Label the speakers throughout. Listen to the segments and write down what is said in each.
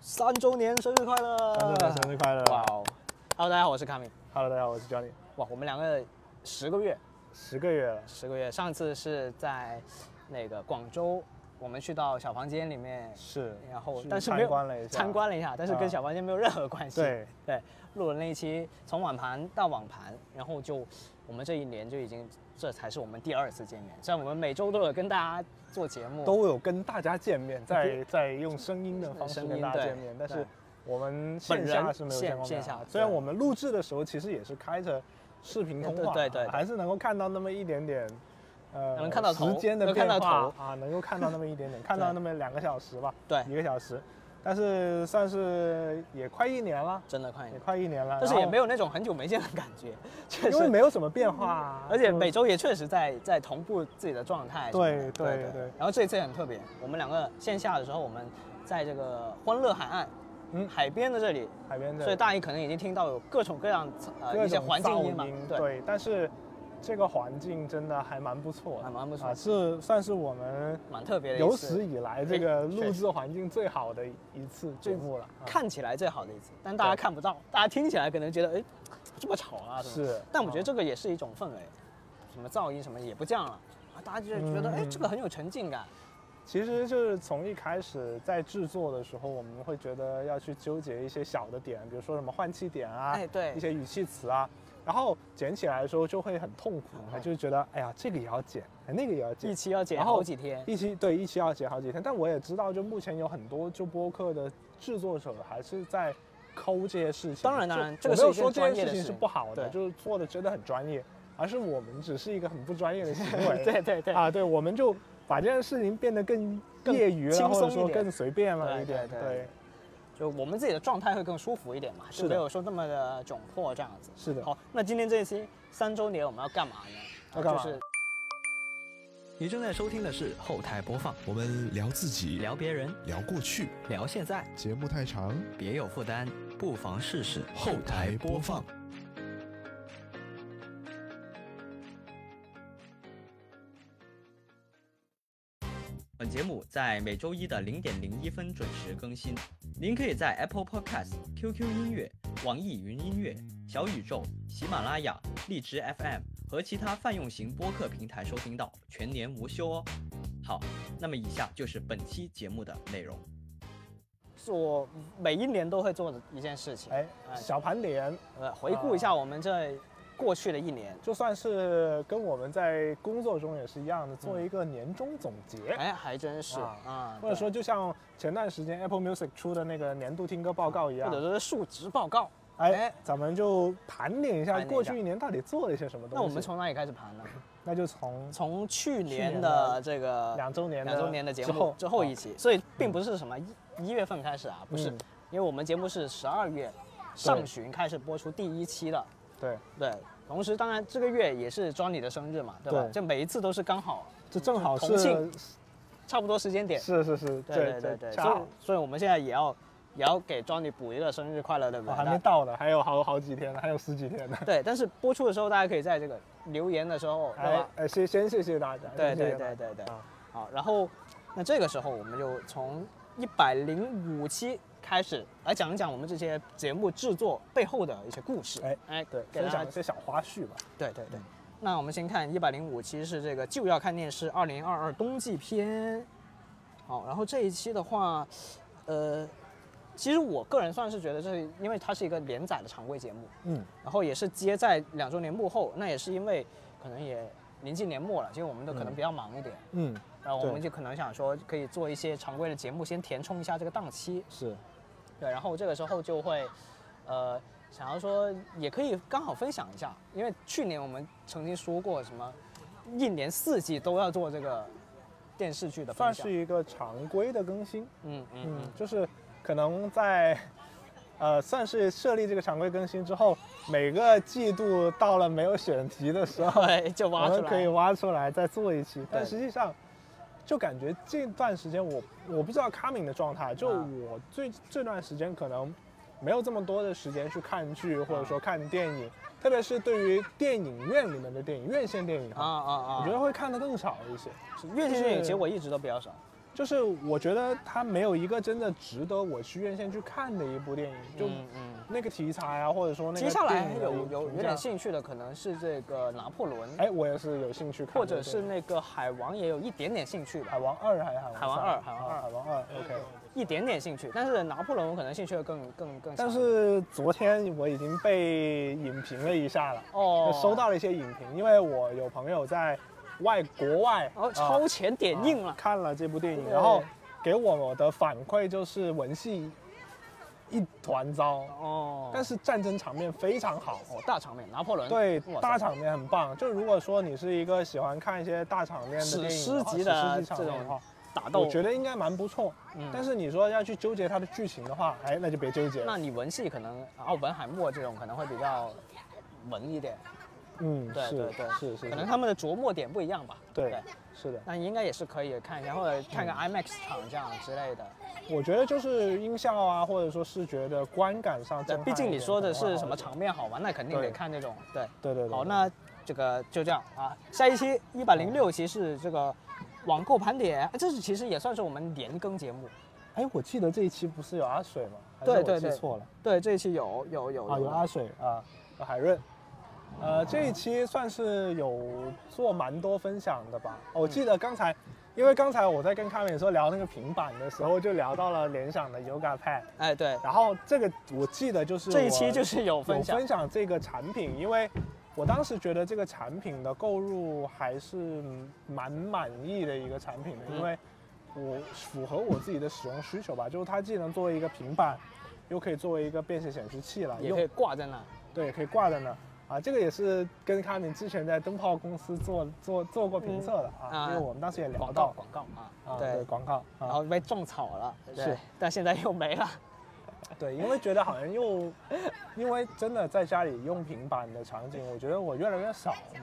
Speaker 1: 三周年生日快乐！
Speaker 2: 三生日快乐！
Speaker 1: 呃哇哦！Hello，大家好，我是卡米。
Speaker 2: Hello，大家好，我是 Johnny。
Speaker 1: 哇，我们两个十个月，
Speaker 2: 十个月了，
Speaker 1: 十个月。上次是在那个广州，我们去到小房间里面，
Speaker 2: 是，
Speaker 1: 然后
Speaker 2: 去
Speaker 1: 但是没
Speaker 2: 参
Speaker 1: 有
Speaker 2: 观了一下，
Speaker 1: 参观了一下，但是跟
Speaker 2: 啊
Speaker 1: 小房间没有任何关系。
Speaker 2: 对
Speaker 1: 对，录了那一期从网盘到网盘，然后就我们这一年就已经，这才是我们第二次见面。虽然我们每周都有跟大家做节目，
Speaker 2: 都有跟大家见面，在
Speaker 1: 对
Speaker 2: 在用声音的方式
Speaker 1: 声音
Speaker 2: 跟大家
Speaker 1: 对
Speaker 2: 见面，但
Speaker 1: 对
Speaker 2: 是我们
Speaker 1: 本
Speaker 2: 线
Speaker 1: 人
Speaker 2: 下是没有见
Speaker 1: 线
Speaker 2: 过面
Speaker 1: 线
Speaker 2: 的
Speaker 1: 下
Speaker 2: 虽然
Speaker 1: 对
Speaker 2: 我们录制的时候其实也是开着视频通话，
Speaker 1: 对对对对
Speaker 2: 还是能够看到那么一点点。呃，
Speaker 1: 能看到头
Speaker 2: 时间的
Speaker 1: 能看
Speaker 2: 变
Speaker 1: 到
Speaker 2: 化啊，能够看到那么一点 点，看到那么两个小时吧，
Speaker 1: 对，
Speaker 2: 一个小时，但是算是也快一年了，
Speaker 1: 真的快一
Speaker 2: 也
Speaker 1: 点，
Speaker 2: 快一年了，
Speaker 1: 但是
Speaker 2: 然
Speaker 1: 也
Speaker 2: 后
Speaker 1: 没有那种很久没见的感觉，确
Speaker 2: 因为
Speaker 1: 实。
Speaker 2: 没有什么变化啊，
Speaker 1: 而且
Speaker 2: 就
Speaker 1: 每周也确实在在同步自己的状态什么的。
Speaker 2: 对对
Speaker 1: 对
Speaker 2: 对
Speaker 1: 然后这一次也很特别，我们两个线下的时候，我们在这个欢乐海岸，
Speaker 2: 嗯
Speaker 1: 海边的这里，
Speaker 2: 海边的，
Speaker 1: 所以大姨可能已经听到有各种各样呃
Speaker 2: 各
Speaker 1: 一些
Speaker 2: 种
Speaker 1: 环境
Speaker 2: 噪
Speaker 1: 嘛，对，
Speaker 2: 对，但是这个环境真的还蛮不错
Speaker 1: 还
Speaker 2: 的，
Speaker 1: 蛮不错
Speaker 2: 啊，，是算是我们
Speaker 1: 蛮特别的
Speaker 2: 有
Speaker 1: 一
Speaker 2: 史
Speaker 1: 次，嗯
Speaker 2: 以来
Speaker 1: 对
Speaker 2: 这个
Speaker 1: 确
Speaker 2: 录
Speaker 1: 实
Speaker 2: 制环境最好的一次节目了。啊
Speaker 1: 看起来最好的一次，但大家
Speaker 2: 对
Speaker 1: 看不到，大家听起来可能觉得哎这么吵啊什么的，
Speaker 2: 是
Speaker 1: 但我觉得
Speaker 2: 啊
Speaker 1: 这个也是一种氛围，什么噪音什么也不降了。啊大家就觉得，哎、
Speaker 2: 嗯
Speaker 1: 这个很有沉浸感，
Speaker 2: 其实就是从一开始在制作的时候，我们会觉得要去纠结一些小的点，比如说什么换气点啊，
Speaker 1: 哎对
Speaker 2: 一些语气词啊，然后剪起来的时候就会很痛苦，
Speaker 1: 痛
Speaker 2: 就觉得哎呀这个也要剪，哎那个也要剪
Speaker 1: 一，期要剪
Speaker 2: 然后
Speaker 1: 好几天，
Speaker 2: 一期对一期要剪好几天，但我也知道，就目前有很多就播客的制作者还是在抠这些事情。
Speaker 1: 当然当
Speaker 2: 就
Speaker 1: 然这
Speaker 2: 我
Speaker 1: 个
Speaker 2: 没
Speaker 1: 是
Speaker 2: 有
Speaker 1: 一件
Speaker 2: 说这
Speaker 1: 专
Speaker 2: 件
Speaker 1: 业的
Speaker 2: 事情
Speaker 1: 事
Speaker 2: 是
Speaker 1: 情
Speaker 2: 不好的，
Speaker 1: 对
Speaker 2: 就是做的真的很专业，而是我们只是一个很不专业的行 为。
Speaker 1: 对对对，
Speaker 2: 啊，对，我们就把这件事情变得更
Speaker 1: 更
Speaker 2: 业 余
Speaker 1: 轻
Speaker 2: 了，或者
Speaker 1: 松一
Speaker 2: 说
Speaker 1: 点
Speaker 2: 更随便了
Speaker 1: 对
Speaker 2: 一点。
Speaker 1: 对对就我们自己的状态会更舒服一点嘛，
Speaker 2: 是
Speaker 1: 就没
Speaker 2: 的
Speaker 1: 有说那么的窘迫这样子。
Speaker 2: 是的
Speaker 1: 好，那今天这一期三周年我们要干嘛呢？
Speaker 2: 要干嘛
Speaker 1: 就是
Speaker 3: 你正在收听的是后台播放，
Speaker 4: 我们聊自己，
Speaker 3: 聊别人，
Speaker 4: 聊过去，
Speaker 3: 聊现在，
Speaker 4: 节目太长，
Speaker 3: 别有负担，不妨试试
Speaker 4: 后台播放。。
Speaker 3: 本节目在每周一的零点零一分准时更新，您可以在 Apple Podcast、QQ 音乐、网易云音乐、小宇宙、喜马拉雅、荔枝 FM 和其他泛用型播客平台收听到，全年无休哦。好，那么以下就是本期节目的内容。
Speaker 1: 是我每一年都会做的一件事情。
Speaker 2: 哎，
Speaker 1: 哎
Speaker 2: 小盘点，
Speaker 1: 呃，回顾一下我们这过去的一年。
Speaker 2: 就算是跟我们在工作中也是一样的，做一个年终总结。
Speaker 1: 哎，还真是
Speaker 2: 啊
Speaker 1: 啊，
Speaker 2: 或
Speaker 1: 对
Speaker 2: 者说，就像前段时间 Apple Music 出的那个年度听歌报告一样
Speaker 1: 或，者说是数值报告。
Speaker 2: 哎
Speaker 1: 哎，
Speaker 2: 咱们就盘点一
Speaker 1: 盘
Speaker 2: 下
Speaker 1: 点一
Speaker 2: 过
Speaker 1: 下
Speaker 2: 去一年到底做了一些什么东西。
Speaker 1: 那我们从哪里开始盘 呢？
Speaker 2: 那就从
Speaker 1: 从去年
Speaker 2: 年
Speaker 1: 的
Speaker 2: 的
Speaker 1: 这个
Speaker 2: 两周年的
Speaker 1: 两周年的节
Speaker 2: 之
Speaker 1: 目
Speaker 2: 后
Speaker 1: 之后一
Speaker 2: 啊
Speaker 1: 期，所以并不是什么一一月份开始啊，不是
Speaker 2: 嗯，
Speaker 1: 因为我们节目是十二月上旬开始播出第一期的，
Speaker 2: 对，
Speaker 1: 对。同时，当然这个月也是 Johnny 的生日嘛，对吧？
Speaker 2: 对
Speaker 1: 这每一次都是刚好
Speaker 2: 这正好
Speaker 1: 同
Speaker 2: 是
Speaker 1: 庆差不多时间点，
Speaker 2: 是是是，
Speaker 1: 对对对对。
Speaker 2: 恰
Speaker 1: 所
Speaker 2: 好
Speaker 1: 以，所以我们现在也要也要给 Johnny 补一个生日快乐的
Speaker 2: 我
Speaker 1: 名
Speaker 2: 哦还没
Speaker 1: 单。
Speaker 2: 到呢，还有好好几天呢，还有十几天呢。
Speaker 1: 对，但是播出的时候，大家可以在这个留言的时候，对
Speaker 2: 哎
Speaker 1: 吧？
Speaker 2: 哎，先先谢谢大家，
Speaker 1: 对
Speaker 2: 先谢
Speaker 1: 对
Speaker 2: 谢大
Speaker 1: 对
Speaker 2: 家
Speaker 1: 对对。
Speaker 2: 啊，
Speaker 1: 好，然后那这个时候我们就从一百零五期开始来讲一讲我们这些节目制作背后的一些故事。
Speaker 2: 哎
Speaker 1: 哎，
Speaker 2: 对，
Speaker 1: 给大
Speaker 2: 分
Speaker 1: 家
Speaker 2: 享一些小花絮吧。嗯
Speaker 1: 对对对。那我们先看一百零五期是这个就要看电视二零二二冬季篇。好，然后这一期的话，呃，其实我个人算是觉得这是因为它是一个连载的常规节目，
Speaker 2: 嗯，
Speaker 1: 然后也是接在两周年幕后，那也是因为可能也临近年末了，其实我们都可能
Speaker 2: 嗯
Speaker 1: 比较忙一点。
Speaker 2: 嗯，
Speaker 1: 然后我们
Speaker 2: 对
Speaker 1: 就可能想说，可以做一些常规的节目，先填充一下这个档期。
Speaker 2: 是，
Speaker 1: 对，然后这个时候就会，呃，想要说也可以刚好分享一下，因为去年我们曾经说过什么，一年四季都要做这个电视剧的分
Speaker 2: 算
Speaker 1: 享
Speaker 2: 是。一个常规的更新。
Speaker 1: 嗯 嗯
Speaker 2: 嗯
Speaker 1: 嗯，，
Speaker 2: 就是可能在，呃，算是设立这个常规更新之后，每个季度到了没有选题的时候，
Speaker 1: 对，哎就
Speaker 2: 我
Speaker 1: 挖出
Speaker 2: 们可以
Speaker 1: 来。
Speaker 2: 挖出来再做一期。但
Speaker 1: 对
Speaker 2: 实际上，就感觉这段时间我我不知道 coming 的状态，就
Speaker 1: 啊
Speaker 2: 我最这段时间可能没有这么多的时间去看剧
Speaker 1: 嗯
Speaker 2: 或者说看电影，特别是对于电影院里面的电影，院线电影
Speaker 1: 啊
Speaker 2: 哈，
Speaker 1: 啊啊！
Speaker 2: 我觉得会看的更少一些。
Speaker 1: 得越剧电影其实我一直都比较少，
Speaker 2: 就是我觉得它没有一个真的值得我去院线去看的一部电影，就
Speaker 1: 嗯嗯。
Speaker 2: 那个题材啊，或者说那个
Speaker 1: 接下来
Speaker 2: 电影的
Speaker 1: 有
Speaker 2: 评
Speaker 1: 有有
Speaker 2: 价
Speaker 1: 点兴趣的可能是这个拿破仑，
Speaker 2: 哎，我也是有兴趣看
Speaker 1: 或
Speaker 2: 这个电
Speaker 1: 者
Speaker 2: 影，
Speaker 1: 是那个海王也有一点点兴趣吧
Speaker 2: 海。王二还是海王
Speaker 1: 海王二
Speaker 2: 三
Speaker 1: 海王
Speaker 2: 啊
Speaker 1: 二
Speaker 2: 海王二，OK。
Speaker 1: 一点点兴趣，但是拿破仑我可能兴趣会更更更强。
Speaker 2: 但是昨天我已经被影评了一下了，
Speaker 1: 哦，
Speaker 2: 收到了一些影评，因为我有朋友在外国外
Speaker 1: 哦，
Speaker 2: 啊
Speaker 1: 超前点映了
Speaker 2: 啊，看了这部电影，
Speaker 1: 对
Speaker 2: 然后给我的反馈就是文戏一团糟，
Speaker 1: 哦，
Speaker 2: 但是战争场面非常好。
Speaker 1: 哦大场面拿破仑
Speaker 2: 对
Speaker 1: 哇，塞
Speaker 2: 大场面很棒。就如果说你是一个喜欢看一些大场面的
Speaker 1: 史
Speaker 2: 电影
Speaker 1: 诗
Speaker 2: 话
Speaker 1: 级的
Speaker 2: 史诗级场
Speaker 1: 这
Speaker 2: 面
Speaker 1: 种
Speaker 2: 的话，
Speaker 1: 打斗，
Speaker 2: 我觉得应该蛮不错。
Speaker 1: 嗯
Speaker 2: 但是你说要去纠结它的剧情的话，哎，那就别纠结了。
Speaker 1: 那你文戏可能奥本海默这种可能会比较文一点，
Speaker 2: 嗯，
Speaker 1: 对
Speaker 2: 是
Speaker 1: 对对
Speaker 2: 是是，
Speaker 1: 可能
Speaker 2: 是
Speaker 1: 他们的琢磨点不一样吧。
Speaker 2: 对是的。
Speaker 1: 那应该也是可以看一下，或者看个
Speaker 2: 嗯
Speaker 1: IMAX 场这样之类的。
Speaker 2: 我觉得就是音效啊，或者说视觉的观感上
Speaker 1: 对
Speaker 2: 震撼一点，
Speaker 1: 毕竟你说的
Speaker 2: 可能会
Speaker 1: 是
Speaker 2: 好
Speaker 1: 什么
Speaker 2: 一点？
Speaker 1: 场面好玩，那肯定得
Speaker 2: 对
Speaker 1: 看那种对。
Speaker 2: 对对对。
Speaker 1: 好，
Speaker 2: 对
Speaker 1: 那这个就这样啊。下一期一百零
Speaker 2: 嗯
Speaker 1: 六期是这个网购盘点，啊这是其实也算是我们年更节目。
Speaker 2: 哎，我记得这一期不是有阿水吗？还是
Speaker 1: 对
Speaker 2: 我
Speaker 1: 对
Speaker 2: 记
Speaker 1: 对
Speaker 2: 错了
Speaker 1: 对，这一期有有有
Speaker 2: 啊，有阿水啊，有海润。呃，这一期算是有做蛮多分享的吧。哦我记得刚才，因为刚才我在跟卡美说聊那个平板的时候，就聊到了联想的 Yoga Pad，
Speaker 1: 哎对，
Speaker 2: 然后这个我记得就是
Speaker 1: 这一
Speaker 2: 我
Speaker 1: 期就是有分
Speaker 2: 有
Speaker 1: 享
Speaker 2: 分。享这个产品，因为我当时觉得这个产品的购入还是嗯蛮满意的一个产品的，
Speaker 1: 嗯
Speaker 2: 因为我符合我自己的使用需求吧，就是它既能作为一个平板，又可以作为一个便携显示器来
Speaker 1: 也可以
Speaker 2: 用，
Speaker 1: 挂在那，
Speaker 2: 对，也可以挂在那。啊，这个也是跟卡敏之前在灯泡公司做做做过评测的啊，
Speaker 1: 啊
Speaker 2: 因为我们当时也聊
Speaker 1: 广告
Speaker 2: 到
Speaker 1: 广告啊，
Speaker 2: 啊，
Speaker 1: 对，
Speaker 2: 广告，啊、
Speaker 1: 然后被种草了，对
Speaker 2: 是，
Speaker 1: 但现在又没了。
Speaker 2: 对，因为觉得好像又，因为真的在家里用平板的场景，我觉得我越来越少。
Speaker 1: 嗯，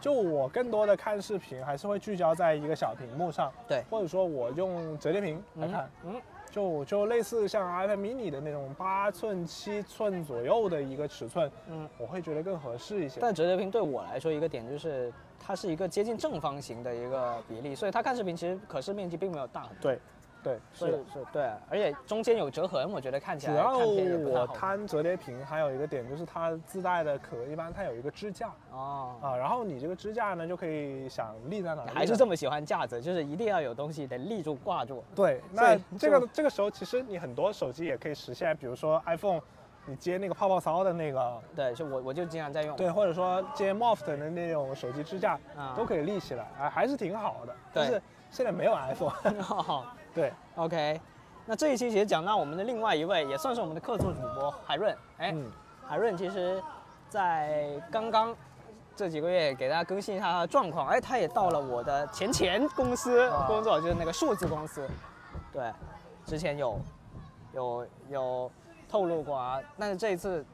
Speaker 2: 就我更多的看视频，还是会聚焦在一个小屏幕上，
Speaker 1: 对，
Speaker 2: 或者说我用折叠屏来看，
Speaker 1: 嗯，嗯，
Speaker 2: 就就类似像 iPad mini 的那种八寸、七寸左右的一个尺寸，
Speaker 1: 嗯，
Speaker 2: 我会觉得更合适一些。
Speaker 1: 但折叠屏对我来说一个点就是，它是一个接近正方形的一个比例，所以它看视频其实可视面积并没有大很多。
Speaker 2: 对，对，
Speaker 1: 所以
Speaker 2: 是的。
Speaker 1: 是对，而且中间有折痕，我觉得看起
Speaker 2: 主
Speaker 1: 来
Speaker 2: 要
Speaker 1: 看片也不太
Speaker 2: 我
Speaker 1: 好看。
Speaker 2: 摊折叠屏还有一个点就是它自带的壳，一般它有一个支架
Speaker 1: 哦，
Speaker 2: 啊，然后你这个支架呢就可以想立在哪里，
Speaker 1: 还是这么喜欢架子，就是一定要有东西得立住挂住。
Speaker 2: 对，
Speaker 1: 所
Speaker 2: 那
Speaker 1: 以
Speaker 2: 这
Speaker 1: 就
Speaker 2: 个这个时候，其实你很多手机也可以实现，比如说 iPhone，你接那个泡泡骚的那个，
Speaker 1: 对，就我我就经常在用。
Speaker 2: 对，或者说接 Moft 的那种手机支架，
Speaker 1: 啊
Speaker 2: 都可以立起来，啊，还是挺好的。但
Speaker 1: 对
Speaker 2: 是现在没有 iPhone，
Speaker 1: 好
Speaker 2: 对，
Speaker 1: 哦，OK。那这一期其实讲到我们的另外一位，也算是我们的客座主播海润。哎，
Speaker 2: 嗯，
Speaker 1: 海润其实，在刚刚这几个月给大家更新一下他的状况。哎，他也到了我的前前公司
Speaker 2: 啊
Speaker 1: 工作，就是那个数字公司。对，之前有有有透露过啊，但是这一次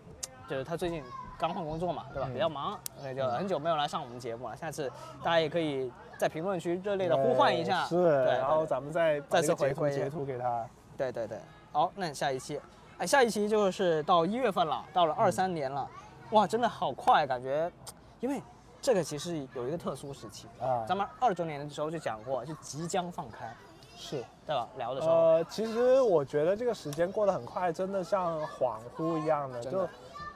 Speaker 1: 就是他最近刚换工作嘛，对吧？
Speaker 2: 嗯
Speaker 1: 比较忙，所以就很久没有来上我们节目了。下次大家也可以在评论区热烈的呼唤一下，
Speaker 2: 呃是，
Speaker 1: 对，
Speaker 2: 然后咱们再把
Speaker 1: 再
Speaker 2: 这
Speaker 1: 次
Speaker 2: 个
Speaker 1: 回
Speaker 2: 截图
Speaker 1: 归
Speaker 2: 截图给啊他。
Speaker 1: 对对对，好，那下一期，哎，下一期就是到一月份了，到了二三年了，哇，真的好快，感觉，因为这个其实有一个特殊时期，
Speaker 2: 啊，
Speaker 1: 咱们二周年的时候就讲过，就即将放开，
Speaker 2: 是，
Speaker 1: 对吧？聊的时候，
Speaker 2: 呃，其实我觉得这个时间过得很快，真的像恍惚一样的。
Speaker 1: 真
Speaker 2: 就
Speaker 1: 的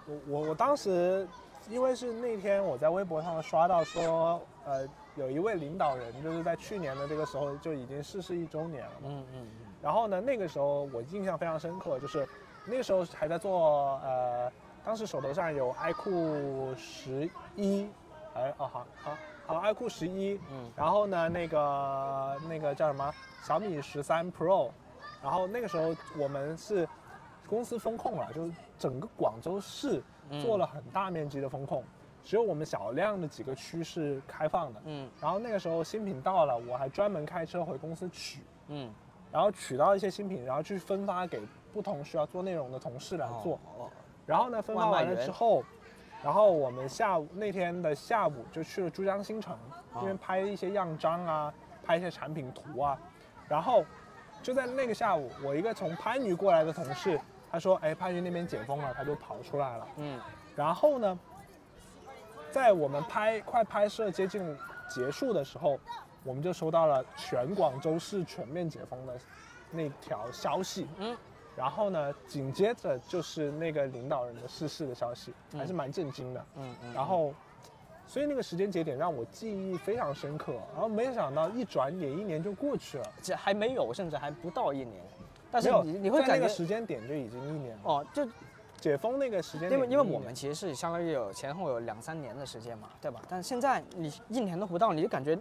Speaker 2: 我我我当时，因为是那天我在微博上刷到说，呃，有一位领导人就是在去年的这个时候就已经逝世一周年了嘛。
Speaker 1: 嗯嗯嗯，
Speaker 2: 然后呢，那个时候我印象非常深刻，就是那个时候还在做呃，当时手头上有 iQOO 十一，哎哦好好好 iQOO 十一，
Speaker 1: 嗯
Speaker 2: 然后呢那个那个叫什么小米十三 Pro，然后那个时候我们是公司风控了，就是整个广州市
Speaker 1: 嗯
Speaker 2: 做了很大面积的风控，只有我们少量的几个区是开放的。
Speaker 1: 嗯
Speaker 2: 然后那个时候新品到了，我还专门开车回公司取。
Speaker 1: 嗯，
Speaker 2: 然后取到一些新品，然后去分发给不同需要做内容的同事来做。
Speaker 1: 哦，
Speaker 2: 然后呢，分发
Speaker 1: 外卖
Speaker 2: 完了
Speaker 1: 员
Speaker 2: 之后，然后我们下午那天的下午就去了珠江新城，因为拍一些样张啊，拍一些产品图啊。然后就在那个下午，我一个从番禺过来的同事，他说：“哎，番禺那边解封了，他就跑出来了。”
Speaker 1: 嗯
Speaker 2: 然后呢，在我们拍快拍摄接近结束的时候，我们就收到了全广州市全面解封的那条消息。
Speaker 1: 嗯。
Speaker 2: 然后呢，紧接着就是那个领导人的逝世的消息，
Speaker 1: 嗯
Speaker 2: 还是蛮震惊的。
Speaker 1: 嗯嗯，
Speaker 2: 然后，所以那个时间节点让我记忆非常深刻。然后没想到一转眼一年就过去了，
Speaker 1: 这还没有，甚至还不到一年，但是
Speaker 2: 没有
Speaker 1: 你你会
Speaker 2: 在
Speaker 1: 感
Speaker 2: 那个
Speaker 1: 觉
Speaker 2: 时间点就已经一年了。
Speaker 1: 哦，就
Speaker 2: 解封那个时间点
Speaker 1: 因
Speaker 2: 就
Speaker 1: 为因
Speaker 2: 一年，
Speaker 1: 为我们其实是相当于有前后有两三年的时间嘛，对吧？但现在你一年都不到，你就感觉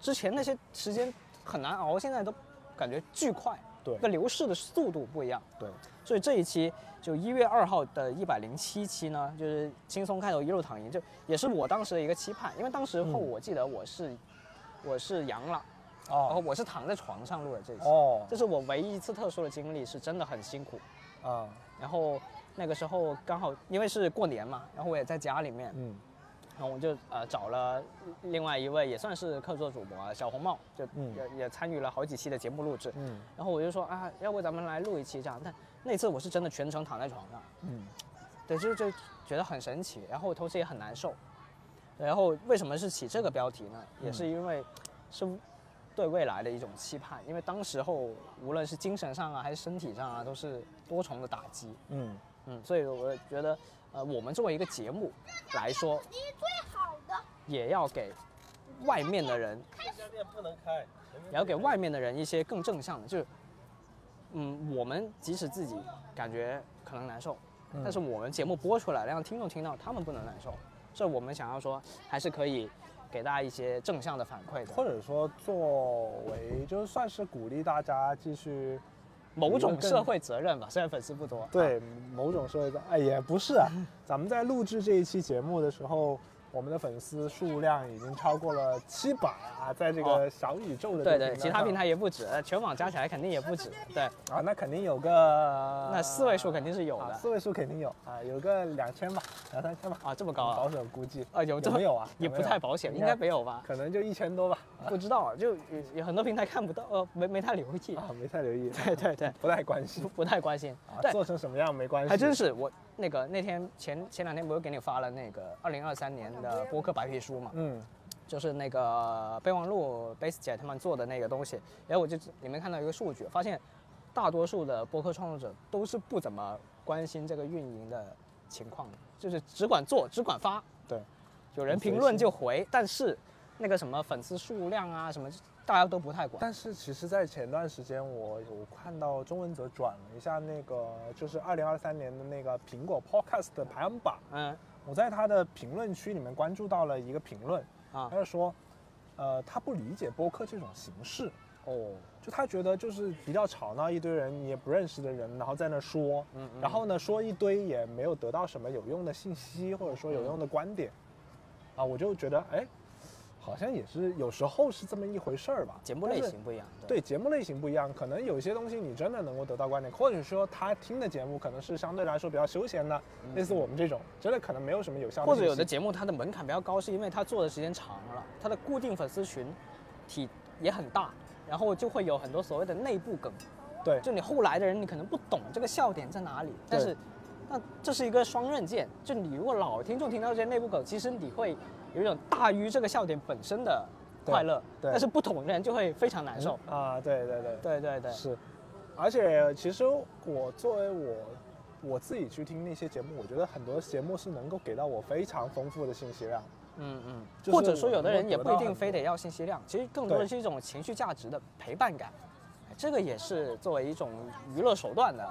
Speaker 1: 之前那些时间很难熬，现在都感觉巨快，
Speaker 2: 对
Speaker 1: 那流逝的速度不一样。
Speaker 2: 对
Speaker 1: 所以这一期就一月二号的一百零七期呢，就是轻松开头一路躺赢，就也是我当时的一个期盼，因为当时后
Speaker 2: 嗯
Speaker 1: 我记得我是、我是阳了，然后
Speaker 2: 哦
Speaker 1: 我是躺在床上录的这一期，
Speaker 2: 哦
Speaker 1: 这是我唯一一次特殊的经历，是真的很辛苦。
Speaker 2: 啊
Speaker 1: 然后那个时候刚好因为是过年嘛，然后我也在家里面，
Speaker 2: 嗯
Speaker 1: 然后我就呃找了另外一位也算是客座主播啊小红帽，就也、
Speaker 2: 嗯
Speaker 1: 也参与了好几期的节目录制。
Speaker 2: 嗯
Speaker 1: 然后我就说啊，要不咱们来录一期这样？但那次我是真的全程躺在床上，
Speaker 2: 嗯
Speaker 1: 对，就就觉得很神奇，然后同时也很难受。然后为什么是起这个标题呢？也是因为是对未来的一种期盼，因为当时候无论是精神上啊还是身体上啊，都是多重的打击。
Speaker 2: 嗯
Speaker 1: 嗯，所以我觉得，呃，我们作为一个节目来说，也要给外面的人，也要给外面的人一些更正向的，就是，嗯，我们即使自己感觉可能难受，
Speaker 2: 嗯
Speaker 1: 但是我们节目播出来，让听众听到，他们不能难受，所以我们想要说，还是可以给大家一些正向的反馈的，
Speaker 2: 或者说作为就是算是鼓励大家继续
Speaker 1: 某种
Speaker 2: 更
Speaker 1: 社会责任吧，虽然粉丝不 多，
Speaker 2: 对某种社会责，哎也不是啊，咱们在录制这一期节目的时候。我们的粉丝数量已经超过了七百啊，在这个
Speaker 1: 哦
Speaker 2: 小宇宙的这
Speaker 1: 对
Speaker 2: 个
Speaker 1: 对，
Speaker 2: 上
Speaker 1: 其他平台也不止，全网加起来肯定也不止，对，
Speaker 2: 啊，那肯定有个
Speaker 1: 那四位数肯定是有
Speaker 2: 啊
Speaker 1: 的
Speaker 2: 四位数肯定有啊，有个两千吧，两三千吧，
Speaker 1: 啊，这么高啊
Speaker 2: 保。守估计
Speaker 1: 啊，有这
Speaker 2: 有没有啊？
Speaker 1: 也
Speaker 2: 有没
Speaker 1: 不
Speaker 2: 有
Speaker 1: 太保险，应该没有吧？
Speaker 2: 可能就一千多吧，
Speaker 1: 不知道，就有有很多平台看不到，呃，没没太留意。
Speaker 2: 啊，没太留意，
Speaker 1: 对对对，
Speaker 2: 不太关心
Speaker 1: 不不太关心
Speaker 2: 啊。，
Speaker 1: 对，
Speaker 2: 做成什么样没关系，
Speaker 1: 还真是我那个那天前前两天不是给你发了那个二零二三年的播客白皮书嘛，
Speaker 2: 嗯
Speaker 1: 就是那个备忘录 Base 姐他们做的那个东西，然后我就里面看到一个数据，发现大多数的播客创作者都是不怎么关心这个运营的情况的，就是只管做，只管发，
Speaker 2: 对，
Speaker 1: 有
Speaker 2: 嗯
Speaker 1: 人评论就回，但是那个什么粉丝数量啊什么，大家都不太管。
Speaker 2: 但是其实，在前段时间，我有看到钟文泽转了一下那个，就是二零二三年的那个苹果 Podcast 的排行榜。
Speaker 1: 嗯
Speaker 2: 我在他的评论区里面关注到了一个评论，
Speaker 1: 啊
Speaker 2: 他就说，呃，他不理解播客这种形式，
Speaker 1: 哦
Speaker 2: 就他觉得就是比较吵闹，一堆人你也不认识的人，然后在那说，
Speaker 1: 嗯嗯
Speaker 2: 然后呢说一堆也没有得到什么有用的信息，或者说有
Speaker 1: 嗯
Speaker 2: 用的观点，啊，我就觉得哎，好像也是有时候是这么一回事儿吧。
Speaker 1: 节目类
Speaker 2: 但是
Speaker 1: 型不一样，
Speaker 2: 对节目类型不一样，可能有些东西你真的能够得到观点，或者说他听的节目可能是相对来说比较休闲的，类似我们这种，真的可能没有什么有效
Speaker 1: 嗯
Speaker 2: 的
Speaker 1: 或
Speaker 2: 信
Speaker 1: 者
Speaker 2: 息。
Speaker 1: 有的节目它的门槛比较高，是因为它做的时间长了，它的固定粉丝群体也很大，然后就会有很多所谓的内部梗，
Speaker 2: 对
Speaker 1: 就你后来的人你可能不懂这个笑点在哪里，但是那这是一个双刃剑，就你如果老听众听到这些内部梗，其实你会有一种大于这个笑点本身的
Speaker 2: 对
Speaker 1: 快乐，
Speaker 2: 对
Speaker 1: 但是不懂的人就会非常难受。
Speaker 2: 啊，对对对
Speaker 1: 对对对，
Speaker 2: 是，而且其实我作为我我自己去听那些节目，我觉得很多节目是能够给到我非常丰富的信息量。
Speaker 1: 嗯嗯，
Speaker 2: 就是
Speaker 1: 或者说有的
Speaker 2: 我能
Speaker 1: 人
Speaker 2: 够
Speaker 1: 也
Speaker 2: 得
Speaker 1: 不一
Speaker 2: 到
Speaker 1: 定
Speaker 2: 很
Speaker 1: 非
Speaker 2: 多
Speaker 1: 得要信息量，其实更多的
Speaker 2: 对
Speaker 1: 是一种情绪价值的陪伴感，哎这个也是作为一种娱乐手段的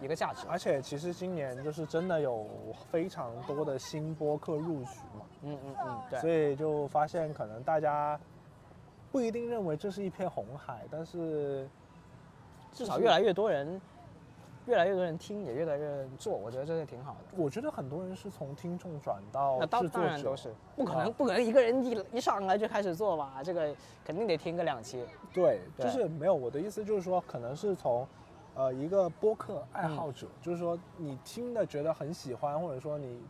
Speaker 1: 一个价值。
Speaker 2: 而且其实今年就是真的有非常多的新播客入局嘛，
Speaker 1: 嗯嗯嗯，
Speaker 2: 所
Speaker 1: 对，
Speaker 2: 以就发现可能大家不一定认为这是一片红海，但是
Speaker 1: 至少越来越多人，越来越多人听，也越来越多人做，我觉得这是挺好的。
Speaker 2: 我觉得很多人是从听众转到
Speaker 1: 那当
Speaker 2: 制
Speaker 1: 当
Speaker 2: 作
Speaker 1: 然
Speaker 2: 者
Speaker 1: 都是，不可
Speaker 2: 啊
Speaker 1: 能不可能一个人一一上来就开始做吧，这个肯定得听个两期。
Speaker 2: 对，就
Speaker 1: 对
Speaker 2: 是没有我的意思就是说，可能是从，呃，一个播客爱
Speaker 1: 嗯
Speaker 2: 好者，就是说你听的觉得很喜欢，或者说你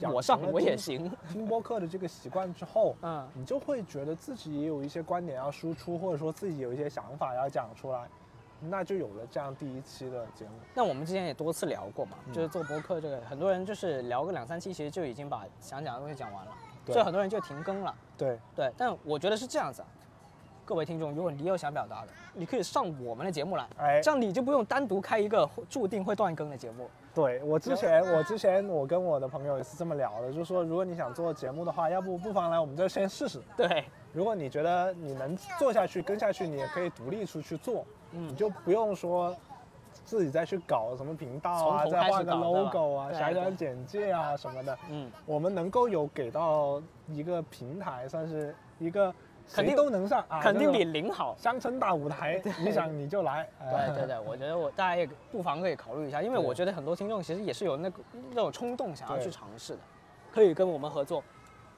Speaker 2: 养
Speaker 1: 我上
Speaker 2: 成了
Speaker 1: 我也
Speaker 2: 听
Speaker 1: 行，
Speaker 2: 听播客的这个习惯之后，
Speaker 1: 嗯
Speaker 2: 你就会觉得自己也有一些观点要输出，或者说自己有一些想法要讲出来，那就有了这样第一期的节目。
Speaker 1: 那我们之前也多次聊过嘛，
Speaker 2: 嗯
Speaker 1: 就是做播客这个，很多人就是聊个两三期，其实就已经把想讲的东西讲完了，
Speaker 2: 对
Speaker 1: 所以很多人就停更了。
Speaker 2: 对，
Speaker 1: 对，但我觉得是这样子啊，各位听众，如果你有想表达的，你可以上我们的节目来，
Speaker 2: 哎，
Speaker 1: 这样你就不用单独开一个注定会断更的节目。
Speaker 2: 对我之前，我之前我跟我的朋友也是这么聊的，就说如果你想做节目的话，要不不妨来我们这先试试。
Speaker 1: 对，
Speaker 2: 如果你觉得你能做下去、跟下去，你也可以独立出去做，你
Speaker 1: 嗯，
Speaker 2: 就不用说自己再去搞什么频道啊，
Speaker 1: 从头
Speaker 2: 再
Speaker 1: 开始
Speaker 2: 画个
Speaker 1: 搞对吧
Speaker 2: logo 啊、
Speaker 1: 对
Speaker 2: 写点
Speaker 1: 对
Speaker 2: 简介啊什么的。
Speaker 1: 嗯，
Speaker 2: 我们能够有给到一个平台，算是一个
Speaker 1: 肯
Speaker 2: 谁
Speaker 1: 定
Speaker 2: 都能上啊，
Speaker 1: 肯定
Speaker 2: 那
Speaker 1: 比
Speaker 2: 种
Speaker 1: 零好。
Speaker 2: 乡村大舞台，你想你就来。哎
Speaker 1: 对对对，我觉得我大家也不妨可以考虑一下，因为
Speaker 2: 对
Speaker 1: 我觉得很多听众其实也是有那个那种冲动想要
Speaker 2: 对
Speaker 1: 去尝试的，可以跟我们合作。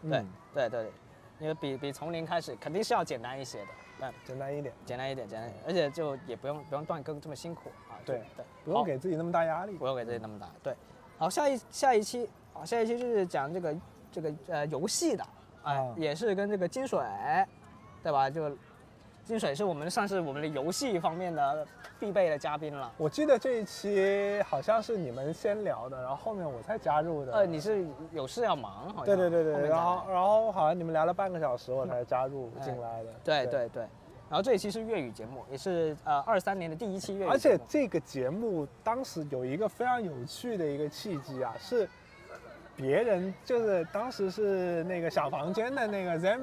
Speaker 1: 对、
Speaker 2: 嗯
Speaker 1: 对对，对因为比比从零开始肯定是要简单一些的，但
Speaker 2: 简单一点，
Speaker 1: 简单一点，简单一点，而且就也不用不用断更这么辛苦啊。就
Speaker 2: 对
Speaker 1: 对，
Speaker 2: 不用
Speaker 1: 好
Speaker 2: 给自己那么大压力。
Speaker 1: 不用给自己那么大。对，好，下一下一期啊，下一期就是讲这个这个呃游戏的，哎、
Speaker 2: 啊
Speaker 1: 也是跟这个金水，对吧？就金水是我们算是我们的游戏方面的必备的嘉宾了。
Speaker 2: 我记得这一期好像是你们先聊的，然后后面我才加入的。
Speaker 1: 呃，你是有事要忙，好像
Speaker 2: 对对对对
Speaker 1: 后，面
Speaker 2: 然
Speaker 1: 再
Speaker 2: 后然后好像你们聊了半个小时，我才加入
Speaker 1: 哎
Speaker 2: 进来的。
Speaker 1: 对对对，然后这一期是粤语节目，也是呃二三年的第一期粤语节目，
Speaker 2: 而且这个节目当时有一个非常有趣的一个契机啊，是别人就是当时是那个小房间的那个 Zam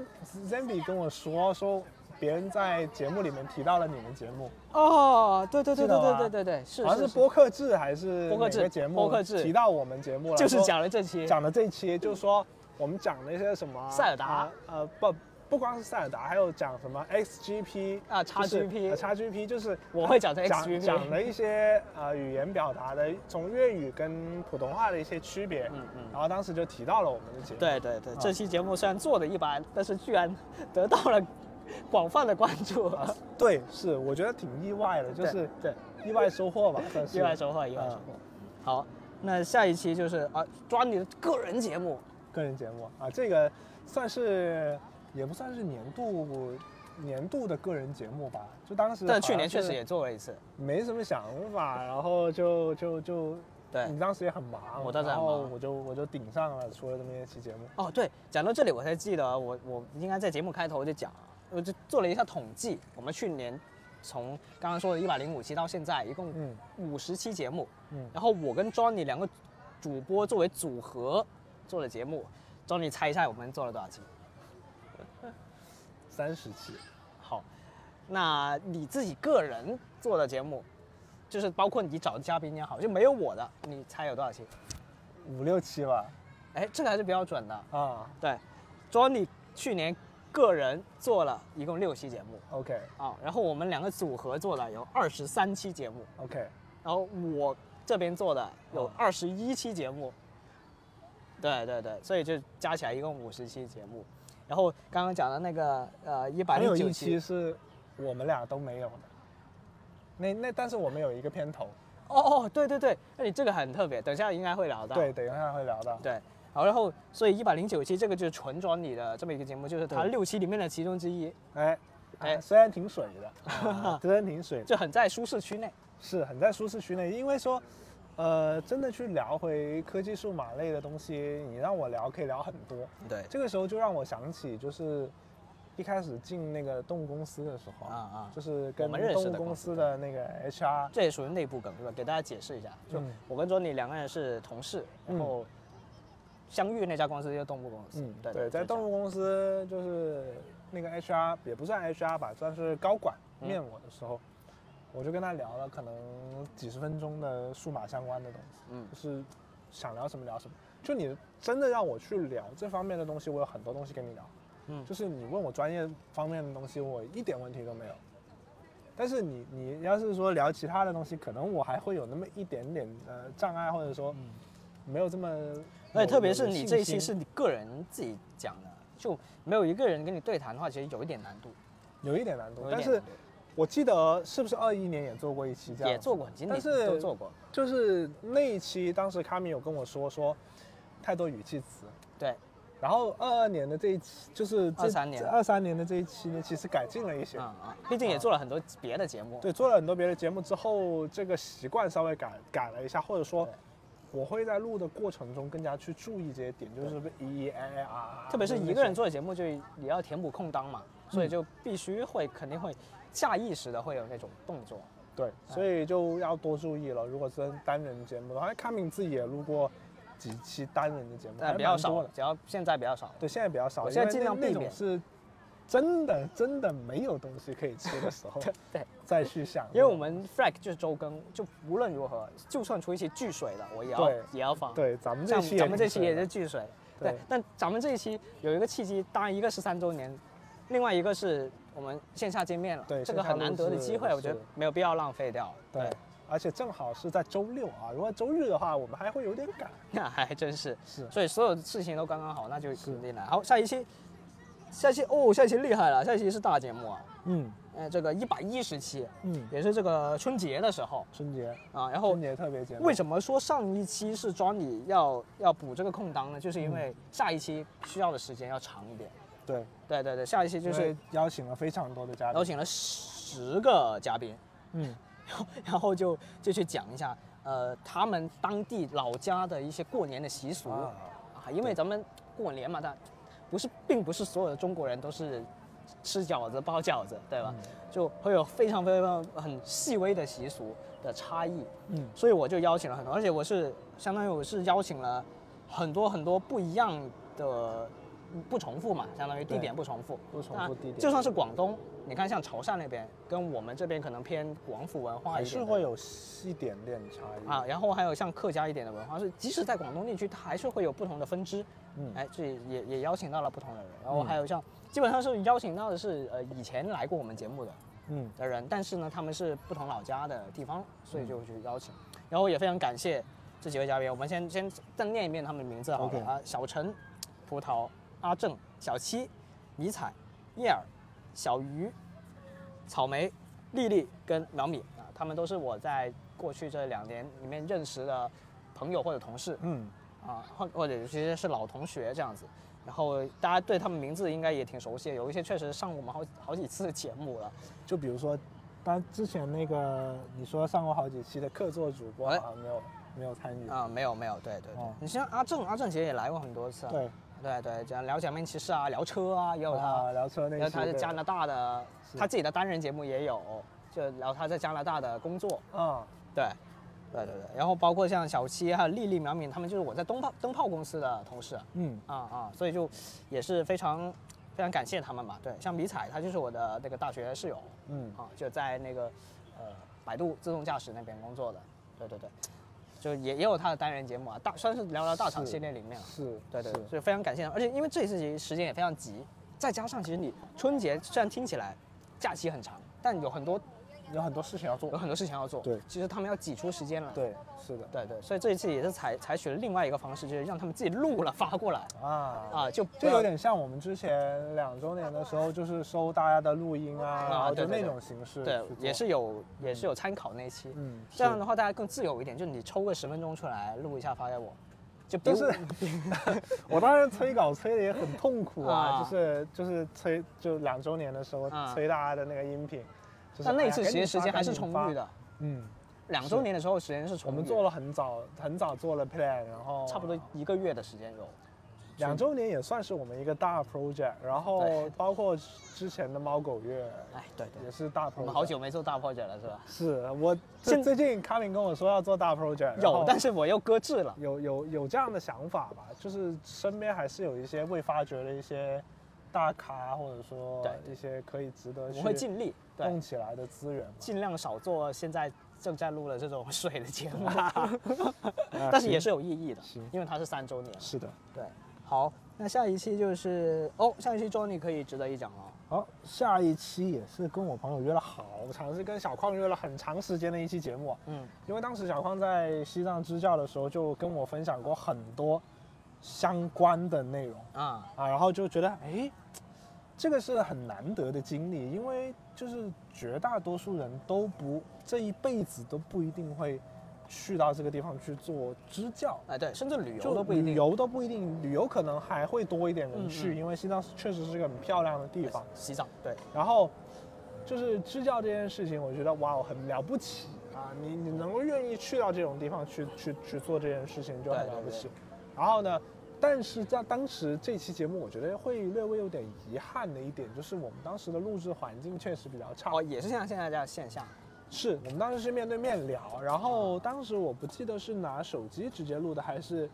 Speaker 2: Zambi 跟我说说，别人在节目里面提到了你们节目，
Speaker 1: 哦，对对对
Speaker 2: 记得
Speaker 1: 对
Speaker 2: 吗
Speaker 1: 对对对对，是
Speaker 2: 好像
Speaker 1: 是
Speaker 2: 是播客制还是
Speaker 1: 播客制
Speaker 2: 哪个节目
Speaker 1: 播客制
Speaker 2: 提到我们节目了，
Speaker 1: 就是
Speaker 2: 说
Speaker 1: 讲了这期，
Speaker 2: 讲的这一期，就是说我们讲了一些什么
Speaker 1: 塞尔达
Speaker 2: 啊呃不不光是塞尔达，还有讲什么 XGP
Speaker 1: 啊
Speaker 2: 就是
Speaker 1: XGP
Speaker 2: 呃 XGP 就是
Speaker 1: 我会讲成
Speaker 2: 讲
Speaker 1: XGP
Speaker 2: 讲了一些呃语言表达的从粤语跟普通话的一些区别，
Speaker 1: 嗯嗯
Speaker 2: 然后当时就提到了我们的节目，
Speaker 1: 对对对，
Speaker 2: 啊
Speaker 1: 这期节目虽然做的一般，但是居然得到了 广泛的关注，
Speaker 2: 啊 对是我觉得挺意外的，就是
Speaker 1: 对
Speaker 2: 意外收获吧，算 是啊
Speaker 1: 意外收获，意外收获。好，那下一期就是啊，抓你的个人节目，
Speaker 2: 个人节目啊，这个算是也不算是年度。年度的个人节目吧，就当时
Speaker 1: 但去年
Speaker 2: 好像
Speaker 1: 确
Speaker 2: 是
Speaker 1: 实也做了一次，
Speaker 2: 没什么想法，然后就就就，
Speaker 1: 对
Speaker 2: 你。当时也很忙，
Speaker 1: 我当时
Speaker 2: 然
Speaker 1: 很忙
Speaker 2: 后我就我就顶上了，出了这么一期节目。
Speaker 1: 哦，对，讲到这里我才记得我，我应该在节目开头就讲，我就做了一下统计，我们去年从刚刚说的一百零五期到现在，一共
Speaker 2: 嗯
Speaker 1: 五十期节目，
Speaker 2: 嗯，
Speaker 1: 然后我跟 Johnny 两个主播作为组合做了节目，Johnny 猜一下我们做了多少期？
Speaker 2: 三十期，
Speaker 1: 好，那你自己个人做的节目，就是包括你找的嘉宾也好，就没有我的，你猜有多少期？
Speaker 2: 五六期吧。
Speaker 1: 哎，这个还是比较准的。
Speaker 2: 啊
Speaker 1: 对，Johnny 去年个人做了一共六期节目
Speaker 2: ，OK
Speaker 1: 啊，然后我们两个组合做的有二十三期节目，
Speaker 2: OK，
Speaker 1: 然后我这边做的有
Speaker 2: 哦
Speaker 1: 二十一期节目。对对对，所以就加起来一共五十期节目。然后刚刚讲的那个呃一百
Speaker 2: 还
Speaker 1: 零
Speaker 2: 有
Speaker 1: 九
Speaker 2: 一期是我们俩都没有的。那那但是我们有一个片头，
Speaker 1: 哦哦，对对对，那你这个很特别，等一下应该会聊到。
Speaker 2: 对，等一下会聊到。
Speaker 1: 啊对，好，然后所以一百零九期这个就是纯装你的这么一个节目，就是它
Speaker 2: 对
Speaker 1: 六期里面的其中之一，
Speaker 2: 哎哎，
Speaker 1: 哎
Speaker 2: 虽然挺水的，啊 虽然挺水的，
Speaker 1: 就很在舒适区内。
Speaker 2: 是很在舒适区内，因为说，呃，真的去聊回科技数码类的东西，你让我聊可以聊很多。
Speaker 1: 对
Speaker 2: 这个时候就让我想起，就是一开始进那个动物公司的时候
Speaker 1: 啊啊
Speaker 2: 就是
Speaker 1: 我
Speaker 2: 跟
Speaker 1: 们认识
Speaker 2: 动
Speaker 1: 的
Speaker 2: 物公
Speaker 1: 公
Speaker 2: 司
Speaker 1: 司
Speaker 2: 的那个 HR，
Speaker 1: 这也属于内部梗对吧？给大家解释一下，就
Speaker 2: 嗯
Speaker 1: 我跟 Johnny 两个人是同事，然
Speaker 2: 嗯
Speaker 1: 后相遇那家公司就是动物公司，对
Speaker 2: 对，在动
Speaker 1: 物
Speaker 2: 物公司就是那个 HR 也不算 HR 吧，算是高管
Speaker 1: 嗯
Speaker 2: 面我的时候，我就跟他聊了可能几十分钟的数码相关的东西，
Speaker 1: 嗯
Speaker 2: 就是想聊什么聊什么。就你真的让我去聊这方面的东西，我有很多东西跟你聊。
Speaker 1: 嗯
Speaker 2: 就是你问我专业方面的东西，我一点问题都没有。但是你你要是说聊其他的东西，可能我还会有那么一点点呃障碍，或者说没有这么有。
Speaker 1: 而且嗯特别是
Speaker 2: 有
Speaker 1: 你这一期
Speaker 2: 信心
Speaker 1: 是你个人自己讲的，就没有一个人跟你对谈的话，其实有一点难度，
Speaker 2: 有一点难度
Speaker 1: 有，一
Speaker 2: 但
Speaker 1: 点
Speaker 2: 是
Speaker 1: 难度
Speaker 2: 我记得是不是二一年也做过一期这样？
Speaker 1: 也做，过，今
Speaker 2: 但
Speaker 1: 年
Speaker 2: 是
Speaker 1: 都做过，
Speaker 2: 就是那一期当时卡米有跟我说说太多语气词，
Speaker 1: 对，
Speaker 2: 然后二二年的这一期就是
Speaker 1: 23年
Speaker 2: 二三年的这一期呢，其实改进了一些。
Speaker 1: 啊啊，毕竟也做了很多别的节目，
Speaker 2: 对，做了很多别的节目之后，这个习惯稍微改改了一下，或者说
Speaker 1: 对
Speaker 2: 我会在录的过程中更加去注意这些点，就是 e e i i r，
Speaker 1: 特别是一个人做节目，就也要填补空档嘛。所以
Speaker 2: 嗯
Speaker 1: 就必须会肯定会下意识的会有那种动作。
Speaker 2: 对，
Speaker 1: 嗯
Speaker 2: 所以就要多注意了。如果是单人节目的话，康敏自己也录过几期单人的节目，还
Speaker 1: 但比较
Speaker 2: 蛮
Speaker 1: 少
Speaker 2: 多
Speaker 1: 了
Speaker 2: 的，。
Speaker 1: 只要现在比较少了。
Speaker 2: 对，现在比较少，
Speaker 1: 我现在
Speaker 2: 因为
Speaker 1: 尽
Speaker 2: 那
Speaker 1: 量避
Speaker 2: 那种
Speaker 1: 免
Speaker 2: 是真的真的没有东西可以吃的时候
Speaker 1: 对，
Speaker 2: 再去想那种。
Speaker 1: 因为我们 flag 就是周更，就无论如何，就算出一期巨水的，我也要
Speaker 2: 对
Speaker 1: 也要放。，
Speaker 2: 对咱们这
Speaker 1: 像
Speaker 2: 期
Speaker 1: 咱们这期也
Speaker 2: 挺
Speaker 1: 是
Speaker 2: 水
Speaker 1: 巨水。
Speaker 2: 对
Speaker 1: 对，但咱们这一期有一个契机，当然一个是三周年，另外一个是我们线下见面了，
Speaker 2: 对
Speaker 1: 这个
Speaker 2: 线下
Speaker 1: 很难得的机会，
Speaker 2: 录制
Speaker 1: 我觉得
Speaker 2: 是
Speaker 1: 没有必要浪费掉。
Speaker 2: 的对，而且正好是在周六啊，如果周日的话，我们还会有点赶。
Speaker 1: 那还真是，
Speaker 2: 是
Speaker 1: 所以所有事情都刚刚好，那就肯定了。好，下一期，下一期哦，下一期厉害了，下一期是大节目啊，
Speaker 2: 嗯
Speaker 1: 呃，这个一百一十期，
Speaker 2: 嗯，
Speaker 1: 也是这个春节的时候
Speaker 2: 春节，
Speaker 1: 啊，然后
Speaker 2: 春节特别节目，
Speaker 1: 为什么说上一期是 Johnny 要要补这个空档呢？
Speaker 2: 嗯
Speaker 1: 就是因为下一期需要的时间要长一点。
Speaker 2: 对，
Speaker 1: 对对对，下一期就
Speaker 2: 就是是邀请了非常多的嘉
Speaker 1: 邀
Speaker 2: 宾，
Speaker 1: 请了十个嘉宾，
Speaker 2: 嗯，
Speaker 1: 然后就就去讲一下，呃，他们当地老家的一些过年的习俗
Speaker 2: 啊
Speaker 1: 啊，因为咱们过年嘛，但不是并不是所有的中国人都是吃饺子包饺子，对吧？就会有非常非常很细微的习俗的差异，
Speaker 2: 嗯
Speaker 1: 所以我就邀请了很多，而且我是相当于我是邀请了很多很多不一样的。不重复嘛，相当于地
Speaker 2: 对
Speaker 1: 点不重复，
Speaker 2: 不重
Speaker 1: 那
Speaker 2: 复地点
Speaker 1: 啊就算是广东，你看像潮汕那边，跟我们这边可能偏广府文化
Speaker 2: 还
Speaker 1: 一
Speaker 2: 是
Speaker 1: 点的，
Speaker 2: 会有一点点差异
Speaker 1: 啊，，然后还有像客家一点的文化，是即使在广东地区，它还是会有不同的分支。
Speaker 2: 嗯
Speaker 1: 哎，这也也邀请到了不同的人，然后
Speaker 2: 嗯
Speaker 1: 还有像、基本上是邀请到的是呃以前来过我们节目的
Speaker 2: 嗯，
Speaker 1: 的人，但是呢他们是不同老家的地方，所以就去邀请。然后也非常感谢这几位嘉宾，我们先先再念一遍他们的名字好了
Speaker 2: OK
Speaker 1: 啊，小陈、葡萄、阿正、小七、迷彩、叶儿、小鱼、草莓、丽丽跟苗米啊，他们都是我在过去这两年里面认识的朋友或者同事
Speaker 2: 嗯，
Speaker 1: 啊，或或者有些是老同学这样子。然后大家对他们名字应该也挺熟悉，有一些确实上过我们好好几次节目了。
Speaker 2: 就比如说，当之前那个你说上过好几期的客座主播
Speaker 1: 哎
Speaker 2: 好像没有没有参与，
Speaker 1: 啊、没有没有，对对对，
Speaker 2: 哦
Speaker 1: 你像阿正，阿正其实也来过很多次、啊，
Speaker 2: 对，
Speaker 1: 对对，讲聊假面骑士啊，聊车啊，也有他，
Speaker 2: 啊，聊车那
Speaker 1: 然后
Speaker 2: 期，
Speaker 1: 他是
Speaker 2: 对
Speaker 1: 加拿大的，
Speaker 2: 是
Speaker 1: 他自己的单人节目也有，就聊他在加拿大的工作，
Speaker 2: 啊，
Speaker 1: 对，对对对，然后包括像小七还有丽丽、苗敏，他们就是我在灯泡灯泡公司的同事，
Speaker 2: 嗯
Speaker 1: 啊啊，所以就也是非常非常感谢他们吧，对，像米彩他就是我的那个大学室友，
Speaker 2: 嗯，
Speaker 1: 啊，就在那个呃百度自动驾驶那边工作的，对对对，就也也有他的单人节目啊，大算是聊聊大厂
Speaker 2: 是
Speaker 1: 系列里面了，
Speaker 2: 是，
Speaker 1: 对对，对
Speaker 2: 是
Speaker 1: 所以非常感谢他，而且因为这次其实时间也非常急，再加上其实你春节虽然听起来假期很长，但有很多
Speaker 2: 有很多事情要做
Speaker 1: 有，很多事情要做，
Speaker 2: 对
Speaker 1: 其实他们要挤出时间来，
Speaker 2: 对，是的，
Speaker 1: 对对，所以这一次也是采采取了另外一个方式，就是让他们自己录了发过来
Speaker 2: 啊。
Speaker 1: 啊，就不
Speaker 2: 就
Speaker 1: 要
Speaker 2: 有点像我们之前两周年的时候，就是收大家的录音啊，然后
Speaker 1: 对
Speaker 2: 就
Speaker 1: 对
Speaker 2: 那
Speaker 1: 对
Speaker 2: 种形式
Speaker 1: 对
Speaker 2: 去，做
Speaker 1: 也是有也是有参考那一期，
Speaker 2: 嗯
Speaker 1: 这样
Speaker 2: 是
Speaker 1: 的话大家更自由一点，就是你抽个十分钟出来录一下发给我，就不
Speaker 2: 就是 我当时催稿催的也很痛苦啊，
Speaker 1: 啊
Speaker 2: 就是就是催就两周年的时候
Speaker 1: 啊
Speaker 2: 催大家的那个音频，就是
Speaker 1: 但那一
Speaker 2: 哎
Speaker 1: 次
Speaker 2: 呀
Speaker 1: 其实时间还是
Speaker 2: 赶
Speaker 1: 充
Speaker 2: 紧发
Speaker 1: 裕。的，
Speaker 2: 赶紧发嗯，
Speaker 1: 两周年的时候时间是
Speaker 2: 我
Speaker 1: 充裕的，
Speaker 2: 们做了很早很早做了 plan，然后
Speaker 1: 差不多一个月的时间有，
Speaker 2: 两周年也算是我们一个大 project，然后
Speaker 1: 对
Speaker 2: 包括之前的猫狗月
Speaker 1: 哎，对对
Speaker 2: 也，是大 project。
Speaker 1: 我们好久没做大 project 了是吧？
Speaker 2: 是我最
Speaker 1: 现
Speaker 2: 最近卡敏跟我说要做大 project，然
Speaker 1: 有
Speaker 2: 后，
Speaker 1: 但是我又搁置了。
Speaker 2: 有有有这样的想法吧，就是身边还是有一些未发掘的一些大咖，啊或者说
Speaker 1: 对对
Speaker 2: 一些可以值得
Speaker 1: 我
Speaker 2: 去
Speaker 1: 们会尽力，对
Speaker 2: 动，起来的资源嘛。
Speaker 1: 尽量少做现在正在录的这种水的节 目，
Speaker 2: 啊
Speaker 1: 但是也
Speaker 2: 行
Speaker 1: 是有意义的
Speaker 2: 是，
Speaker 1: 因为它是三周年。
Speaker 2: 是的。
Speaker 1: 对，好，那下一期就是哦，下一期 Johnny 可以值得一讲哦了。
Speaker 2: 好，下一期也是跟我朋友约了好长，是跟小矿约了很长时间的一期节目啊，
Speaker 1: 嗯，
Speaker 2: 因为当时小矿在西藏支教的时候，就跟我分享过很多相关的内容。
Speaker 1: 啊，
Speaker 2: 啊，然后就觉得哎，这个是很难得的经历，因为就是绝大多数人都不这一辈子都不一定会去到这个地方去做支教。
Speaker 1: 哎，对，甚至旅游
Speaker 2: 就
Speaker 1: 都不一
Speaker 2: 旅
Speaker 1: 定。
Speaker 2: 游都不一定，旅游可能还会多一点
Speaker 1: 嗯
Speaker 2: 人去，
Speaker 1: 嗯
Speaker 2: 因为西藏确实是个很漂亮的地方。
Speaker 1: 西藏，对，
Speaker 2: 然后就是支教这件事情，我觉得哇，很了不起啊！你你能够愿意去到这种地方去去去做这件事情，就很
Speaker 1: 对对
Speaker 2: 了不
Speaker 1: 对
Speaker 2: 起。然后呢，但是在当时这期节目，我觉得会略微有点遗憾的一点，就是我们当时的录制环境确实比较差。
Speaker 1: 哦，也是像现在这样线下。
Speaker 2: 是我们当时是面对面聊，然
Speaker 1: 啊
Speaker 2: 后当时我不记得是拿手机直接录的，还是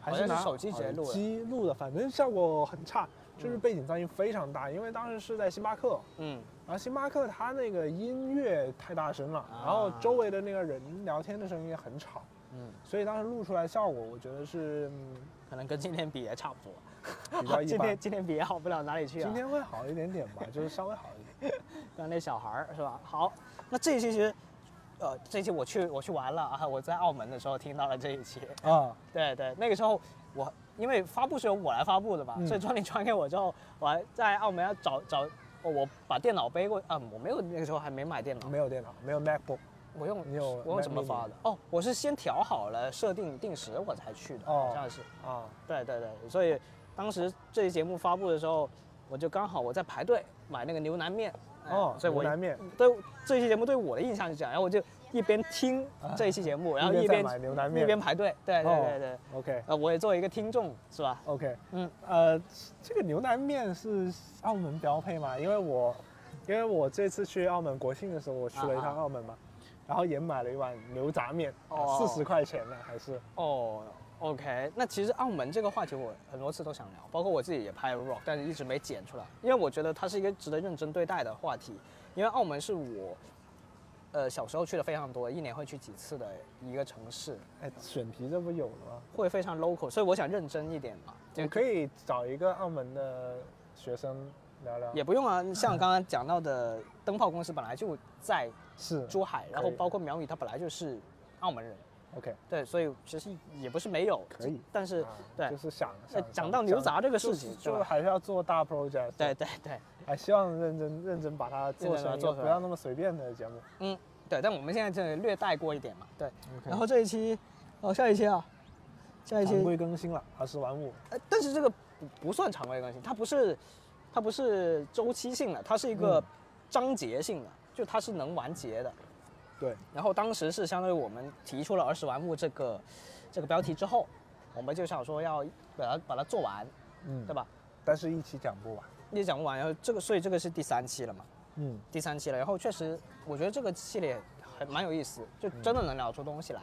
Speaker 2: 还
Speaker 1: 好像是
Speaker 2: 拿
Speaker 1: 手机直接录的
Speaker 2: 耳机录的，反正效果很差，就是背景噪音非常大，因为当时是在星巴克，
Speaker 1: 嗯，
Speaker 2: 然后星巴克它那个音乐太大声了，
Speaker 1: 啊
Speaker 2: 然后周围的那个人聊天的声音也很吵，
Speaker 1: 嗯，
Speaker 2: 所以当时录出来效果，我觉得是、嗯
Speaker 1: 可能跟今天比也差不多。啊
Speaker 2: 比较一
Speaker 1: 今
Speaker 2: 般
Speaker 1: 天。今天比也好不了哪里去啊。
Speaker 2: 今天会好一点点吧，就是稍微好一点。
Speaker 1: 刚那小孩儿是吧？好，那这一期其实，呃，这一期我去我去玩了啊，我在澳门的时候听到了这一期。
Speaker 2: 啊，
Speaker 1: 对对，那个时候我因为发布是由我来发布的嘛，
Speaker 2: 嗯
Speaker 1: 所以庄丽传给我之后，我还在澳门要找找，我我把电脑背过，啊，我没有那个时候还没买电脑，
Speaker 2: 没有电脑，没有 MacBook。
Speaker 1: 我用
Speaker 2: 你有
Speaker 1: 我用
Speaker 2: Mac
Speaker 1: 什么
Speaker 2: mini
Speaker 1: 发的？哦，我是先调好了设定定时我才去的，
Speaker 2: 哦
Speaker 1: 好像是。
Speaker 2: 啊，
Speaker 1: 对对对，所以当时这期节目发布的时候，我就刚好我在排队买那个牛腩面，哎
Speaker 2: 哦，
Speaker 1: 所以我
Speaker 2: 难免
Speaker 1: 对这期节目对我的印象是这样，然后我就一边听这一期节目，然后
Speaker 2: 一
Speaker 1: 一边
Speaker 2: 边在买牛腩
Speaker 1: 一边
Speaker 2: 面。
Speaker 1: 排队，对对
Speaker 2: 哦
Speaker 1: 对对，
Speaker 2: OK
Speaker 1: 呃，我也作为一个听众是吧？
Speaker 2: OK，
Speaker 1: 嗯，
Speaker 2: 呃，这个牛腩面是澳门标配嘛？因为我，因为我这次去澳门国庆的时候，我去了一
Speaker 1: 啊
Speaker 2: 趟澳门嘛，然后也买了一碗牛杂面，
Speaker 1: 哦
Speaker 2: 四十块钱呢，还是
Speaker 1: 哦，OK，那其实澳门这个话题我很多次都想聊，包括我自己也拍了 vlog，但是一直没剪出来，因为我觉得它是一个值得认真对待的话题，因为澳门是我。呃，小时候去的非常多，一年会去几次的一个城市，
Speaker 2: 哎，选题这不有了吗？
Speaker 1: 会非常 local，所以我想认真一点嘛。
Speaker 2: 我可以找一个澳门的学生聊聊，
Speaker 1: 也不用啊，
Speaker 2: 嗯
Speaker 1: 像刚刚讲到的灯泡公司本来就在
Speaker 2: 是
Speaker 1: 珠海，然后
Speaker 2: 可以
Speaker 1: 包括苗语，他本来就是澳门人，
Speaker 2: OK，
Speaker 1: 对，所以其实也不是没有，
Speaker 2: 可以
Speaker 1: 但是、
Speaker 2: 啊
Speaker 1: 对
Speaker 2: 就是想
Speaker 1: 呃
Speaker 2: 想
Speaker 1: 讲到牛杂这个事情，
Speaker 2: 就
Speaker 1: 对
Speaker 2: 是
Speaker 1: 吧
Speaker 2: 还是要做大 project，
Speaker 1: 对对对
Speaker 2: 哎，希望认真认真把它做
Speaker 1: 认真把它
Speaker 2: 成一
Speaker 1: 做
Speaker 2: 个
Speaker 1: 出
Speaker 2: 不
Speaker 1: 来
Speaker 2: 要那么随便的节目。
Speaker 1: 对，但我们现在这略带过一点嘛，对。然后这一期，哦，下一期啊，下一期
Speaker 2: 常，规更新了，二十晚五，
Speaker 1: 呃但是这个不不算常规更新，它不是它不是周期性的，它是一个
Speaker 2: 嗯
Speaker 1: 章节性的，就它是能完结的。
Speaker 2: 对，
Speaker 1: 然后当时是相当于我们提出了“儿时玩物”这个这个标题之后，我们就想说要把它把它做完，
Speaker 2: 嗯
Speaker 1: 对吧？
Speaker 2: 但是一期讲不完，
Speaker 1: 也讲不完，然后这个所以这个是第三期了嘛，
Speaker 2: 嗯，
Speaker 1: 第三期了，然后确实我觉得这个系列还蛮有意思，就真的能聊出东西来，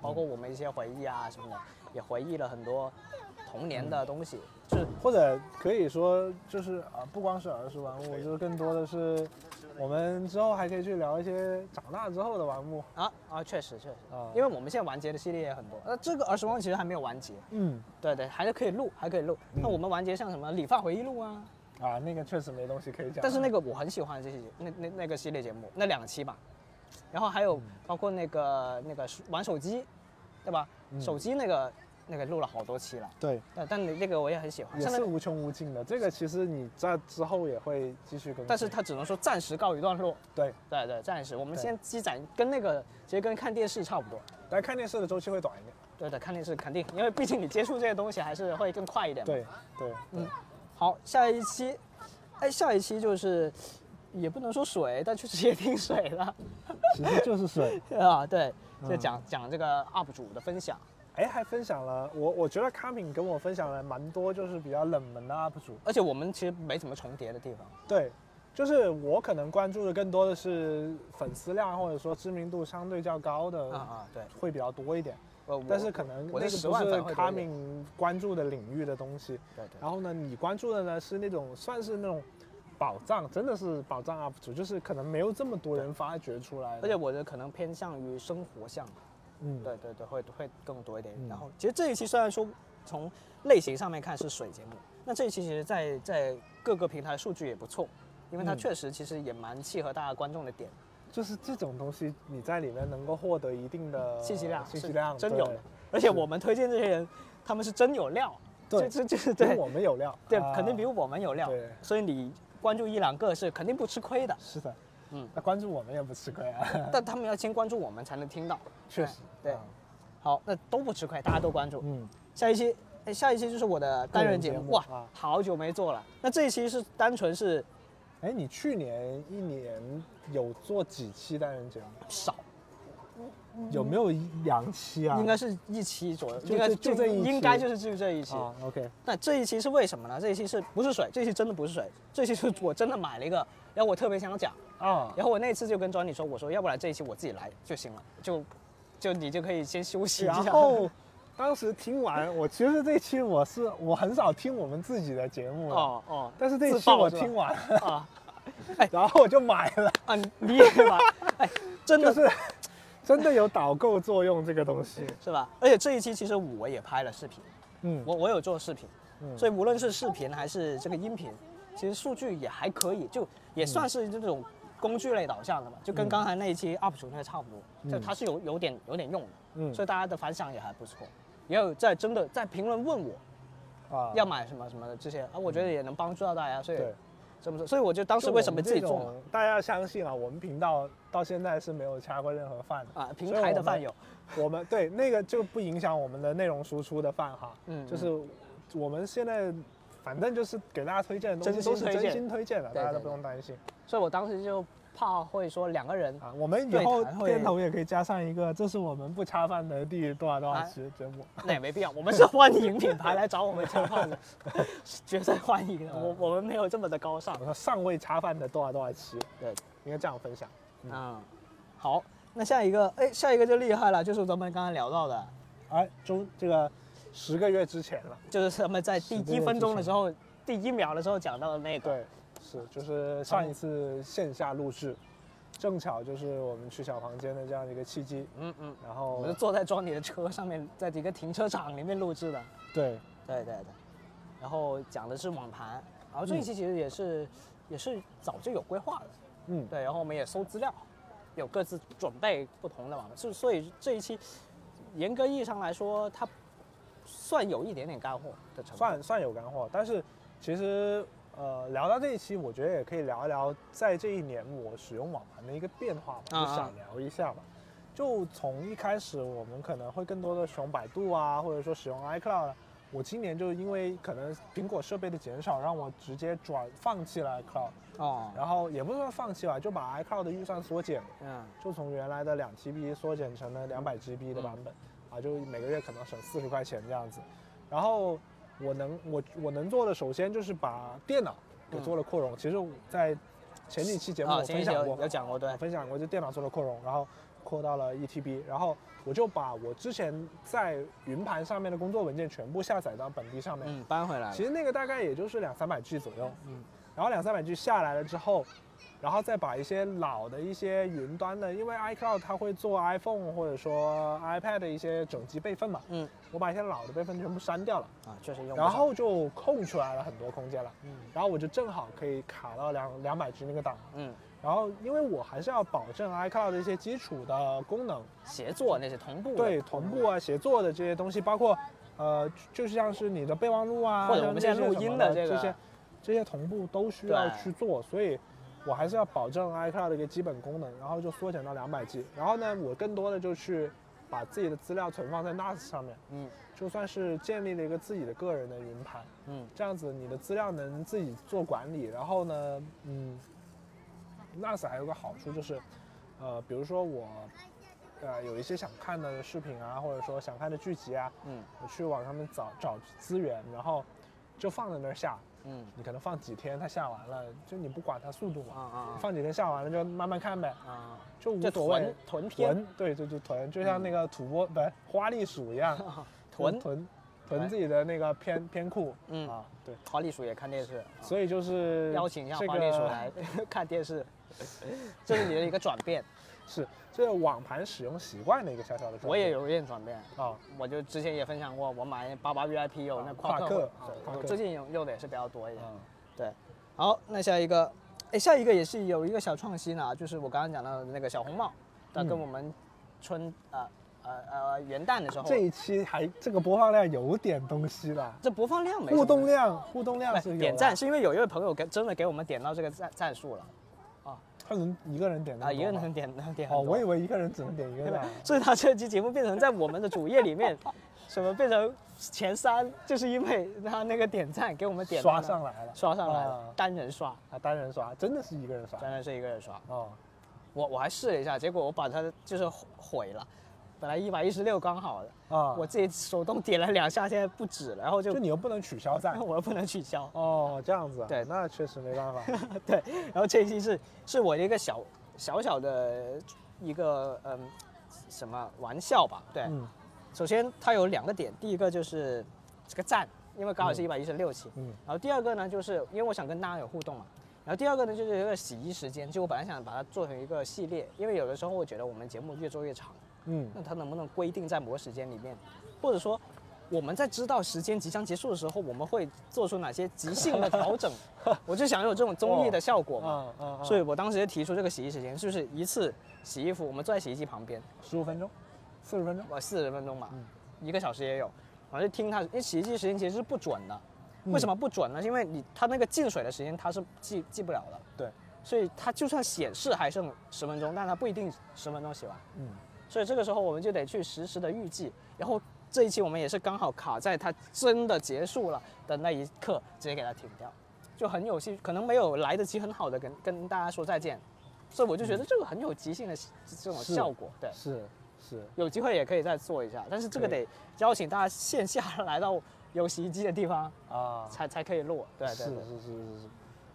Speaker 1: 包括我们一些回忆啊什么的，也回忆了很多童年的东西，就是
Speaker 2: 或者可以说就是啊，不光是儿时玩物，就是更多的是我们之后还可以去聊一些长大之后的玩物
Speaker 1: 啊啊，确实确实，
Speaker 2: 啊，
Speaker 1: 因为我们现在完结的系列也很多，那这个儿时光其实还没有完结，
Speaker 2: 嗯
Speaker 1: 对对，还是可以录，还可以录。那我们完结像什么理发回忆录啊，
Speaker 2: 啊，那个确实没东西可以讲，
Speaker 1: 但是那个我很喜欢这些那那那个系列节目，那两期吧，然后还有
Speaker 2: 嗯
Speaker 1: 包括那个那个玩手机，对吧？
Speaker 2: 嗯
Speaker 1: 手机那个那个录了好多期了，
Speaker 2: 对。
Speaker 1: 但但你那个我也很喜欢，
Speaker 2: 也
Speaker 1: 像那
Speaker 2: 是
Speaker 1: 个
Speaker 2: 无穷无尽的，这个其实你在之后也会继续更新，
Speaker 1: 但是它只能说暂时告一段落，
Speaker 2: 对，
Speaker 1: 对对，暂时我们
Speaker 2: 对
Speaker 1: 先积攒，跟那个其实跟看电视差不多，
Speaker 2: 但看电视的周期会短一点。
Speaker 1: 对对，看电视肯定，因为毕竟你接触这些东西还是会更快一点嘛。
Speaker 2: 对对，
Speaker 1: 嗯好，下一期，哎，下一期就是也不能说水，但确实也挺水的
Speaker 2: 其实就是水。
Speaker 1: 啊。对，就
Speaker 2: 嗯
Speaker 1: 讲、讲这个 UP 主的分享。
Speaker 2: 哎，还分享了我，我觉得卡敏跟我分享了蛮多，就是比较冷门的 UP 主。
Speaker 1: 而且我们其实没怎么重叠的地方。
Speaker 2: 对，就是我可能关注的更多的是粉丝量或者说知名度相对较高
Speaker 1: 啊
Speaker 2: 的
Speaker 1: 啊，对，
Speaker 2: 会比较多一点，
Speaker 1: 呃我
Speaker 2: 嗯但是可能
Speaker 1: 我
Speaker 2: 那
Speaker 1: 的
Speaker 2: 个
Speaker 1: 10
Speaker 2: 不
Speaker 1: 万粉
Speaker 2: 是
Speaker 1: 会多
Speaker 2: 卡
Speaker 1: 一点
Speaker 2: 敏关注的领域的东西。
Speaker 1: 对对
Speaker 2: 然后呢，你关注的呢是那种算是那种宝藏，真的是宝藏 UP 主，就是可能没有这么多人发掘出来的。
Speaker 1: 而且我的可能偏向于生活向，
Speaker 2: 嗯，
Speaker 1: 对对对，会会更多一点。
Speaker 2: 嗯
Speaker 1: 然后其实这一期虽然说从类型上面看是水节目，那这一期其实在在各个平台数据也不错，因为它
Speaker 2: 嗯
Speaker 1: 确实其实也蛮契合大家观众的点，
Speaker 2: 就是这种东西，你在里面能够获得一定的
Speaker 1: 信息量
Speaker 2: 呃信
Speaker 1: 是
Speaker 2: 息量
Speaker 1: 真
Speaker 2: 对
Speaker 1: 有的。而且我们推荐这些人，他们是真有料，
Speaker 2: 对
Speaker 1: 就就就是
Speaker 2: 比
Speaker 1: 对
Speaker 2: 我们有料，
Speaker 1: 对
Speaker 2: 啊，
Speaker 1: 肯定比我们有料，
Speaker 2: 对，
Speaker 1: 所以你关注一两个是肯定不吃亏的，
Speaker 2: 是的，
Speaker 1: 嗯
Speaker 2: 嗯，那关注我们也不吃亏啊，
Speaker 1: 但他们要先关注我们才能听到。
Speaker 2: 确实，
Speaker 1: 对
Speaker 2: 啊
Speaker 1: 好，那都不吃亏，大家都关注。
Speaker 2: 嗯，
Speaker 1: 下一期，哎，下一期就是我的单人节
Speaker 2: 个人
Speaker 1: 目，
Speaker 2: 节目
Speaker 1: 哇
Speaker 2: 啊，
Speaker 1: 好久没做了。那这一期是单纯是
Speaker 2: 哎，你去年一年有做几期单人节目？
Speaker 1: 少，
Speaker 2: 有没有两期啊？
Speaker 1: 嗯应该是一期左右，
Speaker 2: 就
Speaker 1: 应该
Speaker 2: 就就这一期
Speaker 1: 应该就是就这一期。
Speaker 2: 啊，OK，
Speaker 1: 那这一期是为什么呢？这一期是不是水？这一期真的不是水，这一期是我真的买了一个，然后我特别想讲，
Speaker 2: 啊，
Speaker 1: 然后我那次就跟 Johnny 说，我说要不然这一期我自己来就行了，就就你就可以先休 息一下。
Speaker 2: 然后当时听完，我其实这期我是我很少听我们自己的节目的，
Speaker 1: 哦 哦，
Speaker 2: 但是这
Speaker 1: 自
Speaker 2: 期
Speaker 1: 爆
Speaker 2: 我
Speaker 1: 是吧
Speaker 2: 听完了，
Speaker 1: 啊
Speaker 2: 然后我就买了，
Speaker 1: 啊，你也买，哎，真
Speaker 2: 就
Speaker 1: 的
Speaker 2: 是真的有导购作用这个东西。
Speaker 1: 是吧？而且这一期其实我也拍了视频，
Speaker 2: 嗯，
Speaker 1: 我我有做视频，
Speaker 2: 嗯
Speaker 1: 所以无论是视频还是这个音频，其实数据也还可以，就也算是这种工具类导向的吧，就
Speaker 2: 嗯
Speaker 1: 跟刚才那一期 UP 主那个差不多，就它是有有点有点用的，
Speaker 2: 嗯
Speaker 1: 所以大家的反响也还不错，也有在真的在评论问我
Speaker 2: 啊
Speaker 1: 要买什么什么的这些啊，我觉得也能帮助到大家，所以
Speaker 2: 对，
Speaker 1: 这么说，所以我就当时为什么自己做
Speaker 2: 就我
Speaker 1: 嘛
Speaker 2: 们这种大家要相信啊，我们频道到现在是没有掐过任何饭的
Speaker 1: 啊，平台的饭友，
Speaker 2: 我们对那个就不影响我们的内容输出的饭哈，
Speaker 1: 嗯
Speaker 2: 就是我们现在反正就是给大家推荐的东西
Speaker 1: 真
Speaker 2: 都
Speaker 1: 心
Speaker 2: 是
Speaker 1: 推荐
Speaker 2: 真心推荐的，
Speaker 1: 对
Speaker 2: 大家都
Speaker 1: 对
Speaker 2: 不用担心
Speaker 1: 所以我当时就怕会说两个人
Speaker 2: 啊。我们以
Speaker 1: 对
Speaker 2: 后
Speaker 1: 谈会
Speaker 2: 片头也可以加上一个，这是我们不掐饭的第多少多少期节目。
Speaker 1: 那也没必要，我们是欢迎品牌来找我们吃饭的， 是绝对欢迎的。我我们没有这么的高尚
Speaker 2: 我。说尚未掐饭的多少多少期，
Speaker 1: 对，
Speaker 2: 应该这样分享。
Speaker 1: 嗯，好，那下一个，哎，下一个就厉害了，就是咱们刚才聊到的，
Speaker 2: 哎，中这个十个月之前了，
Speaker 1: 就是他们在第
Speaker 2: 十个月
Speaker 1: 一分钟的时候，第一秒的时候讲到的那个，
Speaker 2: 对，是就是上一次线下录制，正巧就是我们去小房间的这样一个契机，
Speaker 1: 嗯嗯，
Speaker 2: 然
Speaker 1: 我
Speaker 2: 后
Speaker 1: 们是坐在庄里的车上面，在一个停车场里面录制的，
Speaker 2: 对
Speaker 1: 对对嗯对，然后讲的是网盘，然后这一期其实也是、也是早就有规划的，
Speaker 2: 嗯
Speaker 1: 对，然后我们也搜资料，有各自准备不同的网盘，是所以这一期严格意义上来说，它算有一点点干货的成分，
Speaker 2: 算算有干货，但是其实呃聊到这一期，我觉得也可以聊一聊在这一年我使用网盘的一个变化吧，
Speaker 1: 啊
Speaker 2: 就
Speaker 1: 啊
Speaker 2: 想聊一下吧。就从一开始我们可能会更多的使用百度啊，或者说使用 iCloud 啊。我今年就因为可能苹果设备的减少，让我直接转放弃了 iCloud，
Speaker 1: 哦，
Speaker 2: 然后也不是说放弃吧，就把 iCloud 的预算缩减了。
Speaker 1: 嗯
Speaker 2: 就从原来的两 TB 缩减成了两百 GB 的版本，
Speaker 1: 嗯
Speaker 2: 啊，就每个月可能省四十块钱这样子。然后我能我我能做的，首先就是把电脑给做了扩容。其实我在前几期节
Speaker 1: 嗯
Speaker 2: 目
Speaker 1: 啊
Speaker 2: 我
Speaker 1: 前
Speaker 2: 分
Speaker 1: 一期
Speaker 2: 享
Speaker 1: 有
Speaker 2: 过，
Speaker 1: 有讲过对
Speaker 2: 我分享过就电脑做了扩容，然后扩到了 1TB，然后我就把我之前在云盘上面的工作文件全部下载到本地上面，
Speaker 1: 嗯，搬回来了
Speaker 2: 其，实那个大概也就是两三百 G 左右，
Speaker 1: 嗯
Speaker 2: 嗯，然后两三百 G 下来了之后，然后再把一些老的一些云端的，因为 iCloud 它会做 iPhone 或者说 iPad 的一些整机备份嘛，
Speaker 1: 嗯
Speaker 2: 我把一些老的备份全部删掉了，
Speaker 1: 啊，确实用不上。
Speaker 2: 然后就空出来了很多空间了，
Speaker 1: 嗯
Speaker 2: 然后我就正好可以卡到两两百 G 那个档，
Speaker 1: 嗯，
Speaker 2: 然后因为我还是要保证 iCloud 的一些基础的功能，
Speaker 1: 协作那些同步的
Speaker 2: 对同步，啊、协作的这些东西，包括呃，就就像是你的备忘录啊，
Speaker 1: 或者我们
Speaker 2: 像
Speaker 1: 现在录
Speaker 2: 这些什么
Speaker 1: 音的
Speaker 2: 的
Speaker 1: 这个
Speaker 2: 些这些同步都需要
Speaker 1: 对
Speaker 2: 去做，所以我还是要保证 iCloud 的一个基本功能，然后就缩减到两百 G。然后呢，我更多的就去把自己的资料存放在 NAS 上面，
Speaker 1: 嗯
Speaker 2: 就算是建立了一个自己的个人的云盘，
Speaker 1: 嗯
Speaker 2: 这样子你的资料能自己做管理。然后呢，嗯，NAS 还有个好处就是，呃，比如说我，呃，有一些想看的视频啊，或者说想看的剧集啊，
Speaker 1: 嗯
Speaker 2: 我去网上面找找资源，然后就放在那儿下。
Speaker 1: 嗯
Speaker 2: 你可能放几天，它下完了，就你不管它速度
Speaker 1: 啊
Speaker 2: 嘛，
Speaker 1: 啊
Speaker 2: 放几天下完了就慢慢看呗，
Speaker 1: 啊啊，
Speaker 2: 就无
Speaker 1: 这
Speaker 2: 所谓
Speaker 1: 囤。囤片嗯
Speaker 2: 囤，对对，就囤，就像那个土拨不是花栗鼠一 样，
Speaker 1: 囤
Speaker 2: 囤
Speaker 1: 哎
Speaker 2: 囤自己的那个片片库
Speaker 1: 嗯
Speaker 2: 啊，对。
Speaker 1: 花栗鼠也看电视，啊
Speaker 2: 所以就是
Speaker 1: 邀请一下
Speaker 2: 这
Speaker 1: 花栗鼠
Speaker 2: 个
Speaker 1: 来 看电视，这是你的一个转 变，
Speaker 2: 是这个网盘使用习惯的一个小小的转变。
Speaker 1: 我也有一点转变。
Speaker 2: 啊，
Speaker 1: 我就之前也分享过，我买八八 VIP 有那
Speaker 2: 啊
Speaker 1: 夸
Speaker 2: 夸
Speaker 1: 克
Speaker 2: 克
Speaker 1: 会
Speaker 2: 啊
Speaker 1: 对
Speaker 2: 夸
Speaker 1: 我
Speaker 2: 克
Speaker 1: 最近用用的也是比较多一点。
Speaker 2: 嗯
Speaker 1: 对，好，那下一个，哎，下一个也是有一个小创新啊，就是我刚刚讲到的那个小红帽，它
Speaker 2: 嗯
Speaker 1: 跟我们春呃呃呃元旦的时候，
Speaker 2: 这一期还这个播放量有点东西了，
Speaker 1: 这播放量没什么
Speaker 2: 互动量互动量
Speaker 1: 不
Speaker 2: 是有
Speaker 1: 点
Speaker 2: 的
Speaker 1: 赞，是因为有一位朋友给真的给我们点到这个赞赞数了
Speaker 2: 他能一个人点那
Speaker 1: 啊，
Speaker 2: 么
Speaker 1: 一个
Speaker 2: 多
Speaker 1: 人
Speaker 2: 吗
Speaker 1: 点能点很
Speaker 2: 嗯哦，
Speaker 1: 多
Speaker 2: 我以为一个人只能点一 个赞。
Speaker 1: 所以他这期节目变成在我们的主页里面，什么变成前三，就是因为他那个点赞给我们点到
Speaker 2: 刷
Speaker 1: 那
Speaker 2: 上来了，
Speaker 1: 刷上来了，
Speaker 2: 啊
Speaker 1: 单人刷，
Speaker 2: 啊！单人刷真的是一个人刷
Speaker 1: 真的是一个人刷。
Speaker 2: 哦，
Speaker 1: 我我还试了一下，结果我把它就是毁毁了。本来一百一十六刚好的，
Speaker 2: 啊，
Speaker 1: 我自己手动点了两下，现在不止了，然后就
Speaker 2: 就你又不能取消 赞。
Speaker 1: 我又不能取消。
Speaker 2: 哦，这样子啊，
Speaker 1: 对
Speaker 2: 那确实没 办法。
Speaker 1: 然后这一期是是我的一个小小小的一个嗯什么玩笑吧？对，
Speaker 2: 嗯
Speaker 1: 首先它有两个点，第一个就是这个赞，因为刚好是
Speaker 2: 嗯
Speaker 1: 一百一十六期，
Speaker 2: 嗯
Speaker 1: 然后第二个呢，就是因为我想跟大家有互动嘛。然后第二个呢，就是有一个洗衣时间，就我本来想把它做成一个系列，因为有的时候我觉得我们节目越做越长，
Speaker 2: 嗯
Speaker 1: 那它能不能规定在某个时间里面，或者说我们在知道时间即将结束的时候，我们会做出哪些即兴的调整？我就想有这种综艺的效果嘛。
Speaker 2: 啊啊啊！
Speaker 1: 所以我当时就提出这个洗衣时间，就是一次洗衣服，我们坐在洗衣机旁边，
Speaker 2: 十五分钟，四十分钟，
Speaker 1: 我呃四十分钟吧，
Speaker 2: 嗯
Speaker 1: 一个小时也有，然后就听它，因为洗衣机时间其实是不准的。为什
Speaker 2: 嗯
Speaker 1: 么不准呢？是因为你它那个进水的时间它是记记不了的，
Speaker 2: 对，
Speaker 1: 所以它就算显示还剩十分钟，但它不一定十分钟洗完，
Speaker 2: 嗯，
Speaker 1: 所以这个时候我们就得去实时的预计，然后这一期我们也是刚好卡在它真的结束了的那一刻，直接给它停掉，就很有戏，可能没有来得及很好的跟跟大家说再见，所以我就觉得这个很有即兴的这种
Speaker 2: 嗯是
Speaker 1: 效果，对。
Speaker 2: 是是，
Speaker 1: 有机会也可以再做一下，但是这个
Speaker 2: 可
Speaker 1: 得邀请大家线下 来到有洗衣机的地方
Speaker 2: 啊，
Speaker 1: 才才可以录，对对对
Speaker 2: 是。是是是是，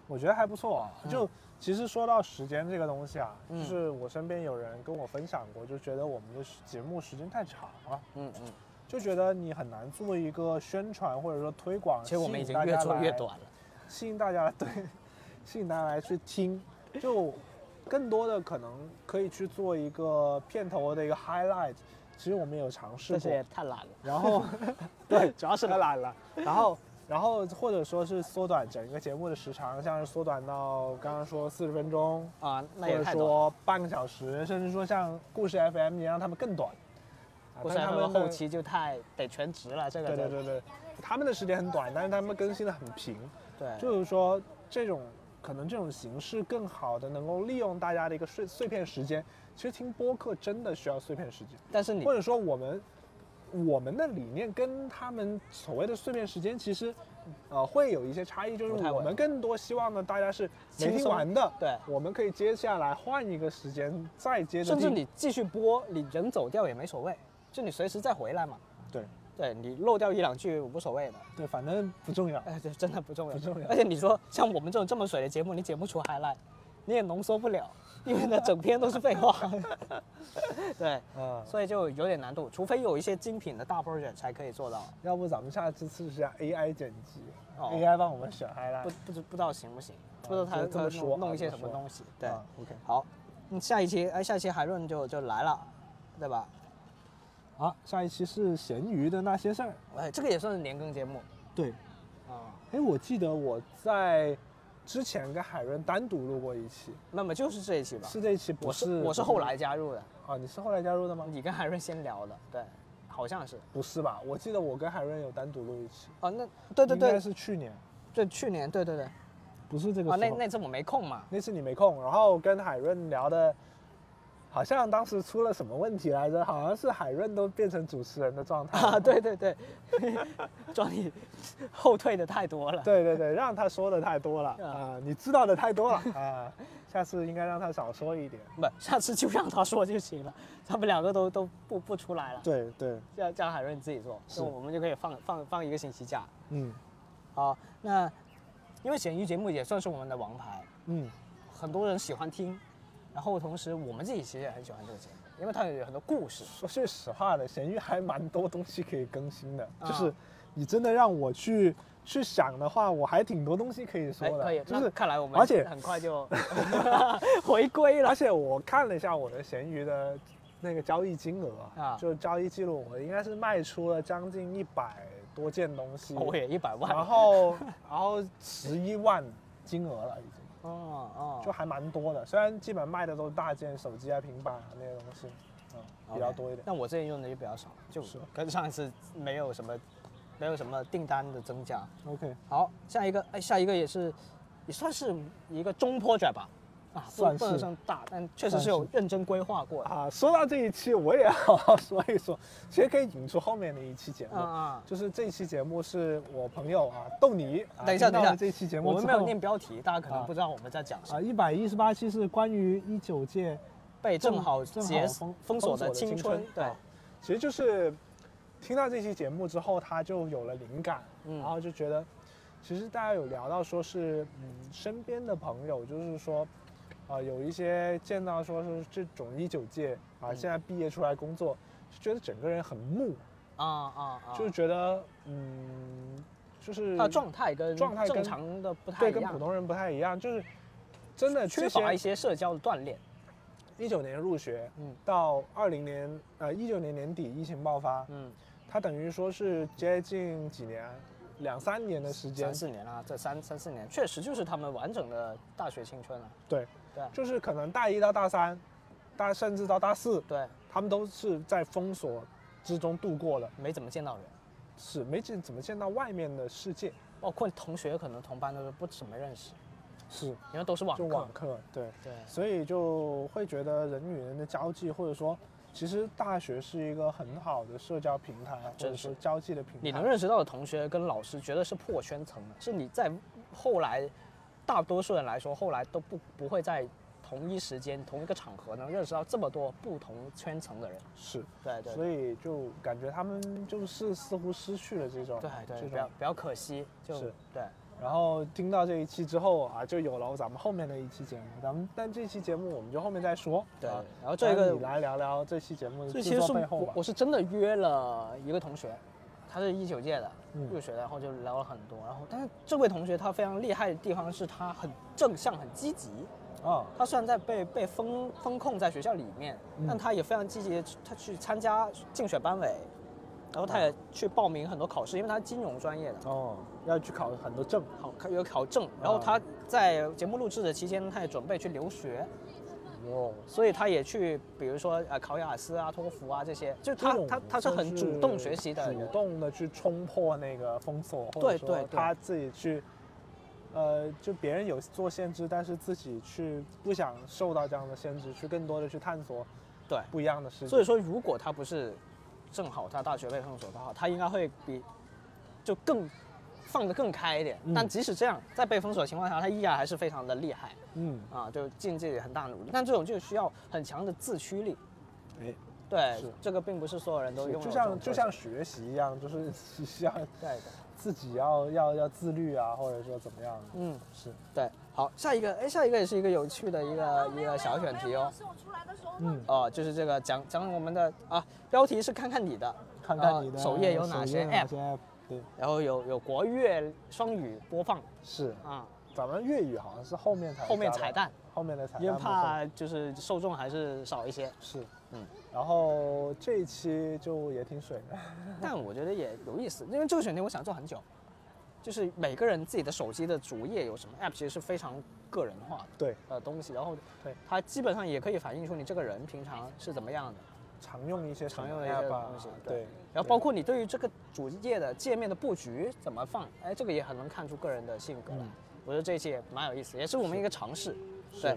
Speaker 2: 我觉得还不错啊。
Speaker 1: 嗯
Speaker 2: 就其实说到时间这个东西啊，就
Speaker 1: 嗯
Speaker 2: 是我身边有人跟我分享过，就觉得我们的时节目时间太长了，
Speaker 1: 嗯嗯，
Speaker 2: 就觉得你很难做一个宣传或者说推广，
Speaker 1: 其实我们已
Speaker 2: 吸
Speaker 1: 经
Speaker 2: 引大
Speaker 1: 越
Speaker 2: 家
Speaker 1: 做越
Speaker 2: 来，
Speaker 1: 短了。
Speaker 2: 吸引大家对， 吸引大家来去听，就更多的可能可以去做一个片头的一个 highlight。其实我们也有尝试
Speaker 1: 这
Speaker 2: 过，
Speaker 1: 些也太懒了，
Speaker 2: 然后对，
Speaker 1: 主要是
Speaker 2: 太
Speaker 1: 懒。
Speaker 2: 懒了。 然后，然后或者说是缩短整个节目的时长，像是缩短到刚刚说四十分钟，
Speaker 1: 啊，那
Speaker 2: 或
Speaker 1: 也
Speaker 2: 者
Speaker 1: 太多。
Speaker 2: 说半个小时，甚至说像故事 FM，你让他们更短。啊
Speaker 1: 不是
Speaker 2: 但
Speaker 1: 他
Speaker 2: 他
Speaker 1: 们
Speaker 2: 的
Speaker 1: 后期就太得全职了，这个
Speaker 2: 对对
Speaker 1: 对
Speaker 2: 对对，他们的时间很短，但是他们更新的很频，
Speaker 1: 对，
Speaker 2: 就是说这种可能这种形式更好的能够利用大家的一个碎碎片时间。其实听播客真的需要碎片时间。
Speaker 1: 但是你
Speaker 2: 或者说我们我们的理念跟他们所谓的碎片时间其实呃会有一些差异，就是
Speaker 1: 不太会
Speaker 2: 我们更多希望呢大家是没
Speaker 1: 轻
Speaker 2: 听
Speaker 1: 松
Speaker 2: 完的，
Speaker 1: 对，
Speaker 2: 我们可以接下来换一个时间再接
Speaker 1: 甚
Speaker 2: 着听，
Speaker 1: 至你继续播，你人走掉也没所谓，就你随时再回来嘛。
Speaker 2: 对
Speaker 1: 对你漏掉一两句无所谓的，
Speaker 2: 对，反正不重要。
Speaker 1: 哎，这真的不重要。
Speaker 2: 不重要
Speaker 1: 而且你说像我们这种这么水的节目，你剪不出 highlight，你也浓缩不了，因为那整篇都是废话。 对，
Speaker 2: 嗯，
Speaker 1: 所以就有点难度，除非有一些精品的大 project 才可以做到。
Speaker 2: 要不咱们下次试试下 AI 剪辑、
Speaker 1: 哦
Speaker 2: a i 帮我们选 h
Speaker 1: 不
Speaker 2: i
Speaker 1: 不知不知道行不行，不知道他
Speaker 2: 就这
Speaker 1: 他
Speaker 2: 么说
Speaker 1: 弄
Speaker 2: 啊
Speaker 1: 弄一些
Speaker 2: 这么
Speaker 1: 什么
Speaker 2: 说
Speaker 1: 东西。对，
Speaker 2: 啊，OK，
Speaker 1: 好，嗯下一期哎，下一期海润就就来了，对吧？
Speaker 2: 好，下一期是咸鱼的那些事儿。
Speaker 1: 哎，这个也算是年更节目
Speaker 2: 对，
Speaker 1: 啊。
Speaker 2: 哎，我记得我在之前跟海润单独录过一期，
Speaker 1: 那么就是这一期吧。
Speaker 2: 是这一期不
Speaker 1: 我
Speaker 2: 是？
Speaker 1: 是我是后来加入的，
Speaker 2: 啊，你是后来加入的吗？
Speaker 1: 你跟海润先聊的，对，好像是。
Speaker 2: 不是吧？我记得我跟海润有单独录一期，
Speaker 1: 哦，那对对
Speaker 2: 应该
Speaker 1: 对
Speaker 2: 是去年，
Speaker 1: 对，去年对对对，
Speaker 2: 不是这个
Speaker 1: 啊，
Speaker 2: 时
Speaker 1: 那
Speaker 2: 候。
Speaker 1: 那次我没空嘛，
Speaker 2: 哦那次你没空，然后跟海润聊的，好像当时出了什么问题来着？好像是海润都变成主持人的状态。
Speaker 1: 啊，对对对， 装你后退的太多了。
Speaker 2: 对对对，让他说的太多了
Speaker 1: 啊
Speaker 2: 啊、你知道的太多了啊、下次应该让他少说一点。
Speaker 1: 不，下次就让他说就行了，他们两个都都不不出来了。
Speaker 2: 对对，
Speaker 1: 叫叫海润自己做，
Speaker 2: 是
Speaker 1: 就我们就可以放放放一个星期假。
Speaker 2: 嗯
Speaker 1: 好，那因为咸鱼节目也算是我们的王牌，
Speaker 2: 嗯，
Speaker 1: 很多人喜欢听，然后同时我们自己其实也很喜欢这个节目，因为它有很多故事。
Speaker 2: 说句实话的，咸鱼还蛮多东西可以更新的，
Speaker 1: 啊
Speaker 2: 就是你真的让我去去想的话，我还挺多东西可以说
Speaker 1: 哎，
Speaker 2: 的，
Speaker 1: 可以，
Speaker 2: 就
Speaker 1: 那
Speaker 2: 是
Speaker 1: 看来我们
Speaker 2: 而且
Speaker 1: 很快就 回归了
Speaker 2: 而。且我看了一下我的闲鱼的那个交易金额
Speaker 1: 啊
Speaker 2: 就是交易记录，我应该是卖出了将近一百多件东西，
Speaker 1: 我也一百万。
Speaker 2: 然后然后十一万金额了，已经
Speaker 1: 哦哦，
Speaker 2: 就还蛮多的。虽然基本卖的都是大件，手机啊、平板啊那些东西，嗯，比较多一点。
Speaker 1: 但我最近用的就比较少，就是跟上一次没有什么，没有什么订单的增加。
Speaker 2: OK，
Speaker 1: 好，下一个，哎，下一个也是，也算是一个中 project 吧，啊、啊，不
Speaker 2: 算
Speaker 1: 不能
Speaker 2: 是
Speaker 1: 算大，但确实
Speaker 2: 算
Speaker 1: 是有
Speaker 2: 是
Speaker 1: 认真规划过的。
Speaker 2: 啊，说到这一期，我也要 好好说一说，其实可以引出后面的一期节目。
Speaker 1: 啊啊！
Speaker 2: 就是这期节目是我朋友啊，豆泥。啊、
Speaker 1: 等一下，
Speaker 2: 听到
Speaker 1: 等一下，
Speaker 2: 了这期节目
Speaker 1: 我们
Speaker 2: 之
Speaker 1: 没有
Speaker 2: 后
Speaker 1: 念标题，大家可能
Speaker 2: 啊
Speaker 1: 不知道我们在讲什么。
Speaker 2: 啊，一百一十八期是关于一九届
Speaker 1: 被正
Speaker 2: 正
Speaker 1: 好
Speaker 2: 正
Speaker 1: 解封
Speaker 2: 好封
Speaker 1: 封
Speaker 2: 封
Speaker 1: 锁
Speaker 2: 锁
Speaker 1: 的
Speaker 2: 的
Speaker 1: 青
Speaker 2: 青
Speaker 1: 春
Speaker 2: 春，
Speaker 1: 对
Speaker 2: 啊，其实就是听到这期节目之后，他就有了灵感，
Speaker 1: 嗯
Speaker 2: 然后就觉得，其实大家有聊到说是，嗯，身边的朋友，就是说，啊、有一些见到说是这种一九届啊，
Speaker 1: 嗯
Speaker 2: 现在毕业出来工作，就觉得整个人很木，
Speaker 1: 啊啊啊！
Speaker 2: 就是觉得，嗯，就是
Speaker 1: 他的状态跟
Speaker 2: 状态
Speaker 1: 正
Speaker 2: 跟
Speaker 1: 常的不太
Speaker 2: 对
Speaker 1: 一
Speaker 2: 跟
Speaker 1: 样
Speaker 2: 普，通人不太一样，就是真的
Speaker 1: 缺
Speaker 2: 这
Speaker 1: 乏
Speaker 2: 些
Speaker 1: 一些社交的锻炼。
Speaker 2: 一九年入学，
Speaker 1: 嗯
Speaker 2: 到二零年呃一九年年底疫情爆发，
Speaker 1: 嗯，
Speaker 2: 它等于说是接近几年，两三年的时间
Speaker 1: 三，四年了，这三三四年确实就是他们完整的大学青春了。
Speaker 2: 对，
Speaker 1: 对啊
Speaker 2: 就是可能大一到大三，大甚至到大四，
Speaker 1: 对，
Speaker 2: 他们都是在封锁之中度过了，
Speaker 1: 没怎么见到人，
Speaker 2: 是没见怎么见到外面的世界，
Speaker 1: 包括同学可能同班都不怎么认识，
Speaker 2: 是
Speaker 1: 因为都是网
Speaker 2: 就
Speaker 1: 课。
Speaker 2: 网课，对，
Speaker 1: 对，
Speaker 2: 所以就会觉得人与人的交际，或者说。其实大学是一个很好的社交平台，或
Speaker 1: 真
Speaker 2: 者
Speaker 1: 是
Speaker 2: 说交际的平台。
Speaker 1: 你能认识到的同学跟老师，绝对是破圈层的，是你在后来大多数人来说，后来都不不会在同一时间、同一个场合能认识到这么多不同圈层的人。
Speaker 2: 是，
Speaker 1: 对对
Speaker 2: 所以就感觉他们就是似乎失去了这种
Speaker 1: 对对，
Speaker 2: 这
Speaker 1: 比较
Speaker 2: 种。
Speaker 1: 比较可惜，就是对
Speaker 2: 然后听到这一期之后啊，就有了咱们后面的一期节目。咱们但这期节目我们就后面再说。
Speaker 1: 对
Speaker 2: 啊、。
Speaker 1: 然后这
Speaker 2: 那
Speaker 1: 个
Speaker 2: 你来聊聊这期节目
Speaker 1: 这
Speaker 2: 的
Speaker 1: 其实
Speaker 2: 制
Speaker 1: 是
Speaker 2: 作背后
Speaker 1: 我
Speaker 2: 吧
Speaker 1: 我。是真的约了一个同学，他是一九届的，
Speaker 2: 嗯
Speaker 1: 入学然后就聊了很多。然后，但是这位同学他非常厉害的地方是他很正向、很积极。
Speaker 2: 啊，
Speaker 1: 他虽然在被被封封控在学校里面，但
Speaker 2: 嗯
Speaker 1: 他也非常积极地去，他去参加竞选班委，然后他
Speaker 2: 啊
Speaker 1: 也去报名很多考试，因为他是金融专业的，
Speaker 2: 哦，要去考很多证。
Speaker 1: 考有考证。然后
Speaker 2: 啊
Speaker 1: 他在节目录制的期间，他也准备去留学，
Speaker 2: 哦，
Speaker 1: 所以他也去，比如说呃考雅思啊、托福啊这些，就是他
Speaker 2: 这种
Speaker 1: 他他是
Speaker 2: 就
Speaker 1: 很主动学习的
Speaker 2: 主
Speaker 1: 人。
Speaker 2: 动的去冲破那个封锁，或
Speaker 1: 对
Speaker 2: 者说
Speaker 1: 对对
Speaker 2: 他自己去，呃，就别人有做限制，但是自己去不想受到这样的限制，去更多的去探索
Speaker 1: 对
Speaker 2: 不一样的事情。
Speaker 1: 所以说，如果他不是正好他大学被封锁的话，他应该会比就更放得更开一点。
Speaker 2: 嗯
Speaker 1: 但即使这样，在被封锁的情况下，他依然还是非常的厉害
Speaker 2: 嗯，
Speaker 1: 啊，就尽自己很大努力。但这种就需要很强的自驱力。
Speaker 2: 哎，
Speaker 1: 对
Speaker 2: 是，
Speaker 1: 这个并不是所有人都
Speaker 2: 是
Speaker 1: 拥有
Speaker 2: 就
Speaker 1: 这种
Speaker 2: 像就
Speaker 1: 特
Speaker 2: 像
Speaker 1: 质
Speaker 2: 学习一样，就是 要
Speaker 1: 对的，
Speaker 2: 自己要要要自律啊，或者说怎么样，
Speaker 1: 嗯，
Speaker 2: 是
Speaker 1: 对。好，下一个，哎，下一个也是一个有趣的一个一个小选题哦。
Speaker 5: 是我出来的时候
Speaker 2: 嗯，
Speaker 1: 哦，就是这个讲讲我们的啊，标题是看看你的，
Speaker 2: 看
Speaker 1: 啊
Speaker 2: 看你的
Speaker 1: 首页有哪
Speaker 2: 哪
Speaker 1: 些 app
Speaker 2: app，对，
Speaker 1: 然后有有国乐双语播放
Speaker 2: 是
Speaker 1: 啊，
Speaker 2: 咱们粤语好像是后面才
Speaker 1: 后面
Speaker 2: 加的
Speaker 1: 彩蛋，
Speaker 2: 后面的彩蛋部
Speaker 1: 因
Speaker 2: 分，
Speaker 1: 为怕就是受众还是少一些，
Speaker 2: 是，
Speaker 1: 嗯
Speaker 2: 嗯，然后这一期就也挺水的，
Speaker 1: 但我觉得也有意思，因为这个选题我想做很久，就是每个人自己的手机的主页有什么 app，其实是非常个人化的
Speaker 2: 对，
Speaker 1: 呃东西，然后
Speaker 2: 对
Speaker 1: 它基本上也可以反映出你这个人平常是怎么样的，
Speaker 2: 常用一些
Speaker 1: 常
Speaker 2: 什
Speaker 1: 用
Speaker 2: 么
Speaker 1: 的一些
Speaker 2: app 啊
Speaker 1: 东西对
Speaker 2: 对，
Speaker 1: 然后包括你对于这个主页的界面的布局怎么放，哎，这个也很能看出个人的性格来。
Speaker 2: 嗯
Speaker 1: 我觉得这一期也蛮有意思，也是我们一个尝试。
Speaker 2: 是
Speaker 1: 对。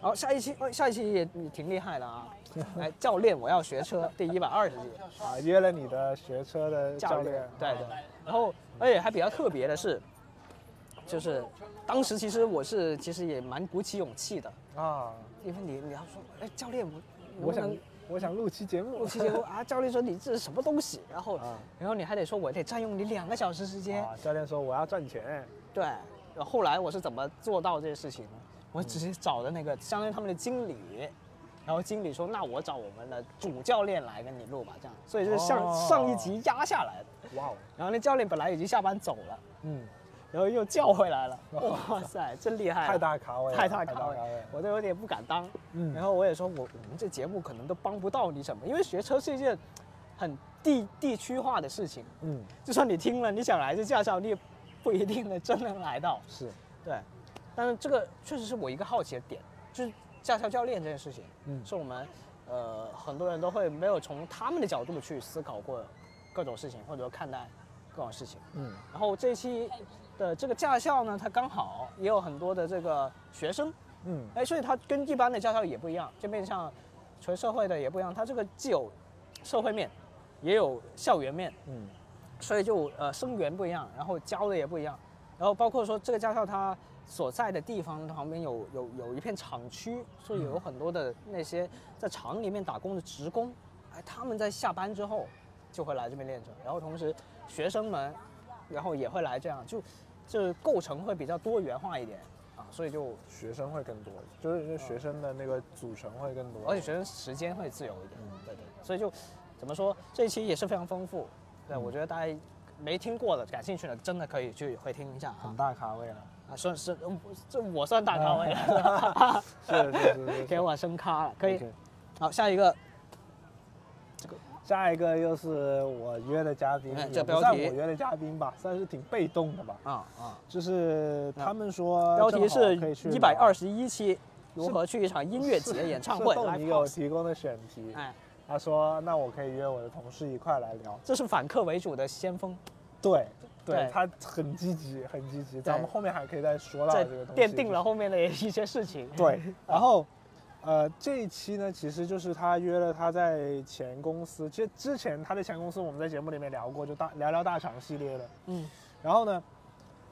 Speaker 1: 然后下一期，哦下一期也你挺厉害的 啊！哎，教练，我要学车，第一百二十集。
Speaker 2: 啊约了你的学车的
Speaker 1: 教
Speaker 2: 教
Speaker 1: 练
Speaker 2: 练，，
Speaker 1: 对对。然后，而且还比较特别的是，就是当时其实我是其实也蛮鼓起勇气的，
Speaker 2: 啊，
Speaker 1: 因为你你要说，哎，教练，我能不
Speaker 2: 我想
Speaker 1: 能
Speaker 2: 我想录期节目，
Speaker 1: 录期 节目啊？教练说你这是什么东西？然后，
Speaker 2: 啊
Speaker 1: 然后你还得说我得占用你两个小时时间。
Speaker 2: 啊，教练说我要赚钱，
Speaker 1: 对，然后后来我是怎么做到这些事情呢？我
Speaker 2: 嗯
Speaker 1: 直接找的那个相当于他们的经理，然后经理说那我找我们的主教练来跟你录吧，这样，所以就是像
Speaker 2: 哦
Speaker 1: 上一集压下来的。
Speaker 2: 哇哦，
Speaker 1: 然后那教练本来已经下班走了。
Speaker 2: 嗯，
Speaker 1: 然后又叫回来了。哇塞，真厉害！啊
Speaker 2: 太，大咖位了，
Speaker 1: 太大咖位
Speaker 2: 位了，，
Speaker 1: 我都有点不敢当。
Speaker 2: 嗯
Speaker 1: 然后我也说，我我们这节目可能都帮不到你什么，因为学车是一件很地地区化的事情，
Speaker 2: 嗯，
Speaker 1: 就算你听了，你想来这驾校，你也不一定能真能来到。
Speaker 2: 是，
Speaker 1: 对，但是这个确实是我一个好奇的点，就是驾校教练这件事情，
Speaker 2: 嗯
Speaker 1: 是我们呃很多人都会没有从他们的角度去思考过各种事情，或者说看待各种事情。
Speaker 2: 嗯，
Speaker 1: 然后这一期的这个驾校呢，它刚好也有很多的这个学生
Speaker 2: 嗯，
Speaker 1: 哎，所以它跟一般的驾校也不一样，就面向纯社会的也不一样，它这个既有社会面，也有校园面，
Speaker 2: 嗯，
Speaker 1: 所以就呃生源不一样，然后教的也不一样，然后包括说这个驾校它所在的地方旁边有有有一片厂区，所以有很多的那些在厂里面打工的职工，哎，他们在下班之后就会来这边练车，然后同时学生们，然后也会来这样，就就构成会比较多元化一点啊，所以就
Speaker 2: 学生会更多，就是就是学生的那个组成会更多，
Speaker 1: 而且学生时间会自由一点，对对，所以就怎么说，这一期也是非常丰富，对、我觉得大家没听过的、感兴趣的，真的可以去回听一下啊
Speaker 2: 很。大咖位 了，
Speaker 1: 啊，算是嗯不这我算大咖位了，
Speaker 2: 是是是是，
Speaker 1: 啊给我升咖 了，可以
Speaker 2: OK。
Speaker 1: 好，下一个，
Speaker 2: 下一个又是我约的嘉宾，
Speaker 1: 哎这
Speaker 2: 也不
Speaker 1: 标
Speaker 2: 算
Speaker 1: 题
Speaker 2: 我约的嘉宾吧，算是挺被动的吧。
Speaker 1: 啊啊，
Speaker 2: 就是
Speaker 1: 啊
Speaker 2: 他们说，
Speaker 1: 标题
Speaker 2: 正好可以
Speaker 1: 是
Speaker 2: 去
Speaker 1: 一百
Speaker 2: 聊
Speaker 1: 二十一期，如何去一场音乐节演 唱会
Speaker 2: 是豆
Speaker 1: live
Speaker 2: 泥给我
Speaker 1: house？
Speaker 2: 提供的选题，
Speaker 1: 哎，
Speaker 2: 他说那我可以约我的同事一块来聊。
Speaker 1: 这是反客为主的先 锋，
Speaker 2: 对，对
Speaker 1: 对
Speaker 2: 他很积极，很积极。咱们后面还可以再说到
Speaker 1: 在
Speaker 2: 这个东西。
Speaker 1: 奠定了。后面的一些事情。
Speaker 2: 对，然后。呃，这一期呢，其实就是他约了他在前公司，其实之前他的前公司我们在节目里面聊过，就大聊聊大厂系列的。
Speaker 1: 嗯，
Speaker 2: 然后呢，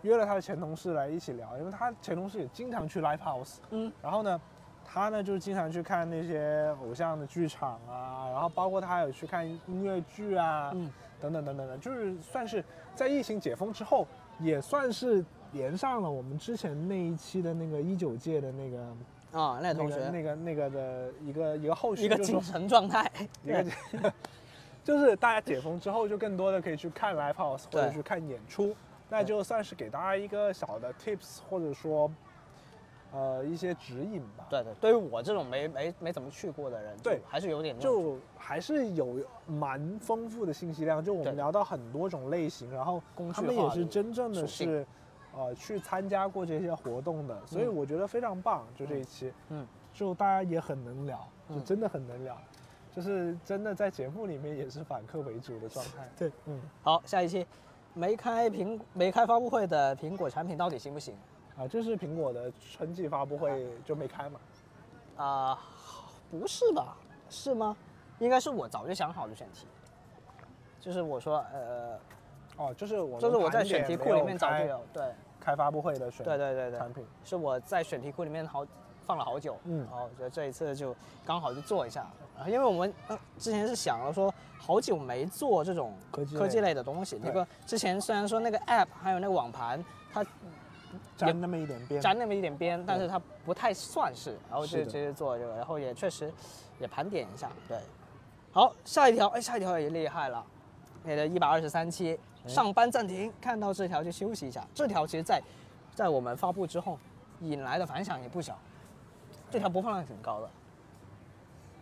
Speaker 2: 约了他的前同事来一起聊，因为他前同事也经常去 live house。
Speaker 1: 嗯，
Speaker 2: 然后呢，他呢就经常去看那些偶像的剧场啊，然后包括他还有去看音乐剧啊，
Speaker 1: 嗯
Speaker 2: 等等等等的，就是算是在疫情解封之后，也算是连上了我们之前那一期的那个一九届的那个
Speaker 1: 啊，那个
Speaker 2: 那
Speaker 1: 同
Speaker 2: 个
Speaker 1: 学
Speaker 2: 那个那个的一个一个后续，
Speaker 1: 一个
Speaker 2: 就是
Speaker 1: 精
Speaker 2: 说
Speaker 1: 神状态，
Speaker 2: 一个 就是大家解封之后，就更多的可以去看 live house 或者
Speaker 1: 对
Speaker 2: 去看演出，那就算是给大家一个小的 tips，或者说，呃，一些指引吧。
Speaker 1: 对对，对于我这种没没没怎么去过的人，
Speaker 2: 对
Speaker 1: 就还是有点用
Speaker 2: 就还是有蛮丰富的信息量，就我
Speaker 1: 对
Speaker 2: 们聊到很多种类型，然后
Speaker 1: 工具
Speaker 2: 他们也
Speaker 1: 化的
Speaker 2: 是真正的
Speaker 1: 属性
Speaker 2: 是，呃，去参加过这些活动的，所以
Speaker 1: 嗯
Speaker 2: 我觉得非常棒，就这一期，
Speaker 1: 嗯，
Speaker 2: 就大家也很能聊，就
Speaker 1: 嗯
Speaker 2: 真的很能聊，就是真的在节目里面也是反客为主的状态，
Speaker 1: 对，
Speaker 2: 嗯，
Speaker 1: 好，下一期没开苹没开发布会的苹果产品到底行不行？
Speaker 2: 啊，这是苹果的春季发布会就没 开嘛，
Speaker 1: 啊、不是吧？是吗？应该是我早就想好的选题，就是我说呃，
Speaker 2: 哦，就是我
Speaker 1: 就是
Speaker 2: 们
Speaker 1: 我在
Speaker 2: 盘
Speaker 1: 选
Speaker 2: 点
Speaker 1: 题
Speaker 2: 没
Speaker 1: 库里
Speaker 2: 有
Speaker 1: 面早就
Speaker 2: 开
Speaker 1: 有，对
Speaker 2: 开发布会的选
Speaker 1: 对对对对，
Speaker 2: 产品，
Speaker 1: 是我在选题库里面好放了好久，
Speaker 2: 嗯
Speaker 1: 然后我觉得这一次就刚好就做一下，然后因为我们、呃、之前是想了说好久没做这种
Speaker 2: 科技类
Speaker 1: 科技类的东西，
Speaker 2: 对
Speaker 1: 那个之前虽然说那个 app 还有那个网盘它
Speaker 2: 沾那么一点边，
Speaker 1: 沾那么一点边，但是
Speaker 2: 对
Speaker 1: 它不太算是，然后
Speaker 2: 是
Speaker 1: 就
Speaker 2: 的
Speaker 1: 直接做这个，然后也确实也盘点一下，对。好，下一条，哎，下一条也厉害了，你的一百二十三期
Speaker 2: 哎
Speaker 1: 上班暂停，看到这条就休息一下。这条其实在在我们发布之后引来的反响也不小，这条播放量挺高的，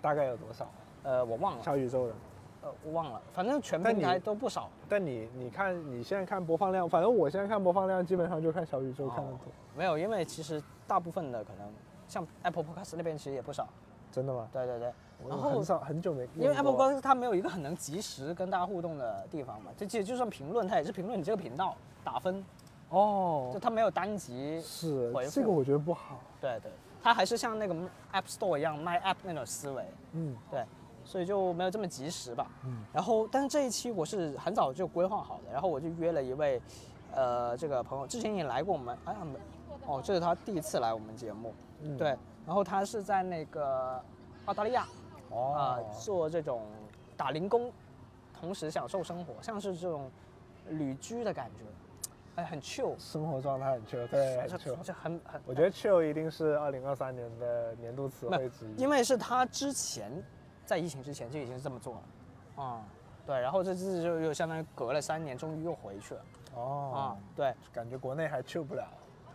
Speaker 2: 大概有多少？
Speaker 1: 呃，我忘了，
Speaker 2: 小宇宙的。
Speaker 1: 呃，我忘了，反正全
Speaker 2: 但
Speaker 1: 平台
Speaker 2: 你
Speaker 1: 都不少。
Speaker 2: 但你你看，你现在看播放量，反正我现在看播放量，基本上就看小宇宙看的多。
Speaker 1: 没有，因为其实大部分的可能像 Apple Podcast 那边其实也不少，
Speaker 2: 真的吗？
Speaker 1: 对对对。
Speaker 2: 我
Speaker 1: 然后
Speaker 2: 很少很久没用过。
Speaker 1: 因为 Apple 公司它没有一个很能及时跟大家互动的地方嘛，就其实就算评论，它也是评论你这个频道打分，就
Speaker 2: 哦，
Speaker 1: 它没有单集。
Speaker 2: 是
Speaker 1: 回复
Speaker 2: 这个我觉得不好。
Speaker 1: 对对，它还是像那个 App Store 一样卖 App 那种思维，
Speaker 2: 嗯
Speaker 1: 对，所以就没有这么及时吧。
Speaker 2: 嗯
Speaker 1: 然后，但是这一期我是很早就规划好的，然后我就约了一位，呃，这个朋友之前也来过我们，哎呀没，哦，这是他第一次来我们节目，
Speaker 2: 嗯，
Speaker 1: 对，然后他是在那个澳大利亚，啊、
Speaker 2: 哦，
Speaker 1: 做这种打零工，同时享受生活，像是这种旅居的感觉，哎，很 chill，哎
Speaker 2: 生活状态很 chill，对，很
Speaker 1: 这
Speaker 2: chill。
Speaker 1: 这很很，
Speaker 2: 我觉得 chill 一定是二零二三年的年度词汇之一
Speaker 1: 因。为是他之前在疫情之前就已经是这么做了，啊、对，然后这次就又相当于隔了三年，终于又回去了，啊、
Speaker 2: 哦，
Speaker 1: 对，
Speaker 2: 感觉国内还 chill 不了，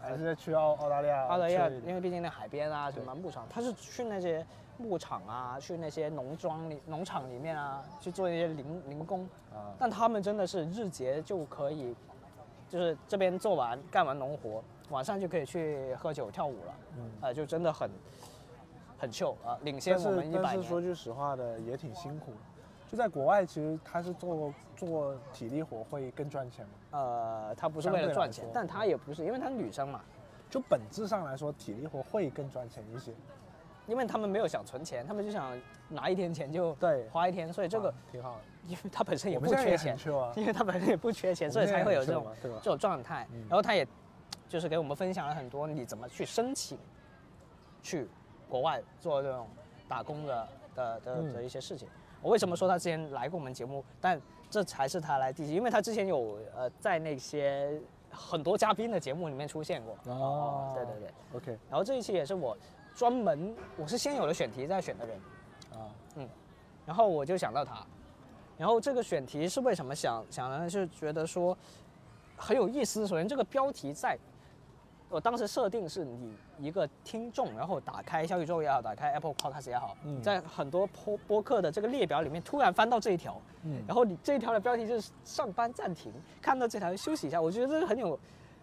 Speaker 2: 还是去澳澳大利亚 chill 一点。
Speaker 1: 澳大利亚，啊因为毕竟那海边啊，什么牧场，他是去那些牧场啊，去那些农庄里、农场里面啊，去做一些零零工。
Speaker 2: 啊，
Speaker 1: 但他们真的是日结就可以，就是这边做完干完农活，晚上就可以去喝酒跳舞了，
Speaker 2: 嗯
Speaker 1: 呃，就真的很很 chill 啊、领先
Speaker 2: 但
Speaker 1: 我
Speaker 2: 是
Speaker 1: 们一
Speaker 2: 但
Speaker 1: 百
Speaker 2: 是说
Speaker 1: 年。
Speaker 2: 句实话的，也挺辛苦的。就在国外，其实他是做做体力活会更赚钱嘛。
Speaker 1: 呃，他不是
Speaker 2: 相
Speaker 1: 为
Speaker 2: 对
Speaker 1: 了
Speaker 2: 来
Speaker 1: 赚钱
Speaker 2: 说，
Speaker 1: 但他也不是，因为她女生嘛，
Speaker 2: 就本质上来说，体力活会更赚钱一些。
Speaker 1: 因为他们没有想存钱，他们就想拿一天钱就
Speaker 2: 对，
Speaker 1: 花一天，所以这个
Speaker 2: 啊挺好的。
Speaker 1: 因为他本身也
Speaker 2: 我
Speaker 1: 不
Speaker 2: 们现在
Speaker 1: 缺
Speaker 2: 也很
Speaker 1: 钱，
Speaker 2: 缺啊，
Speaker 1: 因为他本身也不缺钱，所以才会有这种
Speaker 2: 我们现在也很缺嘛对吧
Speaker 1: 这？种状态
Speaker 2: 嗯。
Speaker 1: 然后他也就是给我们分享了很多你怎么去申请去国外做这种打工的的的
Speaker 2: 嗯
Speaker 1: 的一些事情。我为什么说他之前来过我们节目，但这才是他来第一集，因为他之前有呃在那些很多嘉宾的节目里面出现过。
Speaker 2: 哦
Speaker 1: 对对对。
Speaker 2: OK
Speaker 1: 然后这一期也是我专门，我是先有了选题再选的人，
Speaker 2: 啊，
Speaker 1: 然后我就想到他，然后这个选题是为什么想想呢？是觉得说很有意思。首先，这个标题在我当时设定是你一个听众，然后打开小宇宙也好，打开 Apple Podcast 也好，
Speaker 2: 嗯
Speaker 1: 在很多播播客的这个列表里面，突然翻到这一条，
Speaker 2: 嗯
Speaker 1: 然后你这一条的标题就是上班暂停，看到这条就休息一下，我觉得这个很有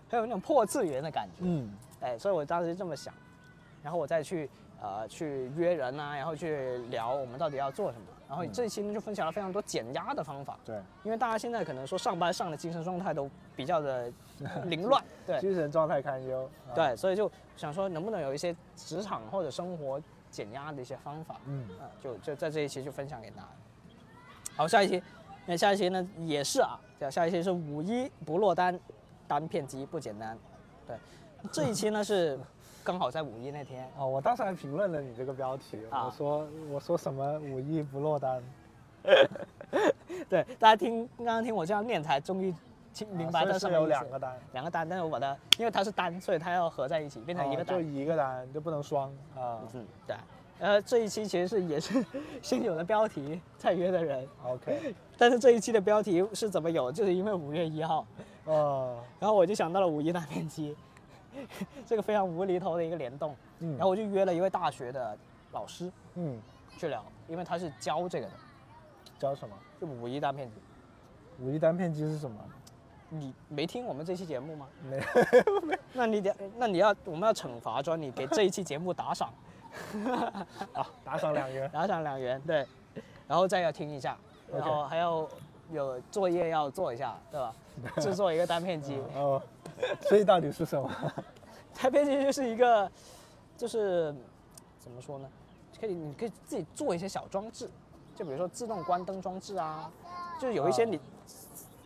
Speaker 1: 很有那种破次元的感觉。
Speaker 2: 嗯
Speaker 1: 哎，所以我当时这么想，然后我再去呃去约人啊，然后去聊我们到底要做什么。然后这一期呢就分享了非常多减压的方法，
Speaker 2: 对，
Speaker 1: 因为大家现在可能说上班上的精神状态都比较的凌乱，对
Speaker 2: 精神状态堪忧。啊，
Speaker 1: 对，所以就想说能不能有一些职场或者生活减压的一些方法，
Speaker 2: 嗯
Speaker 1: 啊、就就在这一期就分享给大家。好，下一期，那下一期呢也是啊，对，下一期是五一不落单，单片机不简单，对，这一期呢 是刚好在五一那天，
Speaker 2: 哦，我当时还评论了你这个标题，
Speaker 1: 啊
Speaker 2: 我说我说什么五一不落单，
Speaker 1: 对，大家听刚刚听我这样念才终于听
Speaker 2: 啊
Speaker 1: 明白
Speaker 2: 所
Speaker 1: 它上
Speaker 2: 以是
Speaker 1: 面
Speaker 2: 有
Speaker 1: 意思
Speaker 2: 两个单，
Speaker 1: 两个单，但是我把它因为它是单，所以它要合在一起变成一个
Speaker 2: 哦
Speaker 1: 单
Speaker 2: 就，一个单就不能双啊。
Speaker 1: 嗯，对。呃，这一期其实是也是先有的标题，再约的人。
Speaker 2: OK，
Speaker 1: 但是这一期的标题是怎么有？就是因为五月一号，
Speaker 2: 哦，
Speaker 1: 然后我就想到了五一大面积， 这个非常无厘头的一个联动。
Speaker 2: 嗯，
Speaker 1: 然后我就约了一位大学的老师
Speaker 2: 嗯，
Speaker 1: 去聊，因为他是教这个的，
Speaker 2: 叫什么？
Speaker 1: 就五一大面积。
Speaker 2: 五一单片机是什么？
Speaker 1: 你没听我们这期节目吗？
Speaker 2: 没有，
Speaker 1: 那你得，那你要，我们要惩罚说你给这一期节目打 赏，
Speaker 2: 嗯打赏两元。
Speaker 1: 打赏两元，对，然后再要听一下，
Speaker 2: OK
Speaker 1: 然后还要有作业要做一下，对 吧？制作一个单片机，
Speaker 2: 哦，所以到底是什么？
Speaker 1: 单片机就是一个，就是怎么说呢？可以，你可以自己做一些小装置，就比如说自动关灯装置啊，就是有一些
Speaker 2: 啊
Speaker 1: 你。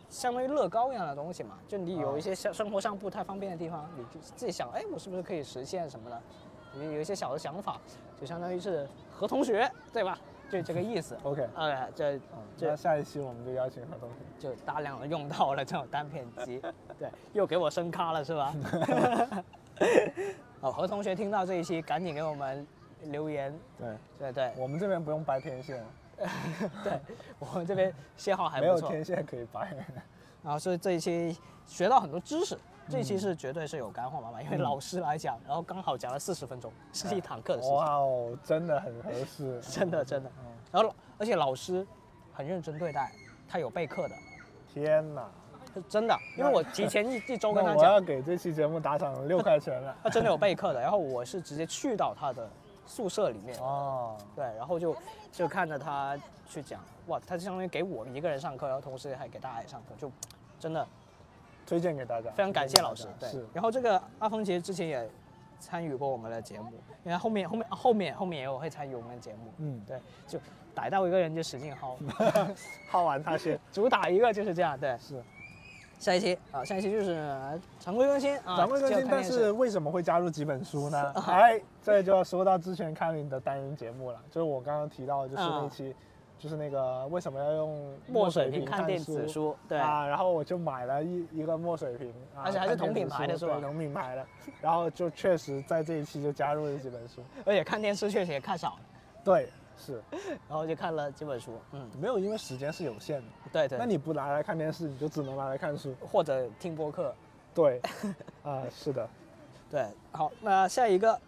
Speaker 1: 相当于乐高一样的东西嘛，就你有
Speaker 2: 啊
Speaker 1: 一些生生活上不太方便的地方，你就自己想，哎，我是不是可以实现什么的？你有一些小的想法，就相当于是和同学，对吧？就这个意思。
Speaker 2: OK，
Speaker 1: 呃，这
Speaker 2: 嗯
Speaker 1: 这
Speaker 2: 那下一期我们就邀请何东平。
Speaker 1: 就大量的用到了这种单片 机，对，又给我升咖了是吧？ 哦，何同学听到这一期，赶紧给我们留言，
Speaker 2: 对，
Speaker 1: 对对，
Speaker 2: 我们这边不用掰天线，
Speaker 1: 我们这边信号还
Speaker 2: 没
Speaker 1: 不
Speaker 2: 有
Speaker 1: 错，
Speaker 2: 天线可以掰。
Speaker 1: 然后所以这一期学到很多知识，这一
Speaker 2: 嗯
Speaker 1: 期是绝对是有干货妈妈，因为老师来讲，然后刚好讲了四十分钟， 是一堂课的时间，
Speaker 2: 哇嗯哦，真的很合适。
Speaker 1: 真的真的，然后老而且老师很认真对待，他有备课的，
Speaker 2: 天哪！
Speaker 1: 是真的，因为我提前一一周跟
Speaker 2: 那
Speaker 1: 他
Speaker 2: 我
Speaker 1: 讲
Speaker 2: 要，给这期节目打赏六块钱了。
Speaker 1: 他真的有备课的，然后我是直接去到他的宿舍里面，
Speaker 2: 哦，
Speaker 1: 对，然后就就看着他去讲，哇，他相当于给我们一个人上课，然后同时还给大家也上课，就真的
Speaker 2: 推荐给大家，
Speaker 1: 非常感谢老师。
Speaker 2: 推荐
Speaker 1: 对
Speaker 2: 给大家，
Speaker 1: 然后这个阿峰其实之前也参与过我们的节目，因为后面后面后面后面也有会参与我们的节目，
Speaker 2: 嗯
Speaker 1: 对，就逮到一个人就使劲薅，
Speaker 2: 是好玩他 先。
Speaker 1: 主打一个就是这样，对。
Speaker 2: 是
Speaker 1: 下一期啊，下一期就是呃常规更新啊，
Speaker 2: 咱们更
Speaker 1: 就
Speaker 2: 新，
Speaker 1: 看
Speaker 2: 但
Speaker 1: 电
Speaker 2: 是
Speaker 1: 视
Speaker 2: 为什么会加入几本书 呢？
Speaker 1: 啊
Speaker 2: 哎，这就要说到之前看你的单人节目了，就是我刚刚提到，的，就是那
Speaker 1: 嗯
Speaker 2: 期，就是那个为什么要用
Speaker 1: 墨水
Speaker 2: 瓶
Speaker 1: 瓶看电子书，对，
Speaker 2: 啊，然后我就买了一一个墨水瓶，啊、
Speaker 1: 而且还是同
Speaker 2: 看电
Speaker 1: 品
Speaker 2: 子
Speaker 1: 牌的
Speaker 2: 书
Speaker 1: 是吧
Speaker 2: 对同品牌的。然后就确实在这一期就加入了几本书，
Speaker 1: 而且看电视确实也看少了，
Speaker 2: 对，是
Speaker 1: 然后就看了几本书，嗯，
Speaker 2: 没有，因为时间是有限的，
Speaker 1: 对对。
Speaker 2: 那你不拿来看电视，你就只能拿来看书，
Speaker 1: 或者听播客，
Speaker 2: 对，啊、是的，
Speaker 1: 对，好，那下一个，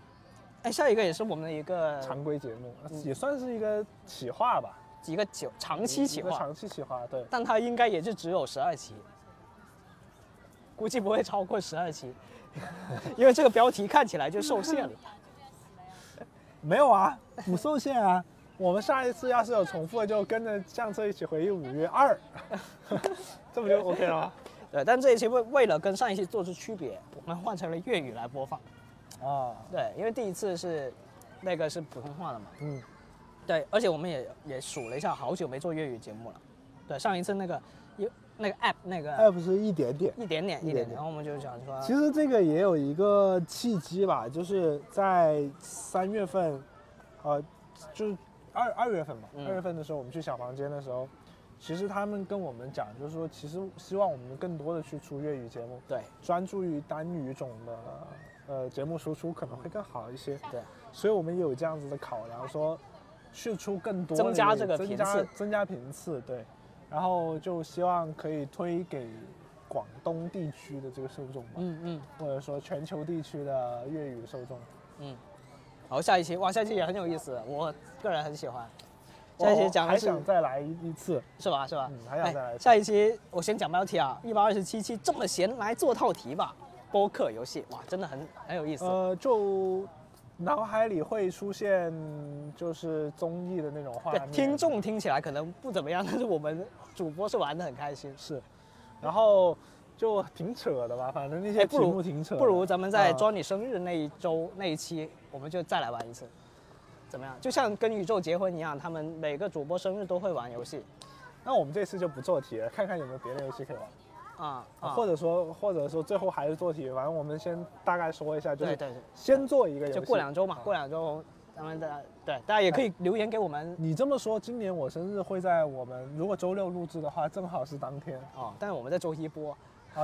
Speaker 1: 哎，下一个也是我们的一个
Speaker 2: 常规节目、也算是一个企划吧，
Speaker 1: 嗯一个久长期企
Speaker 2: 一个
Speaker 1: 划，
Speaker 2: 长期企划， 对，
Speaker 1: 但它应该也就只有十二期，估计不会超过十二期， 因为这个标题看起来就受限了。
Speaker 2: 没有啊，不受限啊。我们上一次要是 有重复的，就跟着相册一起回忆五月二，这不就 OK 了吗？
Speaker 1: 对，但这一期为为了跟上一期做出区别，我们换成了粤语来播放。
Speaker 2: 啊，
Speaker 1: 对，因为第一次是那个是普通话的嘛。
Speaker 2: 嗯，
Speaker 1: 对，而且我们也也数了一下，好久没做粤语节目了。对，上一次那个有那个 app 那个
Speaker 2: 哎，不是一点点。
Speaker 1: 一点点
Speaker 2: 一
Speaker 1: 一点
Speaker 2: 点点
Speaker 1: 点，然后我们就想说，
Speaker 2: 其实这个也有一个契机吧，就是在三月份，呃，就是二二月份嘛，
Speaker 1: 嗯
Speaker 2: 二月份的时候我们去小房间的时候，其实他们跟我们讲，就是说其实希望我们更多的去出粤语节目，
Speaker 1: 对
Speaker 2: 专注于单语种的呃节目输出可能会更好一些。
Speaker 1: 对，
Speaker 2: 所以我们也有这样子的考量，说去出更多的
Speaker 1: 增加这个
Speaker 2: 增
Speaker 1: 频
Speaker 2: 加
Speaker 1: 次
Speaker 2: 增加频次，对，然后就希望可以推给广东地区的这个受众吧，
Speaker 1: 嗯嗯
Speaker 2: 或者说全球地区的粤语受众。
Speaker 1: 嗯。好，下一期哇，下一期也很有意思，我个人很喜欢。下一期讲
Speaker 2: 我还
Speaker 1: 的是
Speaker 2: 想再来一一次，
Speaker 1: 是吧？是吧？哎
Speaker 2: 嗯还想再来一次
Speaker 1: 下一期我先讲标题啊，一百二十七期这么闲来做套题吧，播客游戏哇，真的很很有意思。
Speaker 2: 呃，就脑海里会出现就是综艺的那种画
Speaker 1: 对，
Speaker 2: 面，
Speaker 1: 听众听起来可能不怎么样，但是我们主播是玩的很开心。
Speaker 2: 是，然后就挺扯的吧，反正那些
Speaker 1: 哎不
Speaker 2: 题
Speaker 1: 如
Speaker 2: 目挺 扯的、
Speaker 1: 不如咱们在
Speaker 2: 嗯
Speaker 1: 装你生日那一周那一期，我们就再来玩一次，怎么样？就像跟宇宙结婚一样，他们每个主播生日都会玩游戏
Speaker 2: 那我们这次就不做题了，看看有没有别的游戏可以玩。
Speaker 1: 啊啊，
Speaker 2: 或者说，或者说最后还是做题，反正我们先大概说一下，就
Speaker 1: 对
Speaker 2: 是
Speaker 1: 对对，
Speaker 2: 先做一个游戏。
Speaker 1: 就过两周嘛
Speaker 2: 啊，
Speaker 1: 过两周咱们的对大家也可以留言给我们
Speaker 2: 你这么说，今年我生日会在我们如果周六录制的话，正好是当天
Speaker 1: 哦，但是我们在周一播。
Speaker 2: 啊。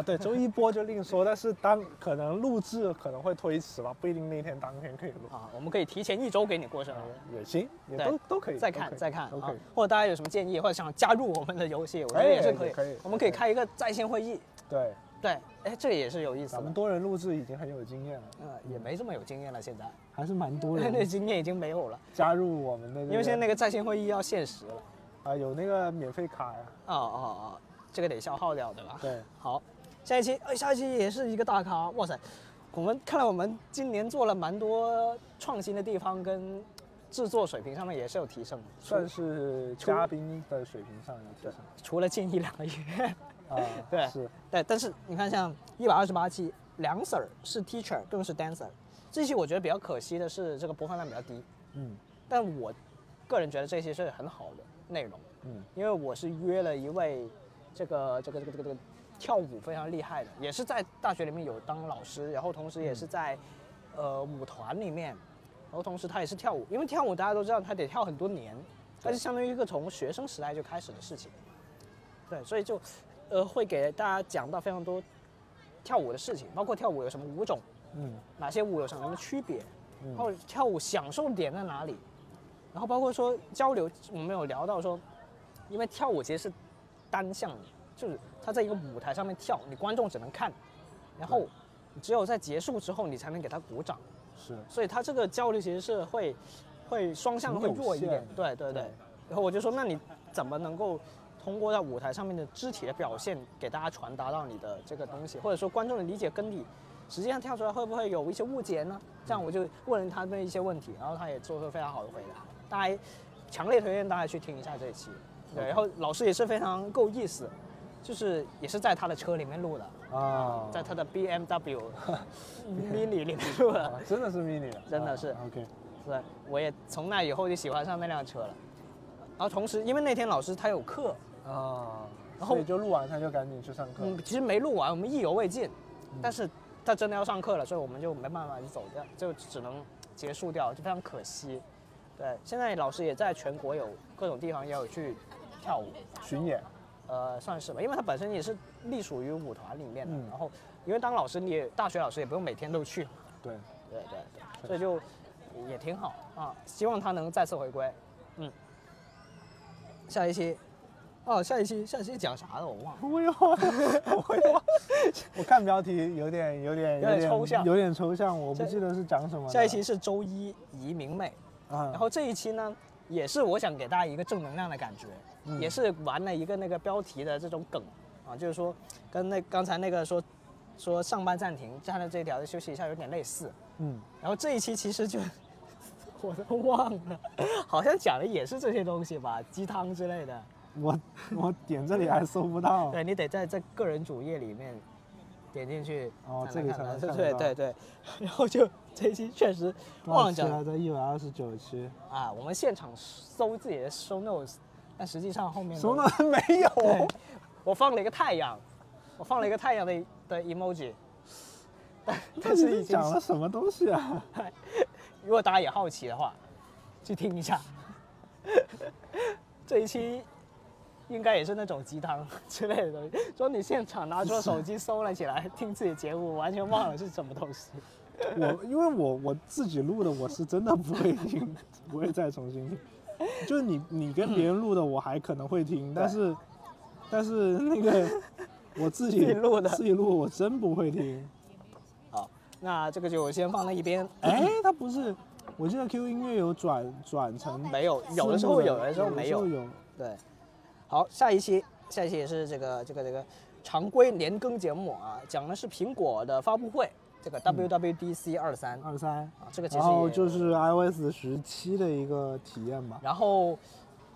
Speaker 2: 对，周一播就另说，但是当可能录制可能会推迟吧，不一定那天当天可以录，呃
Speaker 1: 啊，我们可以提前一周给你过生日，
Speaker 2: 也行，也
Speaker 1: 对
Speaker 2: 都都可以。
Speaker 1: 再
Speaker 2: 都可
Speaker 1: 看
Speaker 2: 以
Speaker 1: 再看
Speaker 2: 都
Speaker 1: 啊
Speaker 2: 可以。，
Speaker 1: 或者大家有什么建议，或者想加入我们的游戏，我觉
Speaker 2: 哎
Speaker 1: 得也是
Speaker 2: 也可以
Speaker 1: 我们可以
Speaker 2: 也可以
Speaker 1: 开一个在线会议，
Speaker 2: 对，
Speaker 1: 对，哎，这个也是有意思
Speaker 2: 咱们
Speaker 1: 的。
Speaker 2: 多人录制已经很有经验了，
Speaker 1: 呃，也没这么有经验了，现在
Speaker 2: 还是蛮 多
Speaker 1: 那
Speaker 2: 人
Speaker 1: 经验已经没有了，
Speaker 2: 加入我们的这个，
Speaker 1: 因为现在那个在线会议要限时了。
Speaker 2: 啊有那个免费卡呀，
Speaker 1: 哦哦哦，这个得消耗掉，对吧？
Speaker 2: 对。
Speaker 1: 好，下一期，哎，下一期也是一个大咖，哇塞！我们看来我们今年做了蛮多创新的地方，跟制作水平上面也是有提升的，
Speaker 2: 算是嘉宾的水平上有提升
Speaker 1: 除了近一两个月。
Speaker 2: 啊，
Speaker 1: 对
Speaker 2: 是
Speaker 1: 对，但是你看，像一百二十八期，梁 Sir 是 teacher，更是 dancer。这期我觉得比较可惜的是，这个播放量比较低。
Speaker 2: 嗯
Speaker 1: 但我个人觉得这期是很好的内容，
Speaker 2: 嗯
Speaker 1: 因为我是约了一位这个这个这个这个这个跳舞非常厉害的，也是在大学里面有当老师，然后同时也是在、呃舞团里面，然后同时他也是跳舞，因为跳舞大家都知道他得跳很多年，它是相当于一个从学生时代就开始的事情，对，所以就呃会给大家讲到非常多跳舞的事情，包括跳舞有什么舞种，
Speaker 2: 嗯
Speaker 1: 哪些舞有什么区别，然后
Speaker 2: 嗯
Speaker 1: 跳舞享受点在哪里，然后包括说交流，我们有聊到说，因为跳舞其实是单向的，就是他在一个舞台上面跳，你观众只能看，然后只有在结束之后你才能给他鼓掌，
Speaker 2: 是
Speaker 1: 所以他这个交流其实是会会双向会弱一
Speaker 2: 很有
Speaker 1: 点
Speaker 2: 限，
Speaker 1: 对对对。
Speaker 2: 对
Speaker 1: 然后我就说，那你怎么能够通过在舞台上面的肢体的表现给大家传达到你的这个东西，或者说观众的理解跟你实际上跳出来会不会有一些误解呢？
Speaker 2: 嗯
Speaker 1: 这样我就问了他们一些问题，然后他也做出非常好的回答，大家强烈推荐大家去听一下这一期。对，然后老师也是非常够意思，就是也是在他的车里面录的，
Speaker 2: 啊，
Speaker 1: 在他的 BMW Mini 里面录的。
Speaker 2: 啊真的是 mini 了，
Speaker 1: 真的
Speaker 2: 啊
Speaker 1: 是
Speaker 2: OK，
Speaker 1: 对，我也从那以后就喜欢上那辆车了。然后同时，因为那天老师他有课，
Speaker 2: 啊，
Speaker 1: 然
Speaker 2: 所以
Speaker 1: 后
Speaker 2: 就录完他就赶紧去上课，
Speaker 1: 嗯，其实没录完，我们意犹未尽，但是他真的要上课了，所以我们就没办法就走掉，就只能结束掉，就非常可惜。对，现在老师也在全国有各种地方也有去跳舞，
Speaker 2: 巡演，
Speaker 1: 呃，算是吧，因为他本身也是隶属于舞团里面的。
Speaker 2: 嗯
Speaker 1: 然后，因为当老师你也大学老师也不用每天都去嘛，
Speaker 2: 对，
Speaker 1: 对对对，所以就也挺好啊，希望他能再次回归。嗯，下一期，哦，下一期下一期讲啥的我忘了。
Speaker 2: 我 有，我有，哦 我看标题有点有点
Speaker 1: 有点抽象
Speaker 2: 有点抽象，我不
Speaker 1: 下
Speaker 2: 记得是讲什么的，
Speaker 1: 下一期是周一移民妹，
Speaker 2: 啊，
Speaker 1: 然后这一期呢，也是我想给大家一个正能量的感觉，
Speaker 2: 嗯
Speaker 1: 也是玩了一个那个标题的这种梗啊，就是说跟那刚才那个说说上班暂停，站在这一条就休息一下有点类似。
Speaker 2: 嗯
Speaker 1: 然后这一期其实就 我都忘了，好像讲的也是这些东西吧，鸡汤之类的。
Speaker 2: 我我点这里还搜 不到。
Speaker 1: 对你得在在个人主页里面点进去
Speaker 2: 哦
Speaker 1: 才能看到
Speaker 2: 这里才能
Speaker 1: 对
Speaker 2: 看到
Speaker 1: 对对对，然后就这一期确实
Speaker 2: 多
Speaker 1: 忘
Speaker 2: 少
Speaker 1: 了
Speaker 2: 期
Speaker 1: 讲
Speaker 2: 了？在一百二十九期。
Speaker 1: 啊，我们现场搜自己的 show notes，但实际上后面的
Speaker 2: 什么都没有
Speaker 1: 对，我放了一个太阳，我放了一个太阳的的 emoji，但
Speaker 2: 到
Speaker 1: 但
Speaker 2: 底
Speaker 1: 是已
Speaker 2: 是
Speaker 1: 经
Speaker 2: 讲了什么东西啊？
Speaker 1: 如果大家也好奇的话，去听一下。 这一期应该也是那种鸡汤之类的东西，说你现场拿出手机搜了起来听自己节目，完全忘了是什么东西。
Speaker 2: 我因为我我自己录的，我是真的不会听， 不会再重新听。就是你你跟别人录的，我还可能会听，但是但是那个我自己
Speaker 1: 自己录的
Speaker 2: 自己录我真不会听。
Speaker 1: 好，那这个就先放在一边。
Speaker 2: 哎，他不是，我记得 Q 音乐有转转成
Speaker 1: 没有，
Speaker 2: 字
Speaker 1: 有的时
Speaker 2: 幕
Speaker 1: 候有，有的时候没有
Speaker 2: 有的。时候有。
Speaker 1: 对，好，下一期，下一期也是这个这个这个常规年更节目啊，讲的是苹果的发布会，这个 WWDC 二三、
Speaker 2: 二三，
Speaker 1: 啊，这个其实
Speaker 2: 然后
Speaker 1: 也
Speaker 2: 嗯哦就是 iOS 十七的一个体验吧。
Speaker 1: 然后，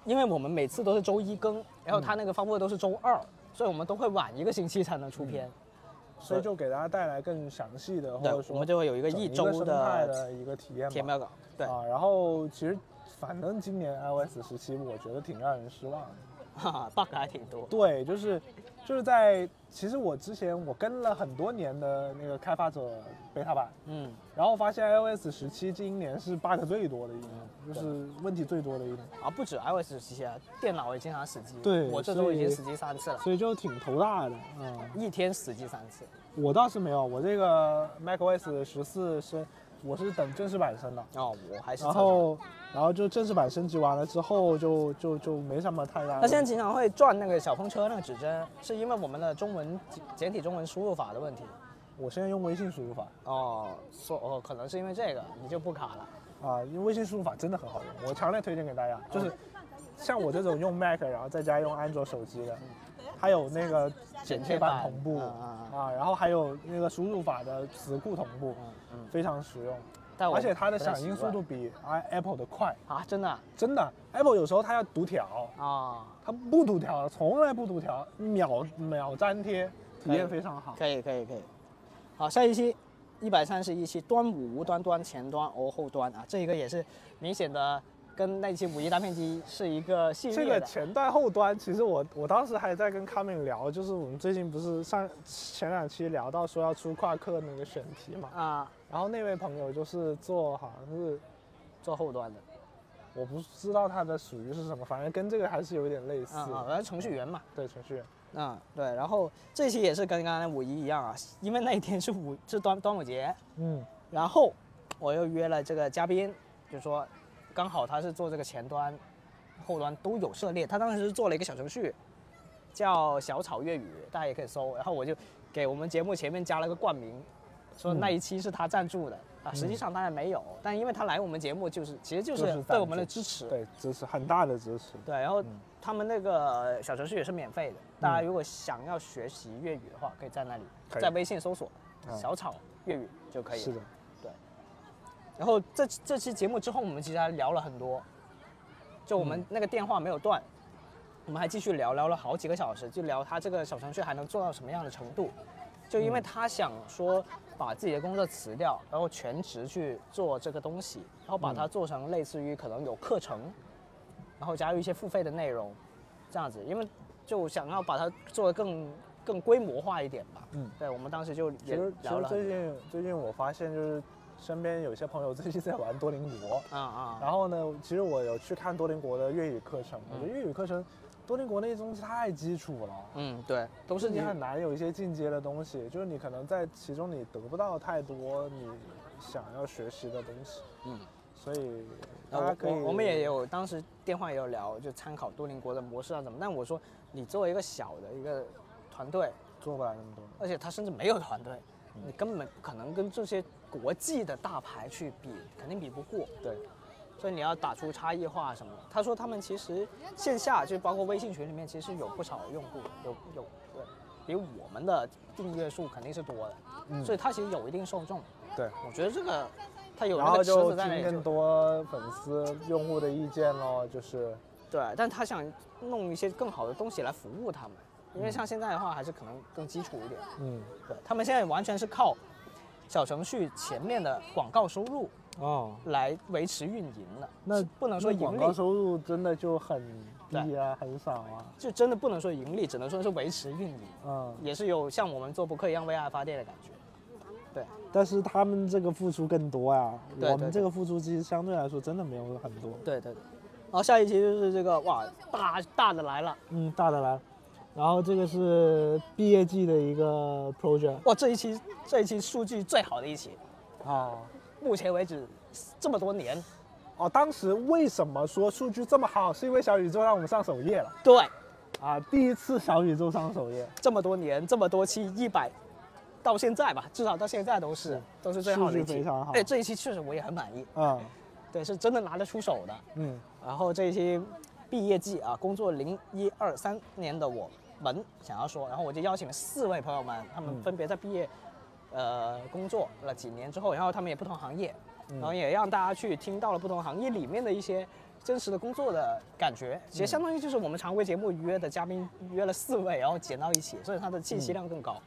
Speaker 1: 因为我们每次都是周一更，然后他那个发布会都是周二，所以我们都会晚一个星期才能出片。
Speaker 2: 所以就给大家带来更详细的，或
Speaker 1: 嗯对
Speaker 2: 者，
Speaker 1: 我
Speaker 2: 说
Speaker 1: 们就会有一个
Speaker 2: 整
Speaker 1: 一
Speaker 2: 个
Speaker 1: 周
Speaker 2: 生态
Speaker 1: 的
Speaker 2: 的一个体验
Speaker 1: 填
Speaker 2: 吧。
Speaker 1: 表稿。对
Speaker 2: 啊，然后其实反正今年 iOS 十七，我觉得挺让人失望的。
Speaker 1: 哈哈，bug 还挺多。
Speaker 2: 对，就是就是在其实我之前我跟了很多年的那个开发者 beta 版，
Speaker 1: 嗯，
Speaker 2: 然后发现 iOS 十七今年是 bug 最多的一年，
Speaker 1: 嗯
Speaker 2: 就是问题最多的一年，
Speaker 1: 啊，不止 iOS 十七啊，电脑也经常死机。
Speaker 2: 对
Speaker 1: 我这周已经
Speaker 2: 所
Speaker 1: 死机三次了，
Speaker 2: 所以就挺头大的。嗯，
Speaker 1: 一天死机三次。
Speaker 2: 我倒是没有，我这个 macOS 十四是我是等正式版升的。
Speaker 1: 哦，我还是
Speaker 2: 然
Speaker 1: 操作。
Speaker 2: 后，然后就正式版升级完了之后就，就就没什么太大的。
Speaker 1: 他现在经常会转那个小风车那个指针，是因为我们的中文简简体中文输入法的问题。
Speaker 2: 我现在用微信输入法
Speaker 1: 哦，说哦，可能是因为这个，你就不卡了。
Speaker 2: 啊，因为微信输入法真的很好用，我强烈推荐给大家。就是像我这种用 Mac，然后在家用安卓手机的，它有那个剪贴板同步
Speaker 1: 剪贴板啊啊
Speaker 2: 啊，然后还有那个输入法的词库同步，非常实用。
Speaker 1: 嗯但我
Speaker 2: 而且它的
Speaker 1: 不太
Speaker 2: 响
Speaker 1: 习
Speaker 2: 应速
Speaker 1: 惯
Speaker 2: 度比 i Apple 的快，
Speaker 1: 啊，真的啊
Speaker 2: 真的。Apple 有时候它要读条，
Speaker 1: 哦
Speaker 2: 它不读条，从来不读条，秒秒粘贴，体
Speaker 1: 可以
Speaker 2: 验非常好。
Speaker 1: 可以可以可以。好，下一期一百三十一期端午无端端前端哦后端啊，这一个也是明显的跟那期五一大片机是一个系
Speaker 2: 这
Speaker 1: 列
Speaker 2: 个
Speaker 1: 的。
Speaker 2: 前端后端，其实我我当时还在跟卡敏聊，就是我们最近不是上前两期聊到说要出夸克那个选题嘛，
Speaker 1: 啊，
Speaker 2: 然后那位朋友就是做好像是
Speaker 1: 做后端的
Speaker 2: 我不知道他的属于是什么，反正跟这个还是有点类似。
Speaker 1: 啊啊，然后程序员嘛，
Speaker 2: 对程序员，
Speaker 1: 啊对，然后这期也是跟刚才五一一样啊，因为那一天是五是端端午节，
Speaker 2: 嗯，
Speaker 1: 然后我又约了这个嘉宾，就说刚好他是做这个前端、后端都有涉猎，他当时是做了一个小程序，叫小草粤语，大家也可以搜。然后我就给我们节目前面加了个冠名，说
Speaker 2: 嗯
Speaker 1: 那一期是他赞助的、啊，实际上当然没有，但因为他来我们节目就是其实就
Speaker 2: 就是是
Speaker 1: 对
Speaker 2: 赞
Speaker 1: 我们的
Speaker 2: 助
Speaker 1: 支持，
Speaker 2: 嗯对嗯支持很大的支持。
Speaker 1: 对，然后他们那个小程序也是免费的，大家如果想要学习粤语的话，可以在那里
Speaker 2: 嗯可以
Speaker 1: 在微信搜索
Speaker 2: 嗯
Speaker 1: 小草粤语就可以了。
Speaker 2: 是的，
Speaker 1: 然后这这期节目之后，我们其实还聊了很多，就我们那个电话没有断，我们还继续聊，聊了好几个小时，就聊他这个小程序还能做到什么样的程度。就因为他想说把自己的工作辞掉，然后全职去做这个东西，然后把它做成类似于可能有课程，然后加入一些付费的内容，这样子，因为就想要把它做得更更规模化一点吧。
Speaker 2: 嗯，
Speaker 1: 对，我们当时就
Speaker 2: 其
Speaker 1: 也
Speaker 2: 实其
Speaker 1: 聊
Speaker 2: 实
Speaker 1: 了
Speaker 2: 最
Speaker 1: 很
Speaker 2: 近最近我发现就是身边有些朋友最近在玩多邻国，
Speaker 1: 啊啊，
Speaker 2: 然后呢，其实我有去看多邻国的粤语课程，我觉得粤语课程，多邻国那些东西太基础了，
Speaker 1: 嗯，对，都
Speaker 2: 就是是你
Speaker 1: 你
Speaker 2: 很难有一些进阶的东西，就是你可能在其中你得不到太多你想要学习的东西，
Speaker 1: 嗯。
Speaker 2: 所以大
Speaker 1: 啊
Speaker 2: 家，可
Speaker 1: 我
Speaker 2: 以，
Speaker 1: 我我们也，有，当时电话也有聊，就参考多邻国的模式啊怎么。但我说，你作为一个小的一个团队，
Speaker 2: 做不来那么多。
Speaker 1: 而且他甚至没有团队，你根本不可能跟这些国际的大牌去比，肯定比不过。
Speaker 2: 对，
Speaker 1: 所以你要打出差异化什么的。他说他们其实线下就包括微信群里面，其实有不少用户，有有对，比我们的订阅数肯定是多的，
Speaker 2: 嗯
Speaker 1: 所以他其实有一定受众。
Speaker 2: 对，
Speaker 1: 我觉得这个他有
Speaker 2: 然
Speaker 1: 那个
Speaker 2: 后
Speaker 1: 池
Speaker 2: 就
Speaker 1: 子在那
Speaker 2: 听
Speaker 1: 里就
Speaker 2: 更多粉丝用户的意见咯，就是
Speaker 1: 对，但他想弄一些更好的东西来服务他们，因为像现在的话还是可能更基础一点。
Speaker 2: 嗯，
Speaker 1: 对，他们现在完全是靠小程序前面的广告收入
Speaker 2: 哦，
Speaker 1: 来维持运营的，
Speaker 2: 那
Speaker 1: 不能说
Speaker 2: 那广
Speaker 1: 盈
Speaker 2: 告
Speaker 1: 利，
Speaker 2: 收入真的就很低啊，很少啊。
Speaker 1: 就真的不能说盈利，只能说是维持运营，
Speaker 2: 嗯，
Speaker 1: 也是有像我们做博客一样为爱发电的感觉。
Speaker 2: 但是他们这个付出更多呀、
Speaker 1: 对
Speaker 2: 我
Speaker 1: 对
Speaker 2: 们这个付出其实相对来说真的没有很多。
Speaker 1: 对对对，然后下一期就是这个哇，大大的来了，
Speaker 2: 嗯，大的来。然后这个是毕业季的一个 project
Speaker 1: 哇，这一期这一期数据最好的一期，
Speaker 2: 啊。
Speaker 1: 目前为止这么多年，
Speaker 2: 哦，当时为什么说数据这么好？是因为小宇宙让我们上首页了
Speaker 1: 对，
Speaker 2: 啊，第一次小宇宙上首页，
Speaker 1: 这么多年这么多期一百。到现在吧，至少到现在都是
Speaker 2: 是
Speaker 1: 都是最好的一
Speaker 2: 数据
Speaker 1: 期
Speaker 2: 非常好，
Speaker 1: 哎，这一期确实我也很满意，
Speaker 2: 嗯
Speaker 1: 对，是真的拿得出手的。
Speaker 2: 嗯，
Speaker 1: 然后这一期毕业季啊，工作零一二三年的我们想要说，然后我就邀请了四位朋友们，他们
Speaker 2: 嗯
Speaker 1: 分别在毕业，呃，工作了几年之后，然后他们也不同行业，
Speaker 2: 嗯
Speaker 1: 然后也让大家去听到了不同行业里面的一些真实的工作的感觉。其实相当于就是我们常规节目约的嘉宾约了四位，然后剪到一起，所以它的信息量更高。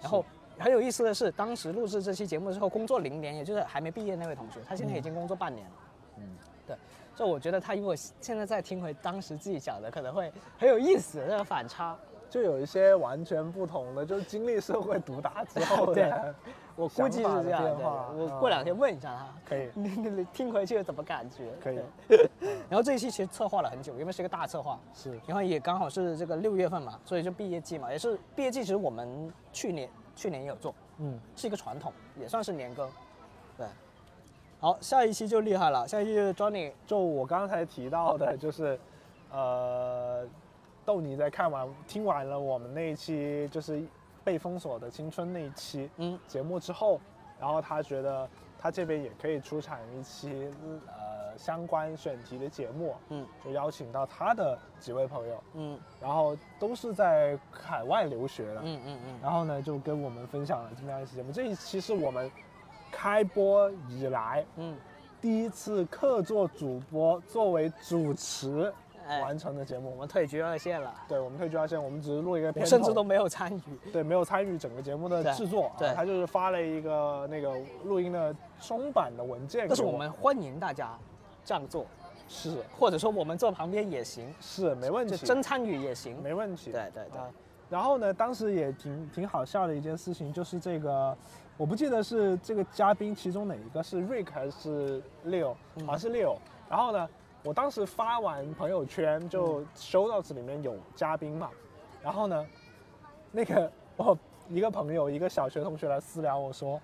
Speaker 1: 然后很有意思的是，当时录制这期节目之后，工作零年，也就是还没毕业那位同学，他现在已经工作半年了。嗯，对，所以我觉得他如果现在再听回当时自己讲的，可能会很有意思，这个反差。
Speaker 2: 就有一些完全不同的，就是经历社会毒打之后的，
Speaker 1: 我估计是这样
Speaker 2: 想法的变化嗯
Speaker 1: 对我过两天问一下他，
Speaker 2: 可以
Speaker 1: 你你你听回去怎么感觉？
Speaker 2: 可以嗯
Speaker 1: 对，然后这一期其实策划了很久，因为是一个大策划，
Speaker 2: 是
Speaker 1: 然后也刚好是这个六月份嘛，所以就毕业季嘛，也是毕业季。其实我们去年去年也有做，
Speaker 2: 嗯
Speaker 1: 是一个传统，也算是年更。对，好，下一期就厉害了，下一期就是 Johnny
Speaker 2: 就我刚才提到的，就是，呃，豆泥在看完、听完了我们那一期就是被封锁的青春那一期
Speaker 1: 嗯
Speaker 2: 节目之后，然后他觉得他这边也可以出产一期呃相关选题的节目，
Speaker 1: 嗯
Speaker 2: 就邀请到他的几位朋友，
Speaker 1: 嗯
Speaker 2: 然后都是在海外留学的，
Speaker 1: 嗯嗯嗯，
Speaker 2: 然后呢就跟我们分享了这么样一期节目。这一期是我们开播以来
Speaker 1: 嗯，
Speaker 2: 第一次客座主播作为主持
Speaker 1: 哎
Speaker 2: 完，成的节目，我
Speaker 1: 我
Speaker 2: 们
Speaker 1: 退居二线了，
Speaker 2: 对我们退居二线，我们只是录一个
Speaker 1: 我
Speaker 2: 片头，
Speaker 1: 甚至都没有参与。
Speaker 2: 对没有参与整个节目的
Speaker 1: 对
Speaker 2: 制作，啊
Speaker 1: 对
Speaker 2: 他就是发了一个那个录音的中版的文件给
Speaker 1: 但是我们欢迎大家这样做，
Speaker 2: 是
Speaker 1: 或者说我们坐旁边也行，
Speaker 2: 是没问
Speaker 1: 就
Speaker 2: 题，
Speaker 1: 真参与也行。
Speaker 2: 嗯没问题，
Speaker 1: 对对对
Speaker 2: 啊然后呢，当时也挺挺好笑的一件事情，就是这个，我不记得是这个嘉宾其中哪一个是 Rick 还是 Leo，
Speaker 1: 嗯
Speaker 2: 好像是 Leo。然后呢，我当时发完朋友圈就 show notes 里面有嘉宾嘛，然后呢，那个 我一个朋友，一个小学同学来私聊我说，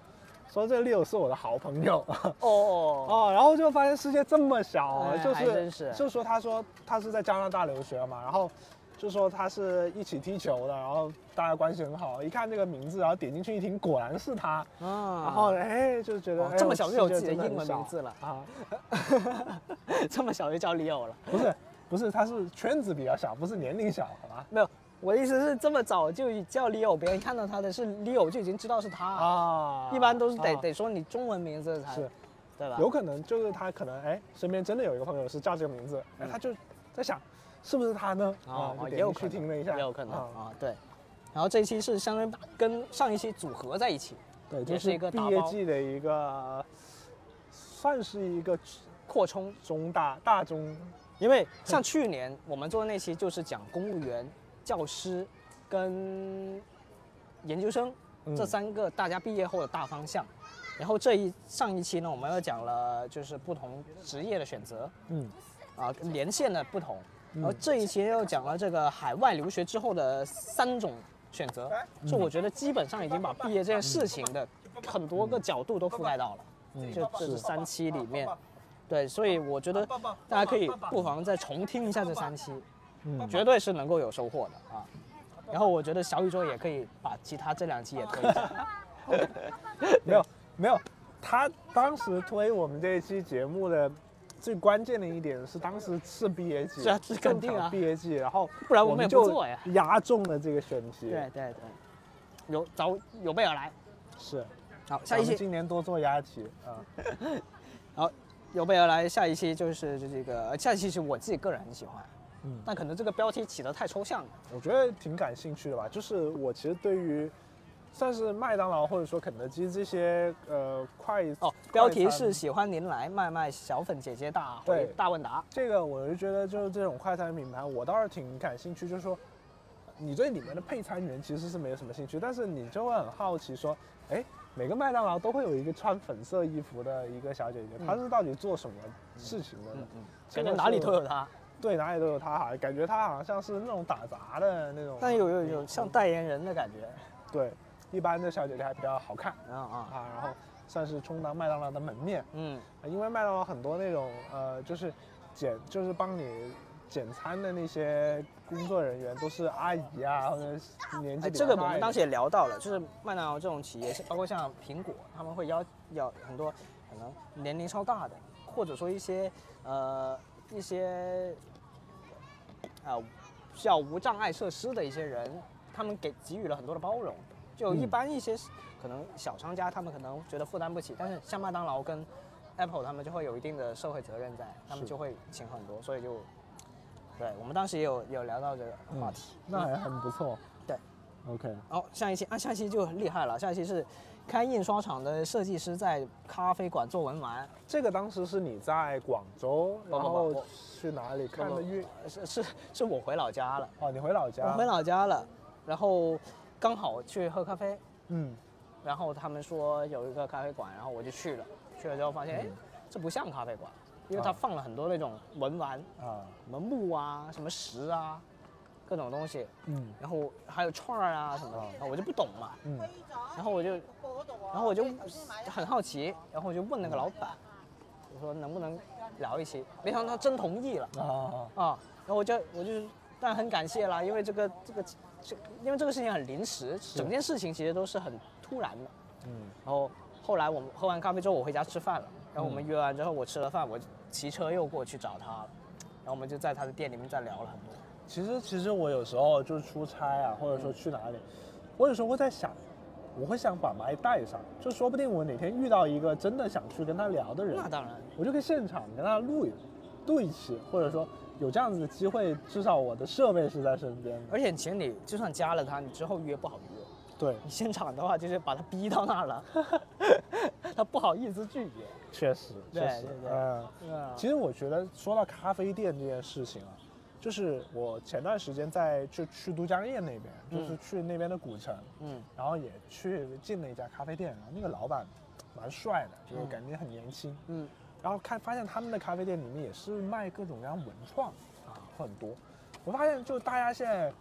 Speaker 2: 说这 Leo 是我的好朋友。
Speaker 1: 哦，
Speaker 2: 哦，然后就发现世界这么小啊，
Speaker 1: 哎
Speaker 2: 就
Speaker 1: 还真
Speaker 2: 是
Speaker 1: 是
Speaker 2: 就说他说他是在加拿大留学嘛，然后就说他是一起踢球的，然后大家关系很好。一看这个名字，然后点进去一听，果然是他，
Speaker 1: 啊，
Speaker 2: 然后哎就觉得、
Speaker 1: 哦
Speaker 2: 哎
Speaker 1: 这么小就有
Speaker 2: 世界
Speaker 1: 自己的
Speaker 2: 真很
Speaker 1: 英文
Speaker 2: 小
Speaker 1: 名字了
Speaker 2: 啊？
Speaker 1: 这么小就叫 Leo 了。
Speaker 2: 不是不是，他是圈子比较小，不是年龄小，好吧？
Speaker 1: 没有，我的意思是这么早就叫 Leo，别人看到他的是 Leo 就已经知道是他。
Speaker 2: 啊
Speaker 1: 一般都是得、
Speaker 2: 啊
Speaker 1: 得说你中文名字才
Speaker 2: 是，
Speaker 1: 对吧？
Speaker 2: 有可能就是他可能哎身边真的有一个朋友是叫这个名字，哎他就在想是不是他呢？
Speaker 1: 哦哦
Speaker 2: 啊，就
Speaker 1: 也
Speaker 2: 点
Speaker 1: 有
Speaker 2: 进
Speaker 1: 可
Speaker 2: 去
Speaker 1: 能，
Speaker 2: 听了一下，
Speaker 1: 也有可能
Speaker 2: 啊
Speaker 1: 啊，对。然后这一期是相当于把跟上一期组合在一起，
Speaker 2: 对，
Speaker 1: 也
Speaker 2: 就是
Speaker 1: 一个
Speaker 2: 毕
Speaker 1: 打
Speaker 2: 业
Speaker 1: 包
Speaker 2: 季的一个，算是一个
Speaker 1: 扩充。
Speaker 2: 中大大中，
Speaker 1: 因为像去年我们做的那期就是讲公务员、教师跟研究生
Speaker 2: 嗯
Speaker 1: 这三个大家毕业后的大方向。然后这一上一期呢，我们又讲了就是不同职业的选择
Speaker 2: 嗯
Speaker 1: 啊，连线的不同。然后
Speaker 2: 嗯
Speaker 1: 这一期又讲了这个海外留学之后的三种选择，
Speaker 2: 嗯
Speaker 1: 就我觉得基本上已经把毕业这件事情的很多个角度都覆盖到了。
Speaker 2: 嗯
Speaker 1: 就这是三期里面，对，所以我觉得大家可以不妨再重听一下这三期，
Speaker 2: 嗯
Speaker 1: 绝对是能够有收获的啊。然后我觉得小宇宙也可以把其他这两期也推一下，
Speaker 2: 没有没有，他当时推我们这一期节目的最关键的一点是，当时是毕业季，
Speaker 1: 是啊这
Speaker 2: 正
Speaker 1: 肯定啊
Speaker 2: 常毕业季，然后
Speaker 1: 不然我
Speaker 2: 我
Speaker 1: 们也不
Speaker 2: 就
Speaker 1: 做呀。
Speaker 2: 压中了这个选题，
Speaker 1: 对，对对，有找有备而来。
Speaker 2: 是，
Speaker 1: 好，下一
Speaker 2: 咱们
Speaker 1: 期
Speaker 2: 今年多做押题啊，
Speaker 1: 有备而来，下一期就是这个，下一期是我自己个人很喜欢，
Speaker 2: 嗯
Speaker 1: 但可能这个标题起得太抽象了。
Speaker 2: 我觉得挺感兴趣的吧。就是我其实对于算是麦当劳或者说肯德基这些呃快
Speaker 1: 哦， 标题
Speaker 2: 快餐
Speaker 1: 是喜欢您来，麦麦小粉姐姐大
Speaker 2: 对
Speaker 1: 回大问答。
Speaker 2: 这个，我就觉得就是这种快餐品牌，我倒是挺感兴趣。就是说，你对里面的配餐员其实是没有什么兴趣，但是你就会很好奇说，哎，每个麦当劳都会有一个穿粉色衣服的一个小姐姐，
Speaker 1: 嗯
Speaker 2: 她是到底做什么事情的呢？
Speaker 1: 嗯嗯，
Speaker 2: 这
Speaker 1: 感
Speaker 2: 个
Speaker 1: 觉哪里
Speaker 2: 是
Speaker 1: 都有它。
Speaker 2: 对，哪里都有她哈，感觉她好像是那种打杂的那种。
Speaker 1: 但有有有像代言人的感觉
Speaker 2: 对，一般的小姐姐还比较好看
Speaker 1: 啊啊，
Speaker 2: 啊，然后算是充当麦当劳的门面。啊
Speaker 1: 嗯
Speaker 2: 因为麦当劳很多那种呃，就是检就是帮你检餐的那些工作人员都是阿姨啊，或者是年纪
Speaker 1: 哎，
Speaker 2: 比
Speaker 1: 这
Speaker 2: 较大一点、
Speaker 1: 个我们当时也聊到了，就是麦当劳这种企业，包括像苹果，他们会邀邀很多可能年龄稍大的，或者说一些呃一些啊、叫无障碍设施的一些人，他们给给予了很多的包容。就一
Speaker 2: 嗯
Speaker 1: 般一些、可能小商家，他们可能觉得负担不起，但是像麦当劳跟 Apple，他们就会有一定的社会责任在，他们
Speaker 2: 是
Speaker 1: 就会请很多，所以就对我们当时也有有聊到这个话
Speaker 2: 嗯
Speaker 1: 题。
Speaker 2: 那还很不错。
Speaker 1: 对
Speaker 2: ，OK，
Speaker 1: 然后下一期啊，下一期就很厉害了，下一期是开印刷厂的设计师在咖啡馆做文玩，
Speaker 2: 这个当时是你在广州，
Speaker 1: 不
Speaker 2: 然后
Speaker 1: 不
Speaker 2: 去哪里看
Speaker 1: 不
Speaker 2: 的
Speaker 1: 不
Speaker 2: 月？
Speaker 1: 呃是是是我回老家了，
Speaker 2: 哦，你回老家？
Speaker 1: 我回。老家了，然后刚好去喝咖啡，
Speaker 2: 嗯，
Speaker 1: 然后他们说有一个咖啡馆，然后我就去了，去了之后发现，哎、这不像咖啡馆，因为它
Speaker 2: 嗯啊
Speaker 1: 放了很多那种文玩，
Speaker 2: 啊，
Speaker 1: 什么木啊，什么石啊，各种东西，
Speaker 2: 嗯
Speaker 1: 然后还有串儿啊什么的，
Speaker 2: 啊
Speaker 1: 然后我就不懂嘛，
Speaker 2: 嗯，
Speaker 1: 然后我 就然
Speaker 5: 然
Speaker 1: 后我就很好奇，然后我就问那个老板，我说能不能聊一期？没想到他真同意了
Speaker 2: 啊，
Speaker 1: 啊！然后我就我就但很感谢啦，因为这个这个这因为这个事情很临时，整件事情其实都是很突然的。
Speaker 2: 嗯，
Speaker 1: 然后后来我们喝完咖啡之后，我回家吃饭了，然后我们约完之后，我吃了饭，我就骑车又过去找他了，然后我们就在他的店里面再聊了很多。
Speaker 2: 其实其实我有时候就是出差啊，或者说去哪里，我有时候会在想，我会想把麦带上，就说不定我哪天遇到一个真的想去跟他聊的人，
Speaker 1: 那当然，
Speaker 2: 我就可以现场跟他录一录一期，或者说有这样子的机会，至少我的设备是在身边的。
Speaker 1: 而且其实你就算加了他，你之后约不好约。
Speaker 2: 对，
Speaker 1: 你现场的话就是把他逼到那儿了， 他不好意思拒绝。
Speaker 2: 确实，
Speaker 1: 对
Speaker 2: 确实
Speaker 1: 对，对
Speaker 2: 嗯。
Speaker 1: 嗯
Speaker 2: 其实我觉得说到咖啡店这件事情啊，就是我前段时间在就去都江堰那边，就是
Speaker 1: 嗯
Speaker 2: 去那边的古城，
Speaker 1: 嗯
Speaker 2: 然后也去进了一家咖啡店，然后那个老板蛮帅的，就是
Speaker 1: 嗯
Speaker 2: 感觉很年轻。
Speaker 1: 嗯
Speaker 2: 然后看发现他们的咖啡店里面也是卖各种各样文创啊，很多。我发现就大家现在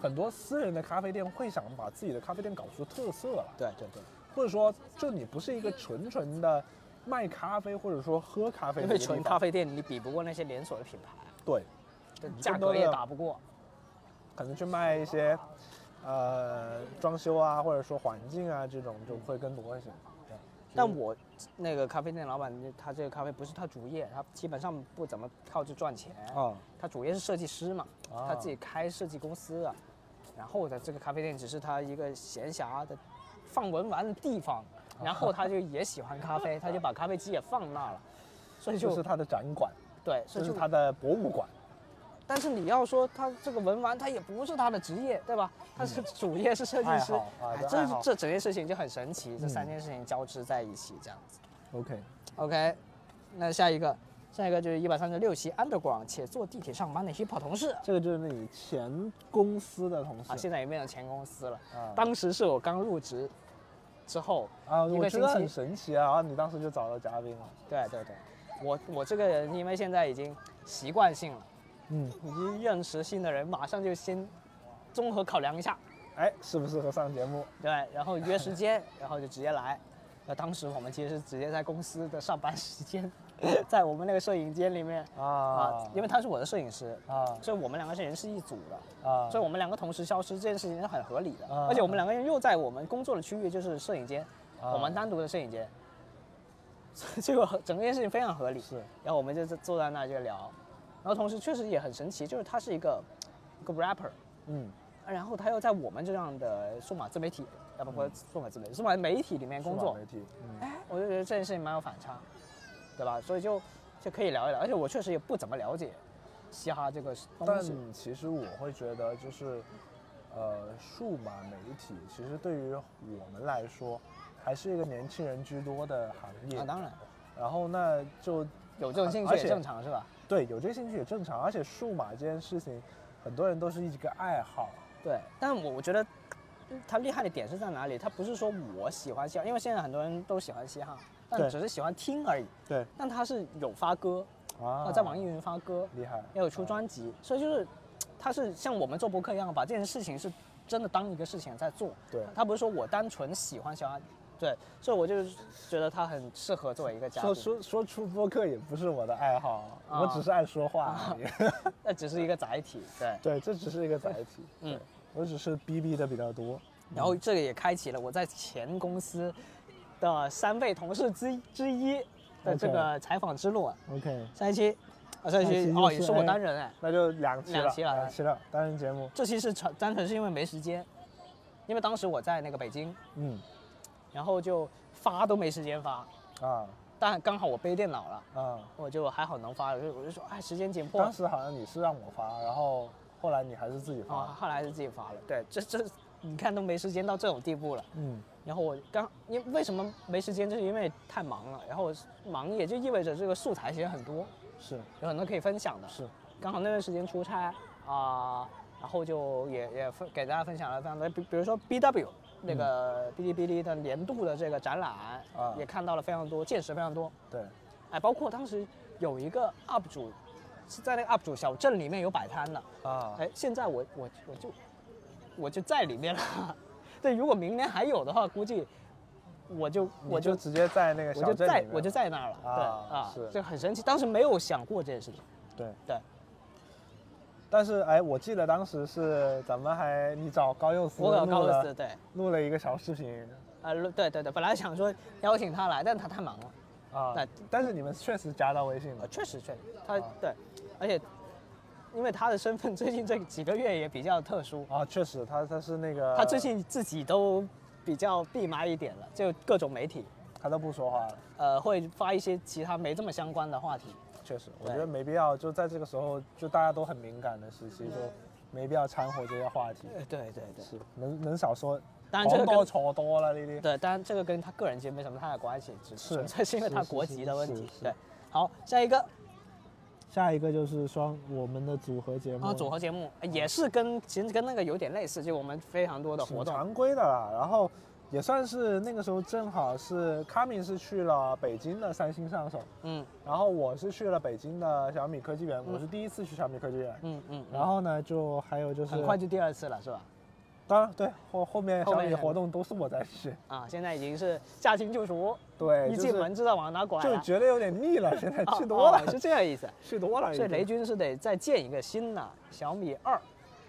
Speaker 2: 很多私人的咖啡店会想把自己的咖啡店搞出特色来，
Speaker 1: 对对对，
Speaker 2: 或者说就你不是一个纯纯的卖咖啡或者说喝咖啡的
Speaker 1: 因
Speaker 2: 一个
Speaker 1: 为
Speaker 2: 地
Speaker 1: 纯
Speaker 2: 方
Speaker 1: 咖啡店你比不过那些连锁的品牌，啊
Speaker 2: 对，
Speaker 1: 价格也打不过。
Speaker 2: 可能去卖一些呃装修啊或者说环境啊这种就会更多一些。对
Speaker 1: 但我那个咖啡店老板，他这个咖啡不是他主业，他基本上不怎么靠这赚钱。
Speaker 2: 啊，
Speaker 1: 他主业是设计师嘛，
Speaker 2: 啊
Speaker 1: 哦他自己开设计公司啊。然后呢，这个咖啡店只是他一个闲暇的放文玩的地方。然后他就也喜欢咖啡，他就把咖啡机也放那了，所以
Speaker 2: 这
Speaker 1: 就是
Speaker 2: 他的展馆，
Speaker 1: 对，所
Speaker 2: 这
Speaker 1: 以
Speaker 2: 是
Speaker 1: 就
Speaker 2: 他的博物馆。
Speaker 1: 但是你要说他这个文玩，他也不是他的职业，对吧？他是主业是设计师，
Speaker 2: 爱嗯好啊
Speaker 1: 哎
Speaker 2: 对
Speaker 1: 这
Speaker 2: 爱好
Speaker 1: 这整件事情就很神奇，这
Speaker 2: 嗯
Speaker 1: 三件事情交织在一起这样子。
Speaker 2: OK，
Speaker 1: OK，那下一个，下一个就是一百三十六期 Underground 且坐地铁上班的 hiphop 同事
Speaker 2: 这个就是你前公司的同
Speaker 1: 啊，
Speaker 2: 事
Speaker 1: 现在也变成前公司了。
Speaker 2: 啊
Speaker 1: 当时是我刚入职之后，
Speaker 2: 啊，
Speaker 1: 一个
Speaker 2: 我觉
Speaker 1: 星
Speaker 2: 得
Speaker 1: 期
Speaker 2: 很神奇啊！你当时就找到嘉宾了，
Speaker 1: 对对对，我我这个人因为现在已经习惯性了，
Speaker 2: 嗯，
Speaker 1: 你一认识新的人，马上就先综合考量一下，
Speaker 2: 哎，适不适合上节目？
Speaker 1: 对，然后约时间，然后就直接来。那当时我们其实是直接在公司的上班时间， 在我们那个摄影间里面啊
Speaker 2: 啊，，
Speaker 1: 因为他是我的摄影师，
Speaker 2: 啊
Speaker 1: 所以我们两个人是一组的，
Speaker 2: 啊，
Speaker 1: 所以我们两个同时消失这件事情是很合理的。
Speaker 2: 啊
Speaker 1: 而且我们两个人又在我们工作的区域，就是摄影间，
Speaker 2: 啊
Speaker 1: 我们单独的摄影间， 这个整件事情非常合理。
Speaker 2: 是
Speaker 1: 然后我们就坐在那儿就聊，然后同时确实也很神奇，就是他是一个一个 rapper，
Speaker 2: 嗯
Speaker 1: 然后他又在我们这样的数码自媒体，啊不不，数码自媒体，数码媒体里面工
Speaker 2: 数
Speaker 1: 作
Speaker 2: 码，媒体，嗯
Speaker 1: 哎，我就觉得这件事情蛮有反差，对吧？所以就就可以聊一聊，而且我确实也不怎么了解，嘻哈这个东
Speaker 2: 但
Speaker 1: 西。啊
Speaker 2: 其实我会觉得，就是呃，数码媒体其实对于我们来说，还是一个年轻人居多的行业。
Speaker 1: 啊，当然
Speaker 2: 然后那就
Speaker 1: 有这种兴
Speaker 2: 而
Speaker 1: 趣也
Speaker 2: 且
Speaker 1: 正常是吧？
Speaker 2: 对有这个兴趣也正常，而且数码这件事情，很多人都是一个爱好。啊
Speaker 1: 对，但我我觉得他厉害的点是在哪里？他不是说我喜欢嘻哈，因为现在很多人都喜欢嘻哈，但
Speaker 2: 对
Speaker 1: 只是喜欢听而已。
Speaker 2: 对
Speaker 1: 但他是有发歌，
Speaker 2: 啊
Speaker 1: 哦他在网易云发歌，
Speaker 2: 厉害，
Speaker 1: 要有出
Speaker 2: 啊
Speaker 1: 专辑，所以就是他是像我们做博客一样，把这件事情是真的当一个事情在做。
Speaker 2: 对
Speaker 1: 他不是说我单纯喜欢嘻哈，对，所以我就是觉得他很适合作为一个嘉
Speaker 2: 说
Speaker 1: 宾。
Speaker 2: 说说出播客也不是我的爱好，
Speaker 1: 啊
Speaker 2: 我只是爱说话
Speaker 1: 哦
Speaker 2: 而已。
Speaker 1: 那只是一个载体，对。
Speaker 2: 对，这只是一个载 体。
Speaker 1: 嗯
Speaker 2: 对，我只是逼逼的比较多。
Speaker 1: 然后这个也开启了我在前公司的三位同事之之一的这个采访之路。啊。
Speaker 2: 嗯 OK，
Speaker 1: 上一期，啊上一
Speaker 2: 上一
Speaker 1: 期
Speaker 2: 期就
Speaker 1: 哦
Speaker 2: 是
Speaker 1: 也是我
Speaker 2: 哎
Speaker 1: 单人哎，
Speaker 2: 那就两期了，
Speaker 1: 两期了啊
Speaker 2: 两期了，单人节目。
Speaker 1: 这期是纯单纯是因为没时间，因为当时我在那个北京，
Speaker 2: 嗯，
Speaker 1: 然后就发都没时间发，
Speaker 2: 啊
Speaker 1: 但刚好我背电脑了。
Speaker 2: 啊，
Speaker 1: 我就还好能发，我就我就说，哎，时间紧迫
Speaker 2: 当，时好像你是让我发，然后后来你还是自己发。
Speaker 1: 啊，后来还是自己发了。对，这这，你看都没时间到这种地步了。
Speaker 2: 嗯，
Speaker 1: 然后我刚，因为什么没时间，就是因为太忙了。然后忙也就意味着这个素材其实很多，
Speaker 2: 是
Speaker 1: 有很多可以分享的。
Speaker 2: 是，
Speaker 1: 刚好那段时间出差啊、然后就也也分给大家分享了非常多，比比如说 B W 那个哔哩哔哩的年度的这个展览，
Speaker 2: 嗯啊
Speaker 1: 也看到了非常多，见识非常多。
Speaker 2: 对，
Speaker 1: 哎，包括当时有一个 UP 主是在那个 UP 主小镇里面有摆摊的，
Speaker 2: 啊，
Speaker 1: 哎，现在我我我就我就在里面了。 对，如果明年还有的话，估计我就我
Speaker 2: 你就
Speaker 1: 就
Speaker 2: 直接在那个
Speaker 1: 我
Speaker 2: 小
Speaker 1: 就
Speaker 2: 镇里
Speaker 1: 在
Speaker 2: 面
Speaker 1: 我就在那儿了。对
Speaker 2: 啊
Speaker 1: 啊
Speaker 2: 是，
Speaker 1: 这很神奇，当时没有想过这件事情。
Speaker 2: 对
Speaker 1: 对。
Speaker 2: 但是哎，我记得当时是咱们还你找高佑思
Speaker 1: 我搞
Speaker 2: 录
Speaker 1: 高斯
Speaker 2: 了
Speaker 1: 对，
Speaker 2: 录了一个小视频
Speaker 1: 呃，对对对，本来想说邀请他来，但他太忙了。
Speaker 2: 啊
Speaker 1: 那，
Speaker 2: 但是你们确实加到微信
Speaker 1: 呃，
Speaker 2: 了
Speaker 1: 确实确实，他
Speaker 2: 啊
Speaker 1: 对，而且因为他的身份最近这几个月也比较特殊，
Speaker 2: 啊，确实他他是那个
Speaker 1: 呃他最近自己都比较闭麦一点了，就各种媒体
Speaker 2: 他都不说话了。
Speaker 1: 呃会发一些其他没这么相关的话题。
Speaker 2: 确实，我
Speaker 1: 对
Speaker 2: 觉得没必要，就在这个时候，就大家都很敏感的时期，就没必要掺和这些话题。
Speaker 1: 呃，对嗯对对。
Speaker 2: 是，能能少说，
Speaker 1: 当然这个
Speaker 2: 多
Speaker 1: 跟
Speaker 2: 吵多了呢啲。
Speaker 1: 对，当然这个跟他个人其实没什么太大关系，只
Speaker 2: 是
Speaker 1: 纯粹是因为
Speaker 2: 是
Speaker 1: 他
Speaker 2: 是
Speaker 1: 国
Speaker 2: 是
Speaker 1: 籍的问
Speaker 2: 是
Speaker 1: 题。
Speaker 2: 是
Speaker 1: 对，好，下一个
Speaker 2: 下一个就是双我们的组合节目
Speaker 1: 啊，组合节目呃也是跟其实跟那个有点类似，就我们非常多的活
Speaker 2: 挺
Speaker 1: 动。
Speaker 2: 常规的啦，然后也算是那个时候正好是卡米是去了北京的三星上手，
Speaker 1: 嗯
Speaker 2: 然后我是去了北京的小米科技园，
Speaker 1: 嗯
Speaker 2: 我是第一次去小米科技园。
Speaker 1: 嗯嗯，
Speaker 2: 然后呢，就还有就是，
Speaker 1: 很快就第二次了，是吧？
Speaker 2: 当然对后后面
Speaker 1: 后
Speaker 2: 小
Speaker 1: 面
Speaker 2: 米活动都是我在去，
Speaker 1: 啊，现在已经是驾轻就熟，
Speaker 2: 对，
Speaker 1: 一
Speaker 2: 就
Speaker 1: 进
Speaker 2: 是
Speaker 1: 门知道往哪拐
Speaker 2: 就
Speaker 1: 了。
Speaker 2: 觉得有点 腻了，现在
Speaker 1: 哦
Speaker 2: 去多了
Speaker 1: 哦，是这个意思。
Speaker 2: 去多了已
Speaker 1: 所以
Speaker 2: 经。
Speaker 1: 雷军是得再建一个新的小米二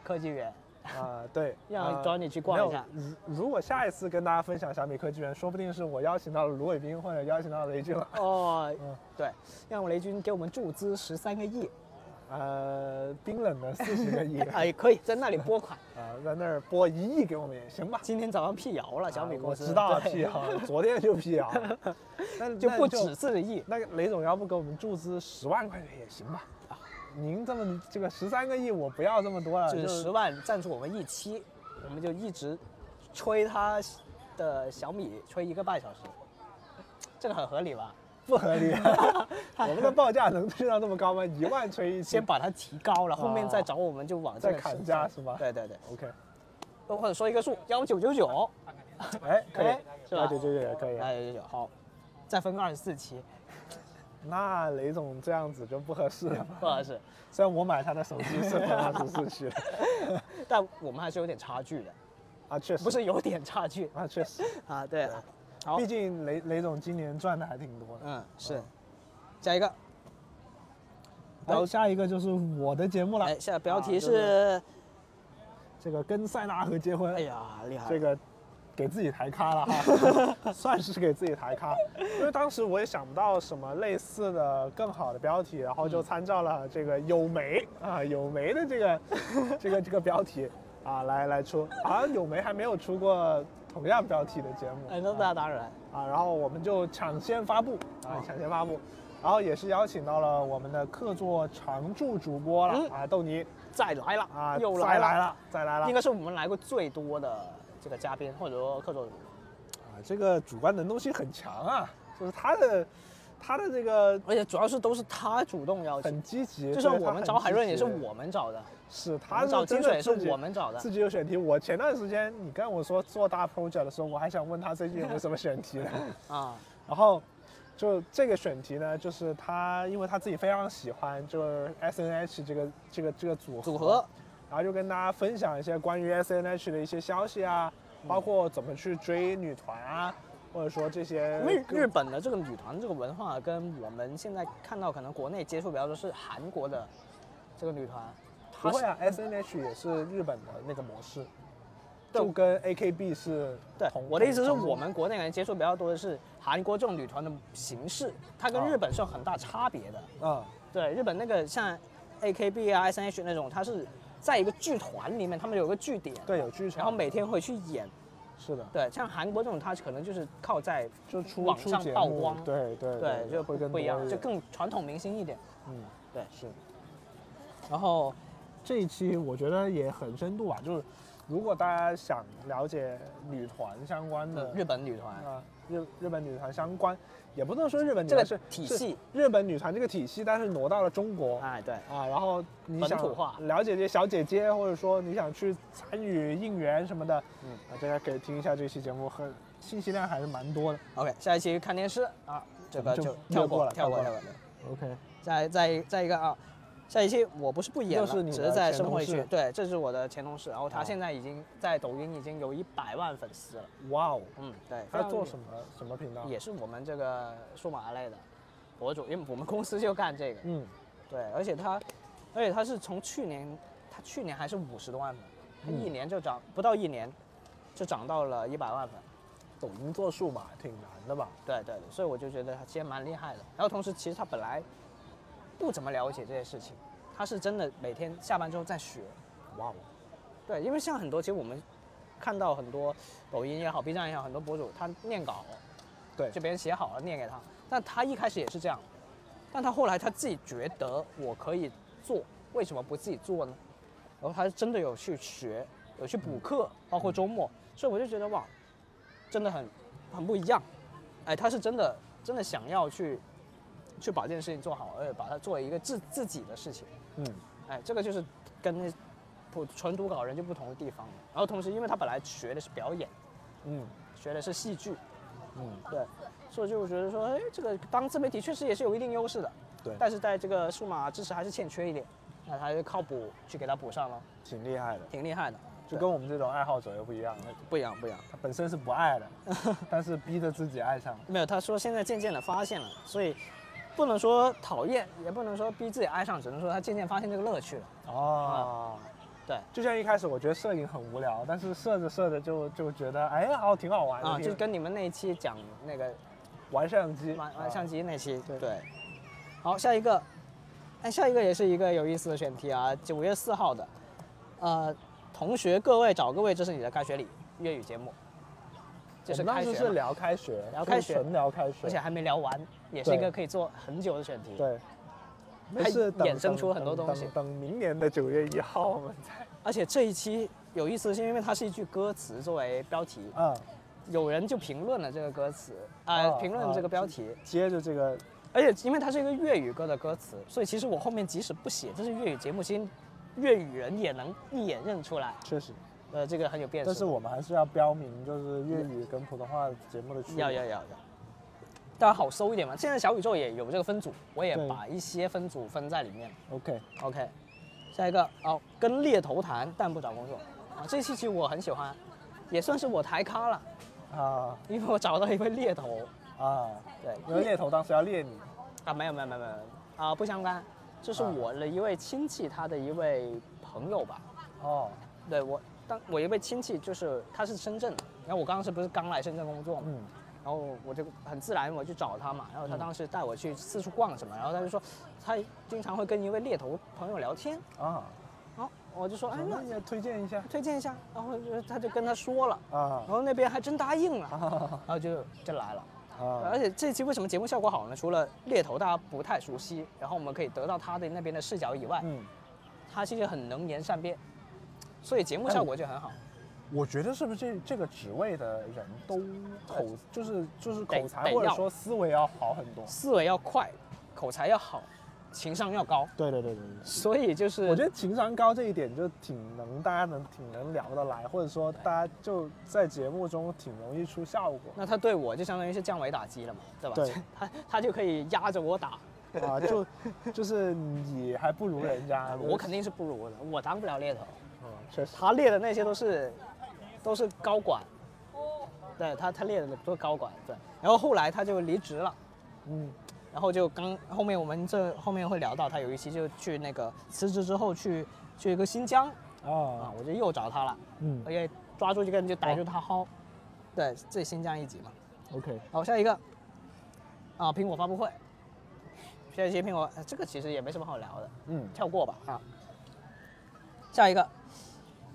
Speaker 1: 科技园，
Speaker 2: 啊， 对，
Speaker 1: 让
Speaker 2: 呃
Speaker 1: Johnny 去逛一下。
Speaker 2: 没有如如果下一次跟大家分享小米科技园，说不定是我邀请到了卢伟冰或者邀请到了雷军了。
Speaker 1: 哦
Speaker 2: 嗯，
Speaker 1: 对，让雷军给我们注资十三个亿，
Speaker 2: 呃，冰冷的四十个亿啊
Speaker 1: 哎，可以在那里拨款。，
Speaker 2: 在那儿拨一亿给我们也行吧。
Speaker 1: 今天早上辟谣了，小米
Speaker 2: 啊
Speaker 1: 公司、
Speaker 2: 我知道
Speaker 1: 对
Speaker 2: 辟谣，昨天就啊辟谣，那
Speaker 1: 就
Speaker 2: 那
Speaker 1: 不止四个亿，
Speaker 2: 那个雷总，要不给我们注资十万块钱也行吧？您这么这个十三个亿，我不要这么多了，
Speaker 1: 就是
Speaker 2: 啊就
Speaker 1: 十万赞助我们一期，我们就一直吹他的小米吹一个半小时，这个很合理吧？
Speaker 2: 不 合理。我们的报价能推到这么高吗？一万吹一千
Speaker 1: 先把它提高了，后面再
Speaker 2: 啊
Speaker 1: 找我们就往这
Speaker 2: 再
Speaker 1: 个
Speaker 2: 砍
Speaker 1: 上
Speaker 2: 价
Speaker 1: 走
Speaker 2: 是吧
Speaker 1: 对对对，
Speaker 2: ，OK，
Speaker 1: 或者说一个数幺九九九，
Speaker 2: 哎，可以
Speaker 1: 哎，是吧哎
Speaker 2: 对对对对，可以。
Speaker 1: 幺九九九好，再分二十四期，
Speaker 2: 那雷总这样子就不合适了吧？
Speaker 1: 不合适，
Speaker 2: 虽然我买他的手机是分二十四期的，
Speaker 1: 但我们还是有点差距的，
Speaker 2: 啊，确实
Speaker 1: 不是有点差距
Speaker 2: 啊，确实，
Speaker 1: 啊，对，好
Speaker 2: 毕，竟雷雷总今年赚的还挺多的。
Speaker 1: 嗯是，下一个，
Speaker 2: 然后
Speaker 1: 标
Speaker 2: 下一个就是我的节目了
Speaker 1: 哎，，下标
Speaker 2: 啊
Speaker 1: 题
Speaker 2: 就是
Speaker 1: 是，
Speaker 2: 这个跟塞纳河结婚
Speaker 1: 哎，呀厉害了，
Speaker 2: 这个给自己抬咖了 哈，算是给自己抬咖，因为当时我也想不到什么类似的更好的标题，然后就参照了这个有媒啊有媒的 这个这个这个标题啊来来出，好像有媒还没有出过同样
Speaker 1: 哎
Speaker 2: 标题的节目，
Speaker 1: 哎那那当然。
Speaker 2: 啊，然后我们就抢先发布啊，抢先发布。然后也是邀请到了我们的客座常驻主播了、
Speaker 1: 嗯
Speaker 2: 啊，豆泥
Speaker 1: 再来了
Speaker 2: 啊，
Speaker 1: 又
Speaker 2: 再来
Speaker 1: 来
Speaker 2: 了，再来了
Speaker 1: 应。该是我们来过最多的这个嘉宾或者说客座人物，
Speaker 2: 啊，这个主观能动性很强啊，就是他的他的这个
Speaker 1: 而且主要是都是他主动邀请
Speaker 2: 很，积极，
Speaker 1: 就是
Speaker 2: 对
Speaker 1: 我
Speaker 2: 他
Speaker 1: 们
Speaker 2: 很
Speaker 1: 找海
Speaker 2: 积
Speaker 1: 润也
Speaker 2: 极
Speaker 1: 是我们找的，
Speaker 2: 是
Speaker 1: 我
Speaker 2: 他
Speaker 1: 们
Speaker 2: 是
Speaker 1: 找
Speaker 2: 真
Speaker 1: 金
Speaker 2: 的
Speaker 1: 水是
Speaker 2: 自己
Speaker 1: 我们找的，
Speaker 2: 自己有选题。我前段时间你跟我说做大 project 的时候，我还想问他最近有没有什么选 题呢。
Speaker 1: 啊，
Speaker 2: 然后就这个选题呢，就是他因为他自己非常喜欢就是 S N H 这个这个这个组合
Speaker 1: 组合，
Speaker 2: 然后就跟大家分享一些关于 S N H 的一些消息啊，包括怎么去追女团啊，或者说这些
Speaker 1: 因为
Speaker 2: 各
Speaker 1: 日本的这个女团这个文化跟我们现在看到可能国内接触比较多是韩国的这个女团，她
Speaker 2: 不会
Speaker 1: 是嗯
Speaker 2: 啊，S N H 也是日本的那个模式，
Speaker 1: 对
Speaker 2: 就跟 A K B 是
Speaker 1: 对
Speaker 2: 同。
Speaker 1: 我的意思是
Speaker 2: 同
Speaker 1: 我们国内人接触比较多的是韩国这种女团的形式，它跟
Speaker 2: 啊
Speaker 1: 日本是有很大差别的。
Speaker 2: 啊、
Speaker 1: 对，日本那个像 AKB 啊、S.H 那种，它是在一个剧团里面，他们有个据点，
Speaker 2: 对有剧场，
Speaker 1: 然后每天会去演。
Speaker 2: 是的，
Speaker 1: 对，像韩国这种，它可能就是靠在
Speaker 2: 就出
Speaker 1: 网
Speaker 2: 出
Speaker 1: 上
Speaker 2: 节目
Speaker 1: 曝光
Speaker 2: 对对
Speaker 1: 对，就
Speaker 2: 会
Speaker 1: 不
Speaker 2: 更
Speaker 1: 不一
Speaker 2: 多
Speaker 1: 样，就
Speaker 2: 点
Speaker 1: 更传统明星一点。
Speaker 2: 嗯
Speaker 1: 对
Speaker 2: 是。
Speaker 1: 然后
Speaker 2: 这一期我觉得也很深度吧，啊就是如果大家想了解女团相关的、
Speaker 1: 日本女团，
Speaker 2: 啊日日本女团相关，也不能说日本女
Speaker 1: 这
Speaker 2: 团
Speaker 1: 个
Speaker 2: 是
Speaker 1: 体
Speaker 2: 是
Speaker 1: 系
Speaker 2: 日本女团这个体系，但是挪到了中国。
Speaker 1: 哎，对，
Speaker 2: 啊，然后你
Speaker 1: 本
Speaker 2: 想
Speaker 1: 土化
Speaker 2: 了解这些小姐姐，或者说你想去参与应援什么的，
Speaker 1: 嗯
Speaker 2: 啊，大家可以听一下这期节目，很信息量还是蛮多的。
Speaker 1: ，OK，下一期看电视啊，这个
Speaker 2: 咱们就
Speaker 1: 就
Speaker 2: 略
Speaker 1: 跳
Speaker 2: 过
Speaker 1: 过，
Speaker 2: 了
Speaker 1: 跳过，跳
Speaker 2: 跳过
Speaker 1: 过。
Speaker 2: OK，
Speaker 1: 再再再一个啊，下一期我不是不演
Speaker 2: 又
Speaker 1: 了，
Speaker 2: 是你的
Speaker 1: 只是在
Speaker 2: 前
Speaker 1: 生活里
Speaker 2: 同事
Speaker 1: 去。对，这是我的前同事，然后
Speaker 2: 啊
Speaker 1: 他现在已经在抖音已经有一百万粉丝了。
Speaker 2: 哇哦，
Speaker 1: 嗯，对。
Speaker 2: 他
Speaker 1: 非常
Speaker 2: 做什么什么频道？
Speaker 1: 也是我们这个数码类的博主，因为我们公司就干这个。
Speaker 2: 嗯，
Speaker 1: 对，而且他，而且他是从去年，他去年还是五十多万粉，他
Speaker 2: 嗯
Speaker 1: 一年就涨、不到一年，就涨到了一百万粉。
Speaker 2: 抖音做数码挺难的吧？
Speaker 1: 对对对，所以我就觉得他其实蛮厉害的。然后同时，其实他本来不怎么了解这些事情，他是真的每天下班之后在学。
Speaker 2: 哇哦，
Speaker 1: 对，因为像很多，其实我们看到很多抖音也好，B 站也好，很多博主他念稿，
Speaker 2: 对
Speaker 1: 就别人写好了念给他，但他一开始也是这样，但他后来他自己觉得我可以做，为什么不自己做呢？然后他是真的有去学，有去补课，包括周末，所以我就觉得哇，真的很很不一样，哎，他是真的真的想要去去把这件事情做好，而且呃把它作为一个自自己的事情。
Speaker 2: 嗯，
Speaker 1: 哎，这个就是跟那普纯读稿人就不同的地方了。然后同时，因为他本来学的是表演，
Speaker 2: 嗯
Speaker 1: 学的是戏剧，
Speaker 2: 嗯，
Speaker 1: 对，所以就觉得说，哎，这个当自媒体确实也是有一定优势的，
Speaker 2: 对
Speaker 1: 但是在这个数码支持还是欠缺一点，那他就靠补去给他补上了，
Speaker 2: 挺厉害的，
Speaker 1: 挺厉害的，
Speaker 2: 就
Speaker 1: 对
Speaker 2: 跟我们这种爱好者又不一样，
Speaker 1: 不一样不一样。
Speaker 2: 他本身是不爱 的，但是逼着自己爱上了。
Speaker 1: 没有，他说现在渐渐的发现了，所以不能说讨厌，也不能说逼自己爱上，只能说他渐渐发现这个乐趣了。
Speaker 2: 哦，
Speaker 1: 对，
Speaker 2: 就像一开始我觉得摄影很无聊，但是摄着摄着就就觉得哎，好挺好玩的，
Speaker 1: 啊，
Speaker 2: 挺
Speaker 1: 就跟你们那一期讲那个
Speaker 2: 玩摄像机，
Speaker 1: 玩
Speaker 2: 啊
Speaker 1: 玩相机那期，
Speaker 2: 对
Speaker 1: 对。好，下一个，哎，下一个也是一个有意思的选题啊，九月四号的，呃，同学各位找各位，这是你的开学礼粤语节目，就
Speaker 2: 我
Speaker 1: 是
Speaker 2: 们当
Speaker 1: 开
Speaker 2: 时
Speaker 1: 学
Speaker 2: 是
Speaker 1: 嘛，
Speaker 2: 聊开学，
Speaker 1: 聊
Speaker 2: 就是
Speaker 1: 开学
Speaker 2: 纯聊开学，
Speaker 1: 而且还没聊完，也是一
Speaker 2: 对
Speaker 1: 个可以做很久的选题。
Speaker 2: 对，没
Speaker 1: 还
Speaker 2: 事，等
Speaker 1: 衍生
Speaker 2: 等
Speaker 1: 出了很多
Speaker 2: 等
Speaker 1: 东西
Speaker 2: 等等明年的九月一号我们再，
Speaker 1: 而且这一期有意思，是因为它是一句歌词作为标题，
Speaker 2: 嗯，
Speaker 1: 有人就评论了这个歌词，呃，
Speaker 2: 哦
Speaker 1: 评论这个标题，
Speaker 2: 接着这个
Speaker 1: 而且因为它是一个粤语歌的歌词，所以其实我后面即使不写，这是粤语节目，其实粤语人也能一眼认出来。
Speaker 2: 确实，
Speaker 1: 呃，这个很有辨识
Speaker 2: 但
Speaker 1: 度。
Speaker 2: 是我们还是要标明就是粤语跟普通话节目的区别，
Speaker 1: 要要要要，当然好搜一点嘛。现在小宇宙也有这个分组，我也
Speaker 2: 对
Speaker 1: 把一些分组分在里面。
Speaker 2: ，OK，
Speaker 1: OK，下一个哦，跟猎头谈但不找工作啊，这期其实我很喜欢，也算是我抬咖了，
Speaker 2: 啊
Speaker 1: 因为我找到一位猎头。
Speaker 2: 啊，
Speaker 1: 对，
Speaker 2: 因为猎头当时要猎你，
Speaker 1: 啊，没有没有没有没有啊，不相干，这是
Speaker 2: 啊
Speaker 1: 我的一位亲戚，他的一位朋友吧。
Speaker 2: 哦，
Speaker 1: 对我，当我一位亲戚就是他是深圳的，然后我刚当时不是刚来深圳工作嘛，
Speaker 2: 嗯，
Speaker 1: 然后我就很自然我去找他嘛，然后他当时带我去四处逛什么，然后他就说他经常会跟一位猎头朋友聊天，
Speaker 2: 啊，
Speaker 1: 然后我就说哎
Speaker 2: 哎，
Speaker 1: 那
Speaker 2: 那也推荐一下
Speaker 1: 推荐一下，然后就他就跟他说了，
Speaker 2: 啊
Speaker 1: 然后那边还真答应了，
Speaker 2: 啊
Speaker 1: 然后就就来了，
Speaker 2: 啊啊
Speaker 1: 而且这期为什么节目效果好呢？除了猎头大家不太熟悉，然后我们可以得到他的那边的视角以外，
Speaker 2: 嗯，
Speaker 1: 他其实很能言善辩，所以节目效果就很好。
Speaker 2: 我觉得是不是这这个职位的人都口就是就是
Speaker 1: 得
Speaker 2: 口才
Speaker 1: 得
Speaker 2: 或者
Speaker 1: 要
Speaker 2: 说思维要好很多。
Speaker 1: 思维要快，口才要好，情商要高，
Speaker 2: 对对对对对。
Speaker 1: 所以就是
Speaker 2: 我觉得情商高这一点就挺能，大家能挺能聊得来，或者说大家就在节目中挺容易出效果
Speaker 1: 那他对我就相当于是降维打击了嘛，对吧？
Speaker 2: 对
Speaker 1: 他他就可以压着我打，
Speaker 2: 啊，就 就是你还不如 人家，
Speaker 1: 我肯定是不如的，我当不了猎头。
Speaker 2: 嗯确实
Speaker 1: 他列的那些都是都是高管，对他他列的都是高管，对。然后后来他就离职了，
Speaker 2: 嗯
Speaker 1: 然后就刚后面我们这后面会聊到他有一期就去那个辞职之后去去一个新疆啊
Speaker 2: 啊，
Speaker 1: 我就又找他了，
Speaker 2: 嗯
Speaker 1: 而且抓住这个人就逮住他薅，对，这新疆一集嘛。
Speaker 2: ，OK，
Speaker 1: 好，下一个啊，苹果发布会，下一期苹果呃这个其实也没什么好聊的，
Speaker 2: 嗯
Speaker 1: 跳过吧啊。下一个，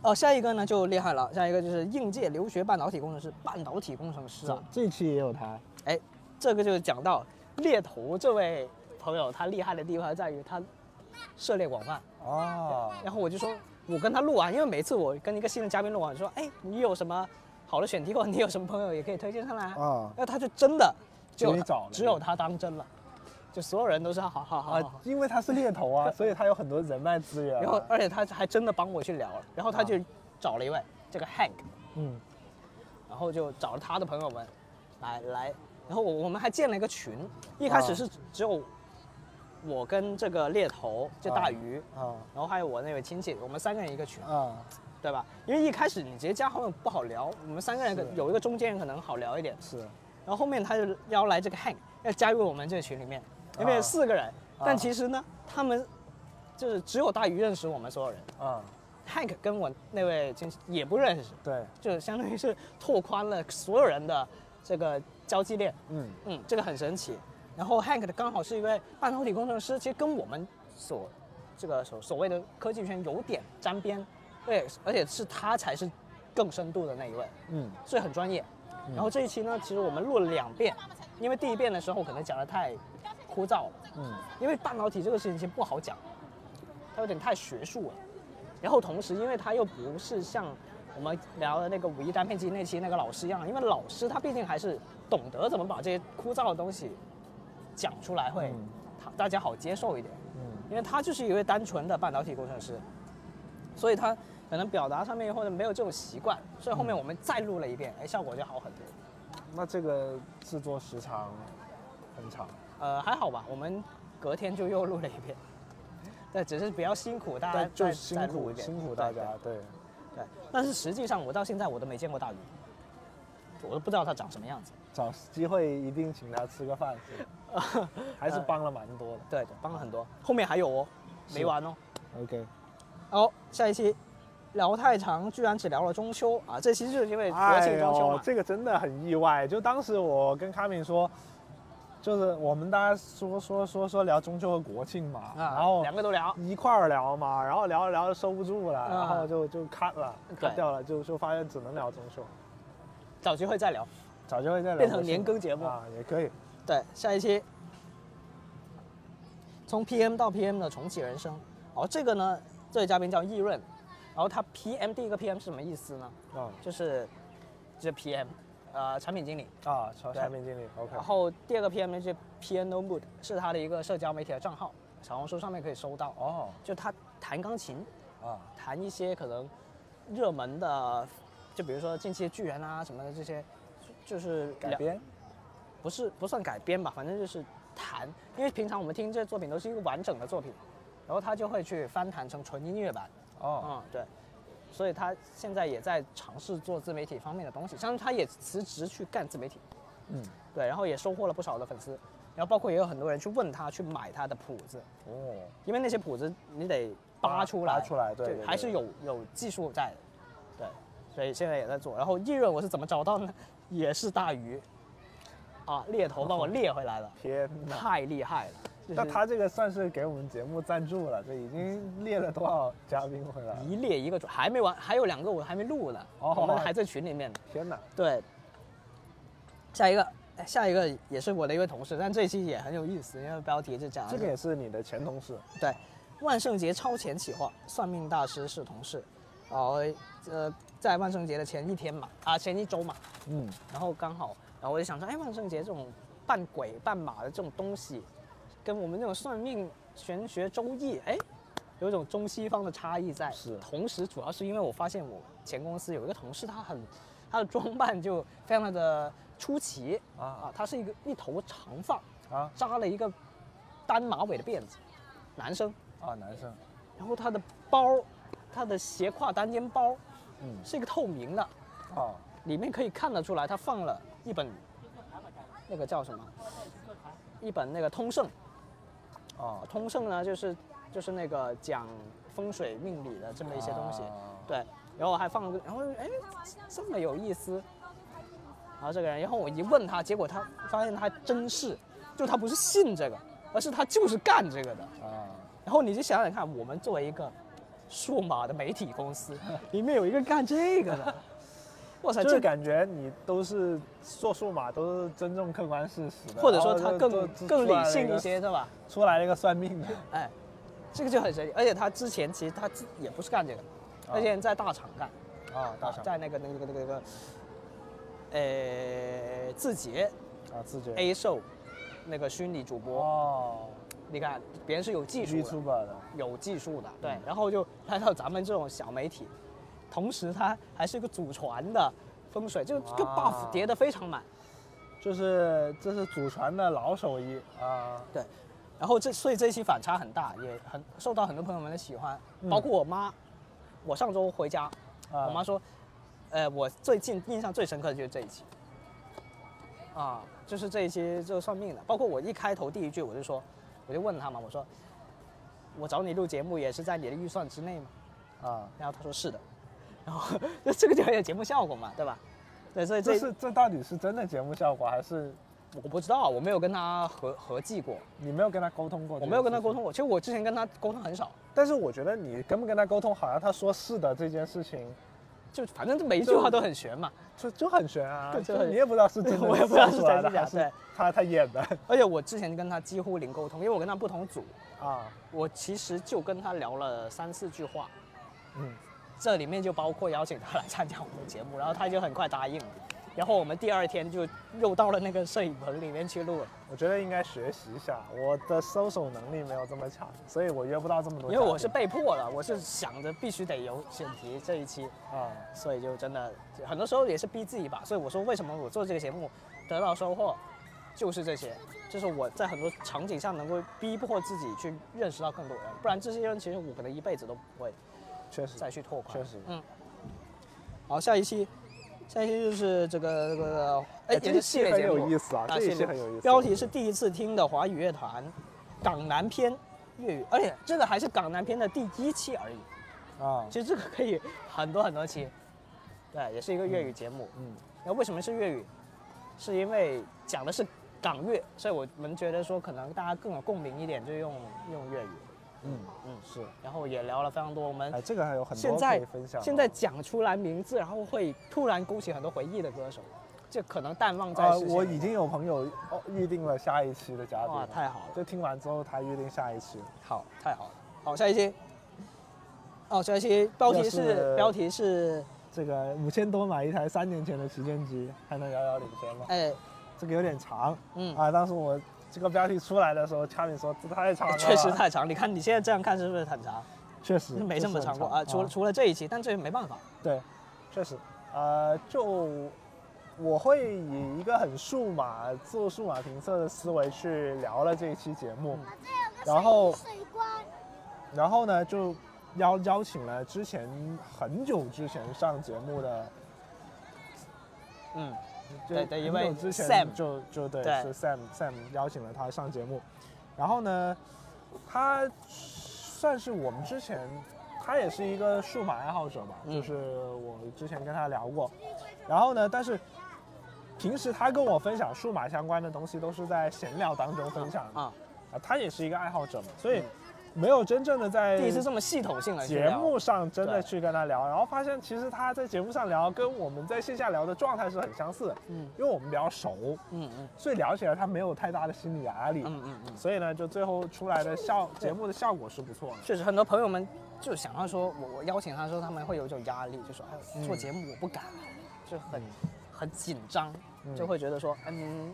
Speaker 1: 哦，下一个呢就厉害了，下一个就是应届留学半导体工程师，半导体工程师啊，
Speaker 2: 这期也有他，
Speaker 1: 这个就讲到猎头这位朋友，他厉害的地方在于他涉猎广泛。
Speaker 2: 啊，
Speaker 1: 然后我就说，我跟他录啊完，因为每次我跟一个新的嘉宾录完，我说，哎，你有什么好的选题，或者你有什么朋友也可以推荐上来啊
Speaker 2: 啊
Speaker 1: 那他就真的只有
Speaker 2: 给你
Speaker 1: 他
Speaker 2: 找了
Speaker 1: 只有他当真了，就所有人都是好好好好
Speaker 2: 啊
Speaker 1: 好，。
Speaker 2: 因为他是猎头 啊，所以他有很多人脉资源啊，
Speaker 1: 然后而且他还真的帮我去聊了，然后他就找了一位这个 Hank，
Speaker 2: 嗯
Speaker 1: 然后就找了他的朋友们来来，然后我我们还建了一个群，一开始
Speaker 2: 啊
Speaker 1: 是只有我跟这个猎头就大鱼，
Speaker 2: 啊
Speaker 1: 然后还有我那位亲戚，我们三个人一个群，
Speaker 2: 啊
Speaker 1: 对吧？因为一开始你直接加好友不好聊，我们三个人可
Speaker 2: 是
Speaker 1: 有一个中间人可能好聊一点，
Speaker 2: 是
Speaker 1: 然后后面他就邀来这个 Hank 要加入我们这个群里面，里面有四个人，但其实呢，他们就是只有大鱼认识我们所有人
Speaker 2: 啊，
Speaker 1: ，Hank 跟我那位亲戚也不认识，
Speaker 2: 对，
Speaker 1: 就相当于是拓宽了所有人的这个交际链，
Speaker 2: 嗯
Speaker 1: 嗯，这个很神奇。然后 Hank 的刚好是一位半导体工程师，其实跟我们所这个所所谓的科技圈有点沾边，对，而且是他才是更深度的那一位。
Speaker 2: 嗯
Speaker 1: 所以很专业。然后这一期呢，其实我们录了两遍，因为第一遍的时候可能讲的太枯燥了，
Speaker 2: 嗯
Speaker 1: 因为半导体这个事情其实不好讲，它有点太学术了。然后同时，因为它又不是像我们聊的那个五一单片机那期那个老师一样，因为老师他毕竟还是懂得怎么把这些枯燥的东西讲出来会，
Speaker 2: 嗯
Speaker 1: 他大家好接受一点。
Speaker 2: 嗯
Speaker 1: 因为他就是一位单纯的半导体工程师，所以他可能表达上面或者没有这种习惯，所以后面
Speaker 2: 嗯
Speaker 1: 我们再录了一遍，哎，效果就好很多。
Speaker 2: 那这个制作时长很长，
Speaker 1: 呃，还好吧，我们隔天就又录了一遍，对，只是比较辛苦，大家
Speaker 2: 但就
Speaker 1: 再
Speaker 2: 辛
Speaker 1: 再录
Speaker 2: 苦
Speaker 1: 一遍，
Speaker 2: 辛苦
Speaker 1: 对
Speaker 2: 大家，对，
Speaker 1: 对对但是实际上我到现在我都没见过大鱼，我都不知道他长什么样子。
Speaker 2: 找机会一定请他吃个饭，是 吧还是帮了蛮多的。
Speaker 1: 对，对帮了很多，后面还有哦，没完哦。
Speaker 2: OK，
Speaker 1: 好，下一期聊太长，居然只聊了中秋啊！这期就是因为国庆中秋嘛。
Speaker 2: 哎这个真的很意外。就当时我跟卡敏说，就是我们大家说说说说聊中秋和国庆嘛，
Speaker 1: 啊，
Speaker 2: 然后
Speaker 1: 两个都聊，
Speaker 2: 一块儿聊嘛，然后聊着聊着收不住了，
Speaker 1: 啊
Speaker 2: 然后就就 cut 了
Speaker 1: 对
Speaker 2: ，cut 掉了，就就发现只能聊中秋，
Speaker 1: 找机会再聊。
Speaker 2: 早就会再聊
Speaker 1: 变成
Speaker 2: 国庆
Speaker 1: 年更节目
Speaker 2: 啊，也可以。
Speaker 1: 对，下一期从 PM 到 PM 的重启人生。哦，这个呢，这位嘉宾叫易润，然后他 PM 第一个 PM 是什么意思呢？
Speaker 2: 啊
Speaker 1: 就是就是 PM，呃，产品经理。
Speaker 2: 啊，产
Speaker 1: 对
Speaker 2: 产品经理，OK，
Speaker 1: 然后第二个 PM 呢就是 Piano Mood，是他的一个社交媒体的账号，小红书上面可以搜到。
Speaker 2: 哦
Speaker 1: 就他弹钢琴，
Speaker 2: 啊，
Speaker 1: 弹一些可能热门的，就比如说近期的巨人啊什么的这些，就就是
Speaker 2: 改
Speaker 1: 聊
Speaker 2: 编
Speaker 1: 不是不算改编吧，反正就是弹，因为平常我们听这些作品都是一个完整的作品，然后他就会去翻弹成纯音乐版，
Speaker 2: 哦，
Speaker 1: 嗯，对，所以他现在也在尝试做自媒体方面的东西，相当于他也辞职去干自媒体，
Speaker 2: 嗯，
Speaker 1: 对，然后也收获了不少的粉丝，然后包括也有很多人去问他去买他的谱子，
Speaker 2: 哦，
Speaker 1: 因为那些谱子你得扒出来，
Speaker 2: 扒出来对对对
Speaker 1: 还是有有技术在的，对，所以现在也在做。然后艺人我是怎么找到呢？ 也是大鱼，啊，猎头 帮我猎回来了。
Speaker 2: 天哪！
Speaker 1: 太厉害了。
Speaker 2: 那他这个算是给我们节目赞助了，这已经列了多少嘉宾回来了？
Speaker 1: 一列一个准，还没完，还有两个我还没录呢，
Speaker 2: 哦
Speaker 1: 我们还在群里面呢。
Speaker 2: 天哪！
Speaker 1: 对，下一个哎下一个也是我的一位同事，但这一期也很有意思，因为标题是讲
Speaker 2: 这个也是你的前同事，
Speaker 1: 对，万圣节超前企划，算命大师是同事，哦，呃，在万圣节的前一天嘛，啊，前一周嘛，
Speaker 2: 嗯，
Speaker 1: 然后刚好，然后我就想说，哎，万圣节这种扮鬼扮马的这种东西，跟我们这种算命玄学周易，哎，有一种中西方的差异在。
Speaker 2: 是
Speaker 1: 同时，主要是因为我发现我前公司有一个同事，他很，他的装扮就非常的出奇
Speaker 2: 啊
Speaker 1: 啊，他是一个一头长发，
Speaker 2: 啊
Speaker 1: 扎了一个单马尾的辫子，男生，
Speaker 2: 啊，男生，
Speaker 1: 然后他的包，他的斜挎单肩包
Speaker 2: 嗯
Speaker 1: 是一个透明的，
Speaker 2: 啊，
Speaker 1: 里面可以看得出来，他放了一本那个叫什么？一本那个通胜，
Speaker 2: 啊，
Speaker 1: 通胜呢就是就是那个讲风水命理的这么一些东西，
Speaker 2: 啊
Speaker 1: 对。然后还放了个，然后哎，这么有意思。然后这个人，然后我一问他，结果他发现他还真是，就他不是信这个，而是他就是干这个的。
Speaker 2: 啊，
Speaker 1: 然后你就想想看，我们作为一个数码的媒体公司， 里面有一个干这个的，哇塞，
Speaker 2: 就
Speaker 1: 这个
Speaker 2: 是感觉你都是做数码，都是尊重客观事实的，
Speaker 1: 或者说
Speaker 2: 然后
Speaker 1: 他
Speaker 2: 哦就
Speaker 1: 更
Speaker 2: 就
Speaker 1: 更
Speaker 2: 出来
Speaker 1: 理
Speaker 2: 了
Speaker 1: 性
Speaker 2: 个
Speaker 1: 一，些，对吧？
Speaker 2: 出来了一个算命 的，
Speaker 1: 哎，这个就很神奇。而且他之前其实他自也不是干这个，他之前在大厂干，
Speaker 2: 啊，大厂
Speaker 1: 在那个那个那个那个，呃，字节
Speaker 2: 啊，自觉
Speaker 1: A 售那个虚拟主播，
Speaker 2: 哦，
Speaker 1: 你看别人是有技术的，嗯
Speaker 2: YouTuber 的，
Speaker 1: 有技术的，对，然后就来到咱们这种小媒体，同时他还是一个祖传的风水，就这个
Speaker 2: 哇
Speaker 1: buff 叠得非常满，
Speaker 2: 就是这是祖传的老手艺啊，
Speaker 1: 对，然后这所以这一期反差很大，也很受到很多朋友们的喜欢，包括我妈，我上周回家，
Speaker 2: 啊
Speaker 1: 我妈说，呃，我最近印象最深刻的就是这一期，啊，就是这一期就算命的，包括我一开头第一句我就说，我就问他嘛，我说，我找你录节目也是在你的预算之内吗？
Speaker 2: 啊，
Speaker 1: 然后他说是的，然后 就这个就很有节目效果嘛，对吧？对，所以
Speaker 2: 这
Speaker 1: 这
Speaker 2: 是这到底是真的节目效果，还是
Speaker 1: 我不知道，我没有跟他合合计过，
Speaker 2: 你没有跟他沟通过？
Speaker 1: 我没有跟他沟。通过。其实我之前跟他沟通很少，
Speaker 2: 但是我觉得你跟不跟他沟通，好像他说是的这件事情，
Speaker 1: 就反正每一句话都很玄嘛。
Speaker 2: 就就很悬啊，
Speaker 1: 对就
Speaker 2: 就
Speaker 1: 很
Speaker 2: 你也不知道是真 的，
Speaker 1: 我也不知道是
Speaker 2: 出来
Speaker 1: 真是
Speaker 2: 的
Speaker 1: 假
Speaker 2: 还是
Speaker 1: 对
Speaker 2: 他他演的
Speaker 1: 而且我之前跟他几乎零沟通，因为我跟他不同组，
Speaker 2: 啊，
Speaker 1: 我其实就跟他聊了三四句话，
Speaker 2: 嗯，
Speaker 1: 啊这里面就包括邀请他来参加我们的节目，然后他就很快答应了。然后我们第二天就又到了那个摄影棚里面去录了，
Speaker 2: 我觉得应该学习一下，我的搜索能力没有这么强，所以我约不到这么多嘉
Speaker 1: 因
Speaker 2: 宾。
Speaker 1: 为我是被迫的，我是想着必须得有选题这一期，
Speaker 2: 啊，
Speaker 1: 所以就真的很多时候也是逼自己吧。所以我说，为什么我做这个节目得到收获，就是这些，就是我在很多场景下能够逼迫自己去认识到更多人，不然这些人其实我可能一辈子都不会
Speaker 2: 确实
Speaker 1: 再去拓宽。
Speaker 2: 确实
Speaker 1: 嗯。好，下一期，下一期就是这个这个，哎，
Speaker 2: 哎，
Speaker 1: 也
Speaker 2: 这
Speaker 1: 是
Speaker 2: 一
Speaker 1: 系
Speaker 2: 期
Speaker 1: 列
Speaker 2: 很
Speaker 1: 节目，
Speaker 2: 有意思啊，这
Speaker 1: 系
Speaker 2: 一期
Speaker 1: 列
Speaker 2: 很有意思。
Speaker 1: 标题是第一次听的华语乐坛，港南篇粤语，而且这个还是港南篇的第一期而已。
Speaker 2: 啊，
Speaker 1: 其实这个可以很多很多期，对，也是一个粤语节目。
Speaker 2: 嗯，
Speaker 1: 那为什么是粤语？是因为讲的是港乐，所以我们觉得说可能大家更有共鸣一点，就用用粤语。
Speaker 2: 嗯嗯是，
Speaker 1: 然后也聊了非常多我们
Speaker 2: 哎，这个还有很
Speaker 1: 现
Speaker 2: 多可
Speaker 1: 在
Speaker 2: 以分享啊。
Speaker 1: 现在讲出来名字，然后会突然勾起很多回忆的歌手，这可能淡忘在
Speaker 2: 啊，
Speaker 1: 视线。
Speaker 2: 我已经有朋友哦预定了下一期的嘉宾
Speaker 1: 哇，
Speaker 2: 了，
Speaker 1: 太好了，
Speaker 2: 就听完之后他预定下一期，
Speaker 1: 好，太好了。好，下一期。哦，下一期标题
Speaker 2: 又
Speaker 1: 是
Speaker 2: 是
Speaker 1: 标题是，
Speaker 2: 这个五千多买一台三年前的旗舰机，还能遥遥领先吗？
Speaker 1: 哎，
Speaker 2: 这个有点长
Speaker 1: 嗯，
Speaker 2: 啊，当时我这个标题出来的时候，嘉宾说这太长了吧，
Speaker 1: 确实太长。你看你现在这样看是不是很长？
Speaker 2: 确实
Speaker 1: 没这么
Speaker 2: 确实很
Speaker 1: 长过啊，除了除了这一期，但这没办法。
Speaker 2: 对，确实，呃，就我会以一个很数码做数码评测的思维去聊了这一期节目，然后
Speaker 5: 水光
Speaker 2: 然后呢，就邀邀请了之前很久之前上节目的，
Speaker 1: 嗯，
Speaker 2: 就
Speaker 1: 对对一
Speaker 2: 很久
Speaker 1: 位
Speaker 2: 之前
Speaker 1: Sam
Speaker 2: 就就对
Speaker 1: 对
Speaker 2: 是 Sam Sam 邀请了他上节目，然后呢，他算是我们之前。他也是一个数码爱好者吧，
Speaker 1: 嗯
Speaker 2: 就是我之前跟他聊过，然后呢，但是平时他跟我分享数码相关的东西都是在闲聊当中分享的，
Speaker 1: 啊，嗯
Speaker 2: 啊，他也是一个爱好者嘛，所以没有真正的在
Speaker 1: 第一次这么系统性的
Speaker 2: 节目上真的
Speaker 1: 对
Speaker 2: 去跟他聊，然后发现其实他在节目上聊跟我们在线下聊的状态是很相似的，
Speaker 1: 嗯
Speaker 2: 因为我们比较熟，
Speaker 1: 嗯嗯
Speaker 2: 所以聊起来他没有太大的心理压力，
Speaker 1: 嗯嗯嗯，
Speaker 2: 所以呢，就最后出来的效节目的效果是不错的。
Speaker 1: 确实很多朋友们就想要说，我我邀请他的时候，他们会有一种压力，就说哎，做节目我不敢，
Speaker 2: 嗯
Speaker 1: 就很很紧张，就会觉得说，嗯，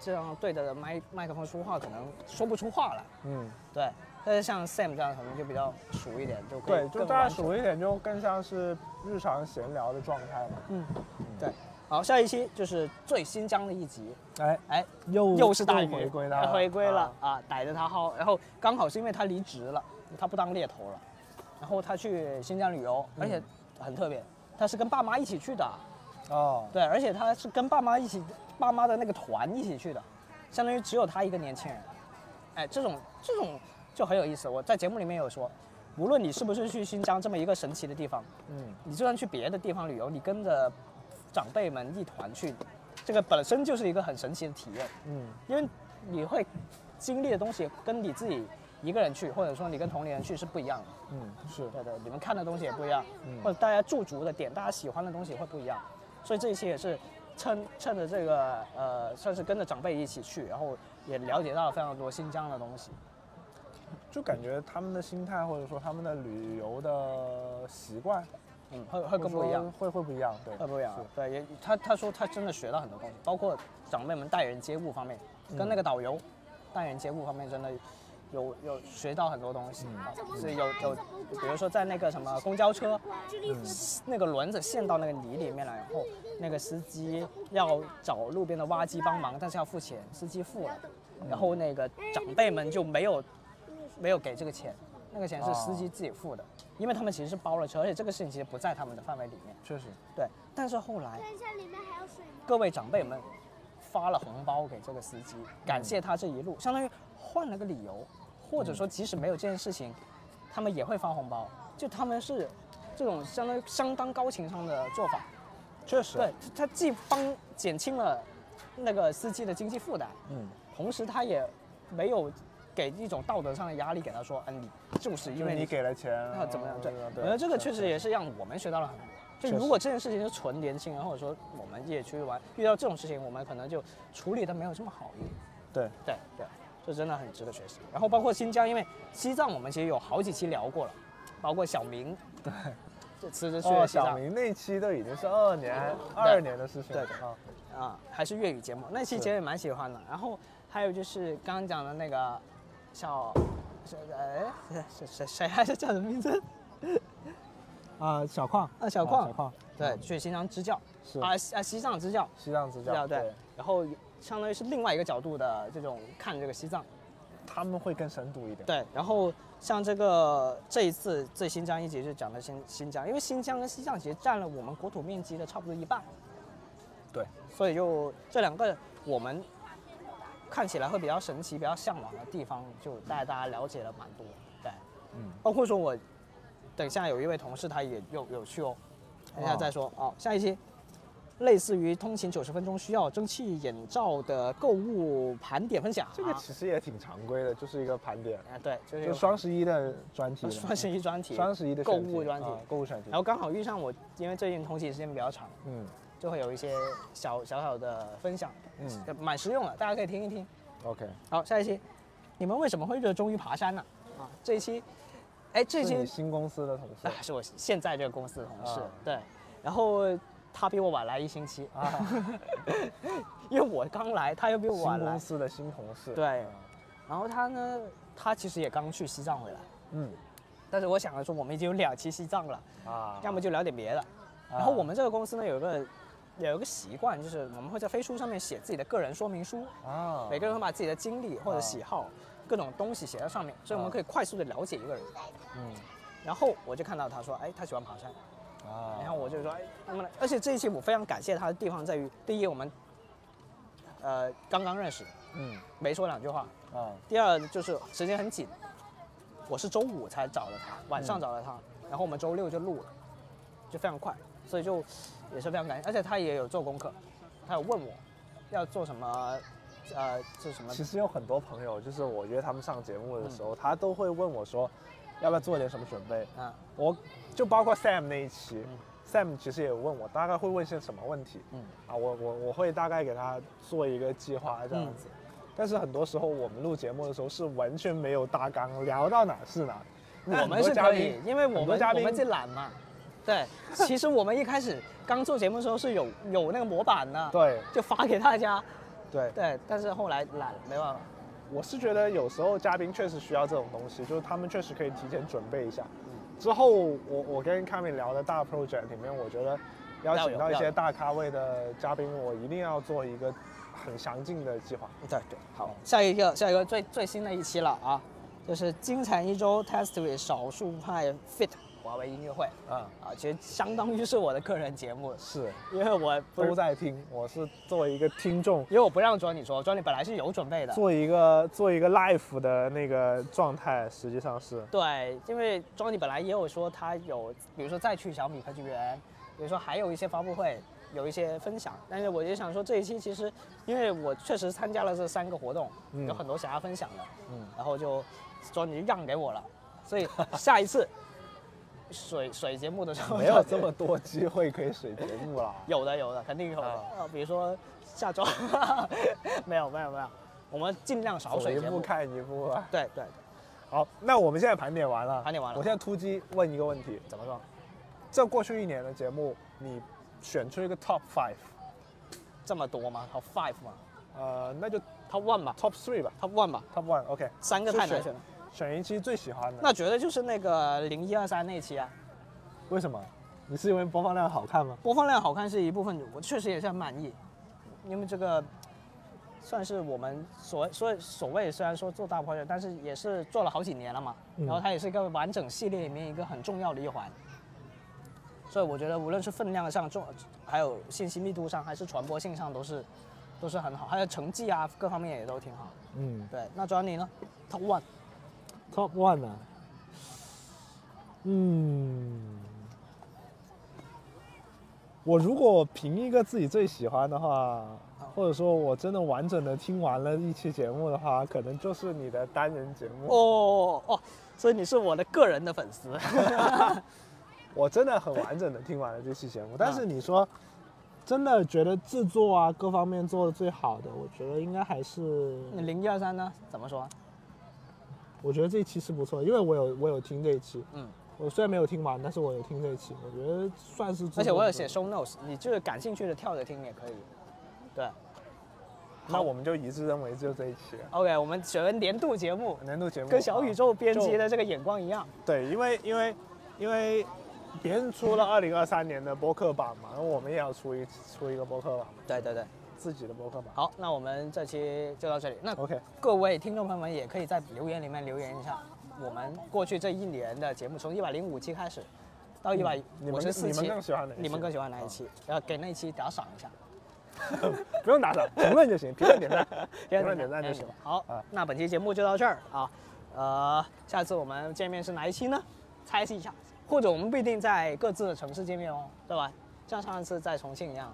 Speaker 1: 这样对着麦麦克风说话可能说不出话来，
Speaker 2: 嗯，
Speaker 1: 对。但是像 Sam 这样可能就比较熟一点，就可以
Speaker 2: 对，就
Speaker 1: 更
Speaker 2: 大家
Speaker 1: 完整
Speaker 2: 熟一点，就更像是日常闲聊的状态嘛。
Speaker 1: 嗯，对。好，下一期就是最新疆的一集，
Speaker 2: 哎，
Speaker 1: 哎，
Speaker 2: 又
Speaker 1: 又是大鱼
Speaker 2: 回归他了，
Speaker 1: 回归了
Speaker 2: 啊
Speaker 1: 啊，逮着他薅。然后刚好是因为他离职了，他不当猎头了，然后他去新疆旅游，而且很特别，他是跟爸妈一起去的，
Speaker 2: 哦，
Speaker 1: 对，而且他是跟爸妈一起，爸妈的那个团一起去的，相当于只有他一个年轻人。哎，这种这种就很有意思。我在节目里面有说，无论你是不是去新疆这么一个神奇的地方，
Speaker 2: 嗯，
Speaker 1: 你就算去别的地方旅游，你跟着长辈们一团去，这个本身就是一个很神奇的体验，
Speaker 2: 嗯
Speaker 1: 因为你会经历的东西跟你自己一个人去，或者说你跟同龄人去是不一样的。
Speaker 2: 嗯，是，
Speaker 1: 对对，你们看的东西也不一样，
Speaker 2: 嗯
Speaker 1: 或者大家驻足的点，大家喜欢的东西会不一样，所以这一期也是趁趁着这个呃，算是跟着长辈一起去，然后也了解到了非常多新疆的东西。
Speaker 2: 就感觉他们的心态或者说他们的旅游的习惯
Speaker 1: 嗯，会会更不一
Speaker 2: 或者说
Speaker 1: 样，
Speaker 2: 会会不一样，对，
Speaker 1: 会不一样啊
Speaker 2: 是。
Speaker 1: 对，也他他说他真的学到很多东西，包括长辈们待人接物方面，跟那个导游待人接物方面真的。有有学到很多东西，啊是有有，比如说在那个什么公交车，那个轮子陷到那个泥里面了，然后那个司机要找路边的挖机帮忙，但是要付钱，司机付了，然后那个长辈们就没有没有给这个钱，那个钱是司机自己付的，因为他们其实是包了车，而且这个事情其实不在他们的范围里面。
Speaker 2: 确实，
Speaker 1: 对，但是后来
Speaker 5: 看一下里面还有水吗？
Speaker 1: 各位长辈们发了红包给这个司机，感谢他这一路，相当于换了个理由，或者说即使没有这件事情，他们也会发红包，就他们是这种相当于相当高情商的做法。
Speaker 2: 确实，
Speaker 1: 对，他既帮减轻了那个司机的经济负担，
Speaker 2: 嗯，
Speaker 1: 同时他也没有给一种道德上的压力给他说，嗯，你就是因
Speaker 2: 因为
Speaker 1: 为
Speaker 2: 你
Speaker 1: 你
Speaker 2: 给了钱，然
Speaker 1: 那
Speaker 2: 后
Speaker 1: 怎么样？对，我
Speaker 2: 对，
Speaker 1: 觉得这个确实
Speaker 2: 对
Speaker 1: 也是让我们学到了很多。
Speaker 2: 确
Speaker 1: 就
Speaker 2: 实
Speaker 1: 如果这件事情是纯年轻人，或者说我们也去玩，遇到这种事情，我们可能就处理的没有这么好一点。
Speaker 2: 对，
Speaker 1: 对对，这真的很值得学习。然后包括新疆，因为西藏我们其实有好几期聊过了，包括小明，对，这辞职去
Speaker 2: 哦，
Speaker 1: 了西
Speaker 2: 小
Speaker 1: 藏、
Speaker 2: 明那期都已经是二年、二年的事情了
Speaker 1: 对
Speaker 2: 啊，
Speaker 1: 啊，还是粤语节目，那期
Speaker 2: 是
Speaker 1: 节目也蛮喜欢的。然后还有就是刚刚讲的那个小，是哎，谁谁谁还是叫什么名字？
Speaker 2: 啊，小矿
Speaker 1: 啊小矿
Speaker 2: 啊小矿
Speaker 1: 对，去新疆支教，
Speaker 2: 是
Speaker 1: 啊西啊西藏支教，
Speaker 2: 西藏支
Speaker 1: 支教
Speaker 2: 教，
Speaker 1: 啊对，，然后相当于是另外一个角度的这种看这个西藏，
Speaker 2: 他们会更深度一点，
Speaker 1: 对，然后像这个这一次最新疆一集就讲的新新疆，因为新疆跟西藏其实占了我们国土面积的差不多一半，
Speaker 2: 对，
Speaker 1: 所以就这两个我们看起来会比较神奇、比较向往的地方，就带大家了解了蛮多，对，
Speaker 2: 嗯，
Speaker 1: 包括说我等一下有一位同事他也有有去哦，等一下再说哦，下一期。类似于通勤九十分钟需要蒸汽眼罩的购物盘点分享，
Speaker 2: 这个其实也挺常规的，就是一个盘点，
Speaker 1: 啊对，就是
Speaker 2: 就
Speaker 1: 有
Speaker 2: 双十一的专 题了，
Speaker 1: 双十一专题，
Speaker 2: 双啊十一的
Speaker 1: 购
Speaker 2: 选题
Speaker 1: 物专题
Speaker 2: 啊，购物选题
Speaker 1: 然，后刚好遇上我，因为最近通勤时间比较长，
Speaker 2: 嗯
Speaker 1: 就会有一些小小小的分享，
Speaker 2: 嗯
Speaker 1: 呃蛮实用的，大家可以听一听。
Speaker 2: ，OK，
Speaker 1: 好，下一期，你们为什么会热衷于爬山呢？啊，这一期，哎，这一
Speaker 2: 是
Speaker 1: 期
Speaker 2: 你新公司的同事
Speaker 1: 啊，是我现在这个公司的同事，
Speaker 2: 啊
Speaker 1: 对，然后他比我晚来一星期，
Speaker 2: 啊，
Speaker 1: 因为我刚来，他又比我
Speaker 2: 新
Speaker 1: 晚
Speaker 2: 公
Speaker 1: 来，
Speaker 2: 司的新同事，啊
Speaker 1: 对，然后他呢，他其实也刚去西藏回来，
Speaker 2: 嗯
Speaker 1: 但是我想着说，我们已经有两期西藏了，
Speaker 2: 啊，
Speaker 1: 要么就聊点别的。
Speaker 2: 啊，
Speaker 1: 然后我们这个公司呢，有一个有一个习惯，就是我们会在飞书上面写自己的个人说明书，
Speaker 2: 啊，
Speaker 1: 每个人会把自己的经历或者喜好、各种东西写在上面，所以我们
Speaker 2: 啊
Speaker 1: 可以快速的了解一个人。
Speaker 2: 嗯
Speaker 1: 然后我就看到他说，哎，他喜欢爬山，
Speaker 2: 啊，
Speaker 1: 然后我就说，哎，那么来而且这一期我非常感谢他的地方在于，第一，我们呃刚刚认识，
Speaker 2: 嗯
Speaker 1: 没说两句话；
Speaker 2: 啊
Speaker 1: 第二就是时间很紧，我是周五才找的他，晚上
Speaker 2: 嗯
Speaker 1: 找的他，然后我们周六就录了，就非常快，所以就也是非常感谢。而且他也有做功课，他有问我要做什么呃，这什么
Speaker 2: 其实有很多朋友，就是我约他们上节目的时
Speaker 1: 嗯
Speaker 2: 候，他都会问我说，要不要做点什么准备？
Speaker 1: 啊？
Speaker 2: 我就包括 Sam 那一期、
Speaker 1: 嗯
Speaker 2: s a m 其实也有问我大概会问些什么问题
Speaker 1: 嗯
Speaker 2: 啊，我我我会大概给他做一个计划这样
Speaker 1: 嗯
Speaker 2: 子。但是很多时候我们录节目的时候是完全没有大纲，聊到哪是哪。
Speaker 1: 我们
Speaker 2: 很多
Speaker 1: 是
Speaker 2: 嘉
Speaker 1: 可
Speaker 2: 宾
Speaker 1: 以，因为我
Speaker 2: 很多
Speaker 1: 们
Speaker 2: 嘉
Speaker 1: 我
Speaker 2: 宾
Speaker 1: 们这懒嘛。 对，其实我们一开始刚做节目的时候是有有那个模板的，，
Speaker 2: 对
Speaker 1: 就发给大家。
Speaker 2: 对，
Speaker 1: 对，但是后来懒了，没办法。
Speaker 2: 我是觉得有时候嘉宾确实需要这种东西，就是他们确实可以提前准备一下。之后我我跟 c a m i 聊的大 project 里面，我觉得邀
Speaker 1: 要
Speaker 2: 请
Speaker 1: 有
Speaker 2: 到一
Speaker 1: 要
Speaker 2: 些
Speaker 1: 有
Speaker 2: 大咖位的嘉宾，我一定要做一个很详尽的计划。
Speaker 1: 对对，好，下一个下一个最最新的一期了啊，就是金蝉一周 Testway 少数派 Fit 华为音乐会
Speaker 2: 啊、
Speaker 1: 啊，其实相当于是我的个人节目，
Speaker 2: 是
Speaker 1: 因为我不
Speaker 2: 都，在听，我是作为一个听众，
Speaker 1: 因为我不让庄你说，庄你本来是有准备的。
Speaker 2: 做一个做一个 live 的那个状态，实际上是
Speaker 1: 对，因为庄你本来也有说他有，比如说再去小米科技园，比如说还有一些发布会，有一些分享。但是我就想说这一期其实，因为我确实参加了这三个活动，
Speaker 2: 嗯
Speaker 1: 有很多想要分享的，
Speaker 2: 嗯
Speaker 1: 然后就庄你就让给我了，所以下一次水水节目的时候
Speaker 2: 没有这么多机会可以水节目啦。
Speaker 1: 有的有的，肯定有的。
Speaker 2: 啊
Speaker 1: 呃，比如说下周， 没有没有没有，我们尽量少
Speaker 2: 走
Speaker 1: 水
Speaker 2: 一
Speaker 1: 节
Speaker 2: 步
Speaker 1: 目。
Speaker 2: 看一步啊吧。
Speaker 1: 对对，
Speaker 2: 好，那我们现在盘点完了，
Speaker 1: 盘点完了
Speaker 2: 我现在突击问一个问题，
Speaker 1: 怎么说？
Speaker 2: 这过去一年的节目，你选出一个 top five，
Speaker 1: 这么多吗？Top five 吗
Speaker 2: 呃，那就
Speaker 1: ？Top one 吧
Speaker 2: top three 吧
Speaker 1: ，Top one 吧，
Speaker 2: ，top one，OK，、
Speaker 1: 三个
Speaker 2: 是
Speaker 1: 太难
Speaker 2: 谁
Speaker 1: 选了。
Speaker 2: 选一期最喜欢的。
Speaker 1: 那绝对就是那个零一二三那期啊，
Speaker 2: 为什么？你是因为播放量好看吗？
Speaker 1: 播放量好看是一部分，我确实也是很满意，因为这个算是我们所所所谓虽然说做大 project，但是也是做了好几年了嘛，
Speaker 2: 嗯
Speaker 1: 然后它也是一个完整系列里面一个很重要的一环，所以我觉得无论是分量上重，还有信息密度上，还是传播性上都是都是很好，还有成绩啊各方面也都挺好。
Speaker 2: 嗯
Speaker 1: 对，那庄你呢？Top one
Speaker 2: ，top one 呢、嗯，我如果评一个自己最喜欢的话，或者说我真的完整的听完了一期节目的话，可能就是你的单人节目。
Speaker 1: 哦哦，所以你是我的个人的粉丝。
Speaker 2: 我真的很完整的听完了这期节目，
Speaker 1: 嗯
Speaker 2: 但是你说，真的觉得制作啊各方面做的最好的，我觉得应该还是，
Speaker 1: 你零一二三呢？怎么说？
Speaker 2: 我觉得这一期是不错，因为我有我有听这一期，
Speaker 1: 嗯，
Speaker 2: 我虽然没有听完，但是我有听这一期，我觉得算是制作不错。
Speaker 1: 而且我有写 show notes，你就是感兴趣的跳着听也可以。对
Speaker 2: 那我们就一致认为就这一期
Speaker 1: ，OK，我们选个年度节目，
Speaker 2: 年度节目，
Speaker 1: 跟小宇宙编辑
Speaker 2: 啊
Speaker 1: 的这个眼光一样。
Speaker 2: 就对，因为因为因为别人出了二零二三年的播客榜嘛，那我们也要出一出一个播客榜，
Speaker 1: 对对对，
Speaker 2: 自己的播客榜。
Speaker 1: 好，那我们这期就到这里。那
Speaker 2: OK，
Speaker 1: 各位听众朋友们也可以在留言里面留言一下，我们过去这一年的节目，从一百零五期开始到一百
Speaker 2: 你
Speaker 1: 五
Speaker 2: 们
Speaker 1: 十
Speaker 2: 更
Speaker 1: 四
Speaker 2: 你们
Speaker 1: 期，
Speaker 2: 更喜欢哪一期？
Speaker 1: 嗯你们更喜欢哪一期？然后给那一期打赏一下，
Speaker 2: 不用打赏，评论就行，评论点赞。
Speaker 1: 点
Speaker 2: 论点赞就行。
Speaker 1: 哎好
Speaker 2: 啊，
Speaker 1: 那本期节目就到这儿啊，呃，下次我们见面是哪一期呢？猜一下，或者我们不一定在各自的城市见面哦，对吧？像上一次在重庆一样，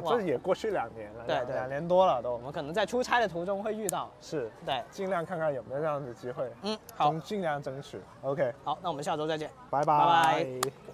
Speaker 1: 哇
Speaker 2: 这也过去两年了，
Speaker 1: 对
Speaker 2: 两
Speaker 1: 对
Speaker 2: 两年多了
Speaker 1: 我
Speaker 2: 都
Speaker 1: 们可能在出差的途中会遇到。
Speaker 2: 是，
Speaker 1: 对，
Speaker 2: 尽量看看有没有这样的机会，
Speaker 1: 嗯，好
Speaker 2: 争，尽量争取。OK，
Speaker 1: 好，那我们下周再见。
Speaker 2: 拜
Speaker 1: 拜
Speaker 2: 拜